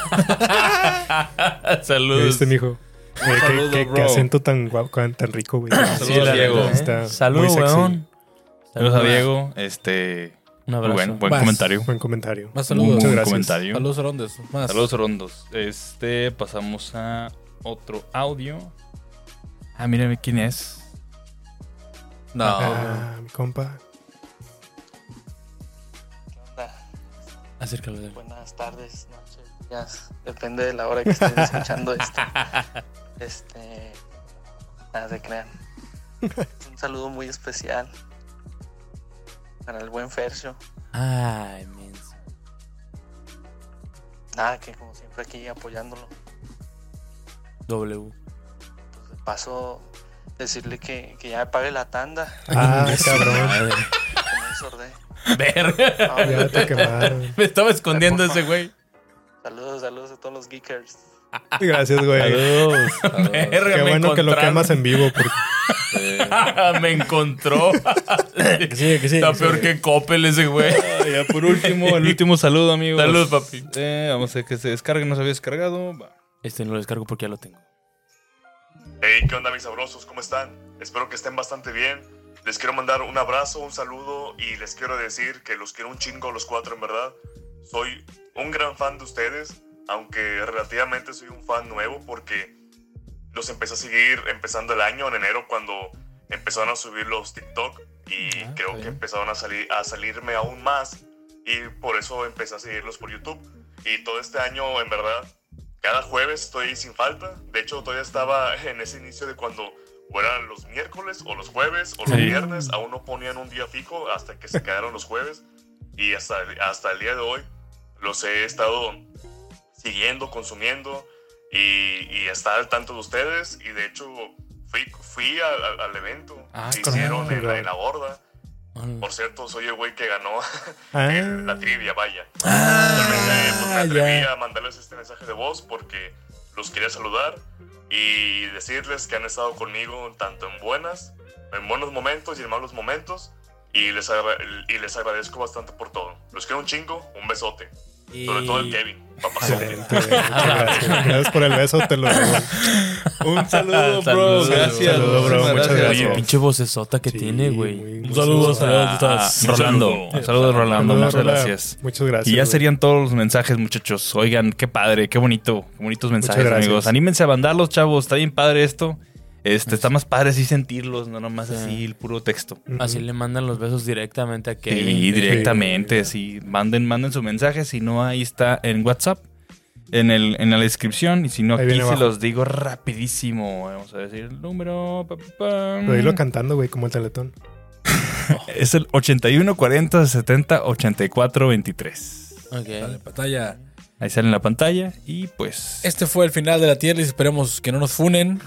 Speaker 3: ¿Ya ¿Viste, mijo? Eh, qué-
Speaker 4: Saludos,
Speaker 3: qué, qué
Speaker 4: bro.
Speaker 3: acento tan guapo, tan rico, güey.
Speaker 4: Saludos, Diego.
Speaker 3: Está muy
Speaker 2: ¿eh? Saludos,
Speaker 3: sexy.
Speaker 2: weón.
Speaker 4: Saludos a Diego. Este.
Speaker 2: Un abrazo.
Speaker 4: Buen, buen
Speaker 1: Vas.
Speaker 4: comentario.
Speaker 3: Buen comentario.
Speaker 1: Más saludos.
Speaker 3: Muchas
Speaker 4: Buen
Speaker 3: gracias.
Speaker 4: comentario.
Speaker 1: Saludos rondes. Más.
Speaker 4: Saludos rondos. Este, pasamos a otro audio. Ah, mírame quién es.
Speaker 1: No.
Speaker 3: Ah, mi compa.
Speaker 5: ¿Qué onda?
Speaker 2: Acércalo de
Speaker 5: Buenas tardes, noches, días. Depende de la hora que estén escuchando esto. Este. Nada se crean. Un saludo muy especial para el buen Fercio.
Speaker 2: Ay, menso.
Speaker 5: Nada, que como siempre aquí apoyándolo.
Speaker 2: W.
Speaker 5: Pues de paso, decirle que, que ya me pague la tanda.
Speaker 3: Ah, cabrón.
Speaker 2: Madre.
Speaker 5: Que no me sordé.
Speaker 2: Verga.
Speaker 5: No,
Speaker 3: Ya te quemaron.
Speaker 2: Me estaba escondiendo ese güey.
Speaker 5: saludos, saludos a todos los geekers.
Speaker 3: Gracias, güey.
Speaker 1: Saludos. Saludos.
Speaker 2: Verga,
Speaker 3: Qué
Speaker 2: me
Speaker 3: bueno que lo
Speaker 2: encontraron.
Speaker 3: quemas en vivo. Porque...
Speaker 2: me encontró.
Speaker 1: Que sigue, que sigue,
Speaker 2: Está
Speaker 1: que
Speaker 2: peor
Speaker 1: sigue.
Speaker 2: que Coppel ese güey.
Speaker 4: Ah, ya por último, el último saludo, amigos.
Speaker 2: Saludos, papi.
Speaker 4: Eh, vamos a ver que se descargue, no se había descargado. Va.
Speaker 2: Este no lo descargo porque ya lo tengo.
Speaker 7: Hey, ¿qué onda mis sabrosos? ¿Cómo están? Espero que estén bastante bien. Les quiero mandar un abrazo, un saludo y les quiero decir que los quiero un chingo a los cuatro, en verdad. Soy un gran fan de ustedes, aunque relativamente soy un fan nuevo porque los empecé a seguir empezando el año, en enero, cuando empezaron a subir los TikTok y creo
Speaker 2: Ah, está
Speaker 7: que
Speaker 2: bien.
Speaker 7: empezaron a, salir, a salirme aún más y por eso empecé a seguirlos por YouTube. Y todo este año, en verdad, cada jueves estoy sin falta. De hecho, todavía estaba en ese inicio de cuando o eran los miércoles o los jueves o los
Speaker 4: Sí.
Speaker 7: viernes. Aún no ponían un día fijo hasta que se quedaron los jueves. Y hasta, hasta el día de hoy los he estado siguiendo, consumiendo y, y estar al tanto de ustedes. Y de hecho, fui, fui al, al- al evento
Speaker 2: Ah,
Speaker 7: que hicieron en la,
Speaker 3: caray.
Speaker 7: en la borda. Por cierto, soy el güey que ganó el-
Speaker 3: Ah,
Speaker 7: la trivia, vaya. Entonces, pues, me
Speaker 1: Ah,
Speaker 7: atreví
Speaker 1: ya.
Speaker 7: a mandarles este mensaje de voz porque los quería saludar y decirles que han estado conmigo tanto en buenas, en buenos momentos y en malos momentos. Y les, agra- y les agradezco bastante por todo. Los quiero un chingo, un besote. Sobre todo el Kevin, papazote.
Speaker 3: excelente. Muchas
Speaker 4: Ah.
Speaker 3: gracias. Gracias por el beso, te lo debo.
Speaker 4: Un saludo,
Speaker 2: Saludos.
Speaker 4: Gracias.
Speaker 3: Saludo, bro.
Speaker 4: Muchísimas
Speaker 3: Muchas gracias.
Speaker 2: Oye, pinche vocesota que
Speaker 3: Sí,
Speaker 2: tiene, güey.
Speaker 3: muy-
Speaker 1: Un
Speaker 3: muy
Speaker 1: saludo,
Speaker 3: saludo.
Speaker 1: saludos.
Speaker 4: Ah,
Speaker 1: saludos.
Speaker 4: Rolando.
Speaker 1: Saludos.
Speaker 4: Saludos, Rolando.
Speaker 3: Saludos,
Speaker 4: Muchas
Speaker 3: Rola.
Speaker 4: gracias.
Speaker 3: Muchas gracias.
Speaker 4: Y ya
Speaker 3: güey.
Speaker 4: serían todos los mensajes, muchachos. Oigan, qué padre, qué bonito, qué bonitos mensajes,
Speaker 3: gracias.
Speaker 4: amigos. Anímense a mandarlos, chavos. Está bien padre esto. Este, está más padre así sentirlos, no nomás
Speaker 2: Sí.
Speaker 4: así el puro texto.
Speaker 3: Ujú.
Speaker 2: Así le mandan los besos directamente a
Speaker 4: Sí,
Speaker 2: Kevin.
Speaker 4: directamente, sí. Manden, manden su mensaje. Si no, ahí está en WhatsApp, en, el, en la descripción. Y si no,
Speaker 3: Ahí
Speaker 4: aquí
Speaker 3: viene
Speaker 4: se
Speaker 3: abajo.
Speaker 4: los digo rapidísimo. Vamos a decir el número. pa, pa, pam.
Speaker 3: Pero dilo mm. cantando, güey, como el teletón.
Speaker 4: Es el 81 40 70 84 23.
Speaker 1: Dale,
Speaker 2: Ok.
Speaker 1: pantalla.
Speaker 4: Ahí sale en la pantalla. Y pues.
Speaker 1: Este fue el final de la tier list. Esperemos que no nos funen.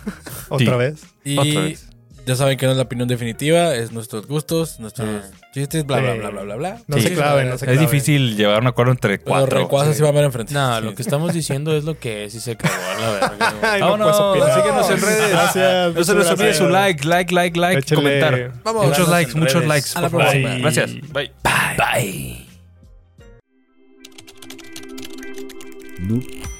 Speaker 3: Otra
Speaker 4: Sí.
Speaker 3: vez.
Speaker 1: Y
Speaker 4: Otra vez.
Speaker 1: ya saben que no es la opinión definitiva. Es nuestros gustos, nuestros chistes, bla, bla,
Speaker 3: Sí.
Speaker 1: bla, bla, bla, bla.
Speaker 3: Ah. No
Speaker 4: Sí.
Speaker 3: se claven, no se
Speaker 4: Es
Speaker 3: claven.
Speaker 4: difícil llevar un acuerdo entre
Speaker 1: Los
Speaker 4: cuatro.
Speaker 1: recuazos
Speaker 3: sí.
Speaker 1: se van a ver
Speaker 3: pues.
Speaker 1: enfrente.
Speaker 2: No,
Speaker 1: Sí.
Speaker 2: lo que estamos diciendo es lo que es y se cagó a la verga. güey.
Speaker 3: Ay, no,
Speaker 4: Vámonos,
Speaker 3: puedes opinar.
Speaker 4: síguenos en redes.
Speaker 3: Gracias.
Speaker 4: No se les
Speaker 3: muchas
Speaker 4: olvide su
Speaker 3: gracias.
Speaker 4: like, like, like, like,
Speaker 3: Échale.
Speaker 4: comentar.
Speaker 1: Vamos.
Speaker 4: muchos
Speaker 1: Síganos
Speaker 4: likes,
Speaker 1: en
Speaker 4: muchos
Speaker 1: redes.
Speaker 4: likes.
Speaker 1: A la
Speaker 4: por favor.
Speaker 1: próxima.
Speaker 4: Gracias. Bye.
Speaker 2: Bye.
Speaker 8: Noob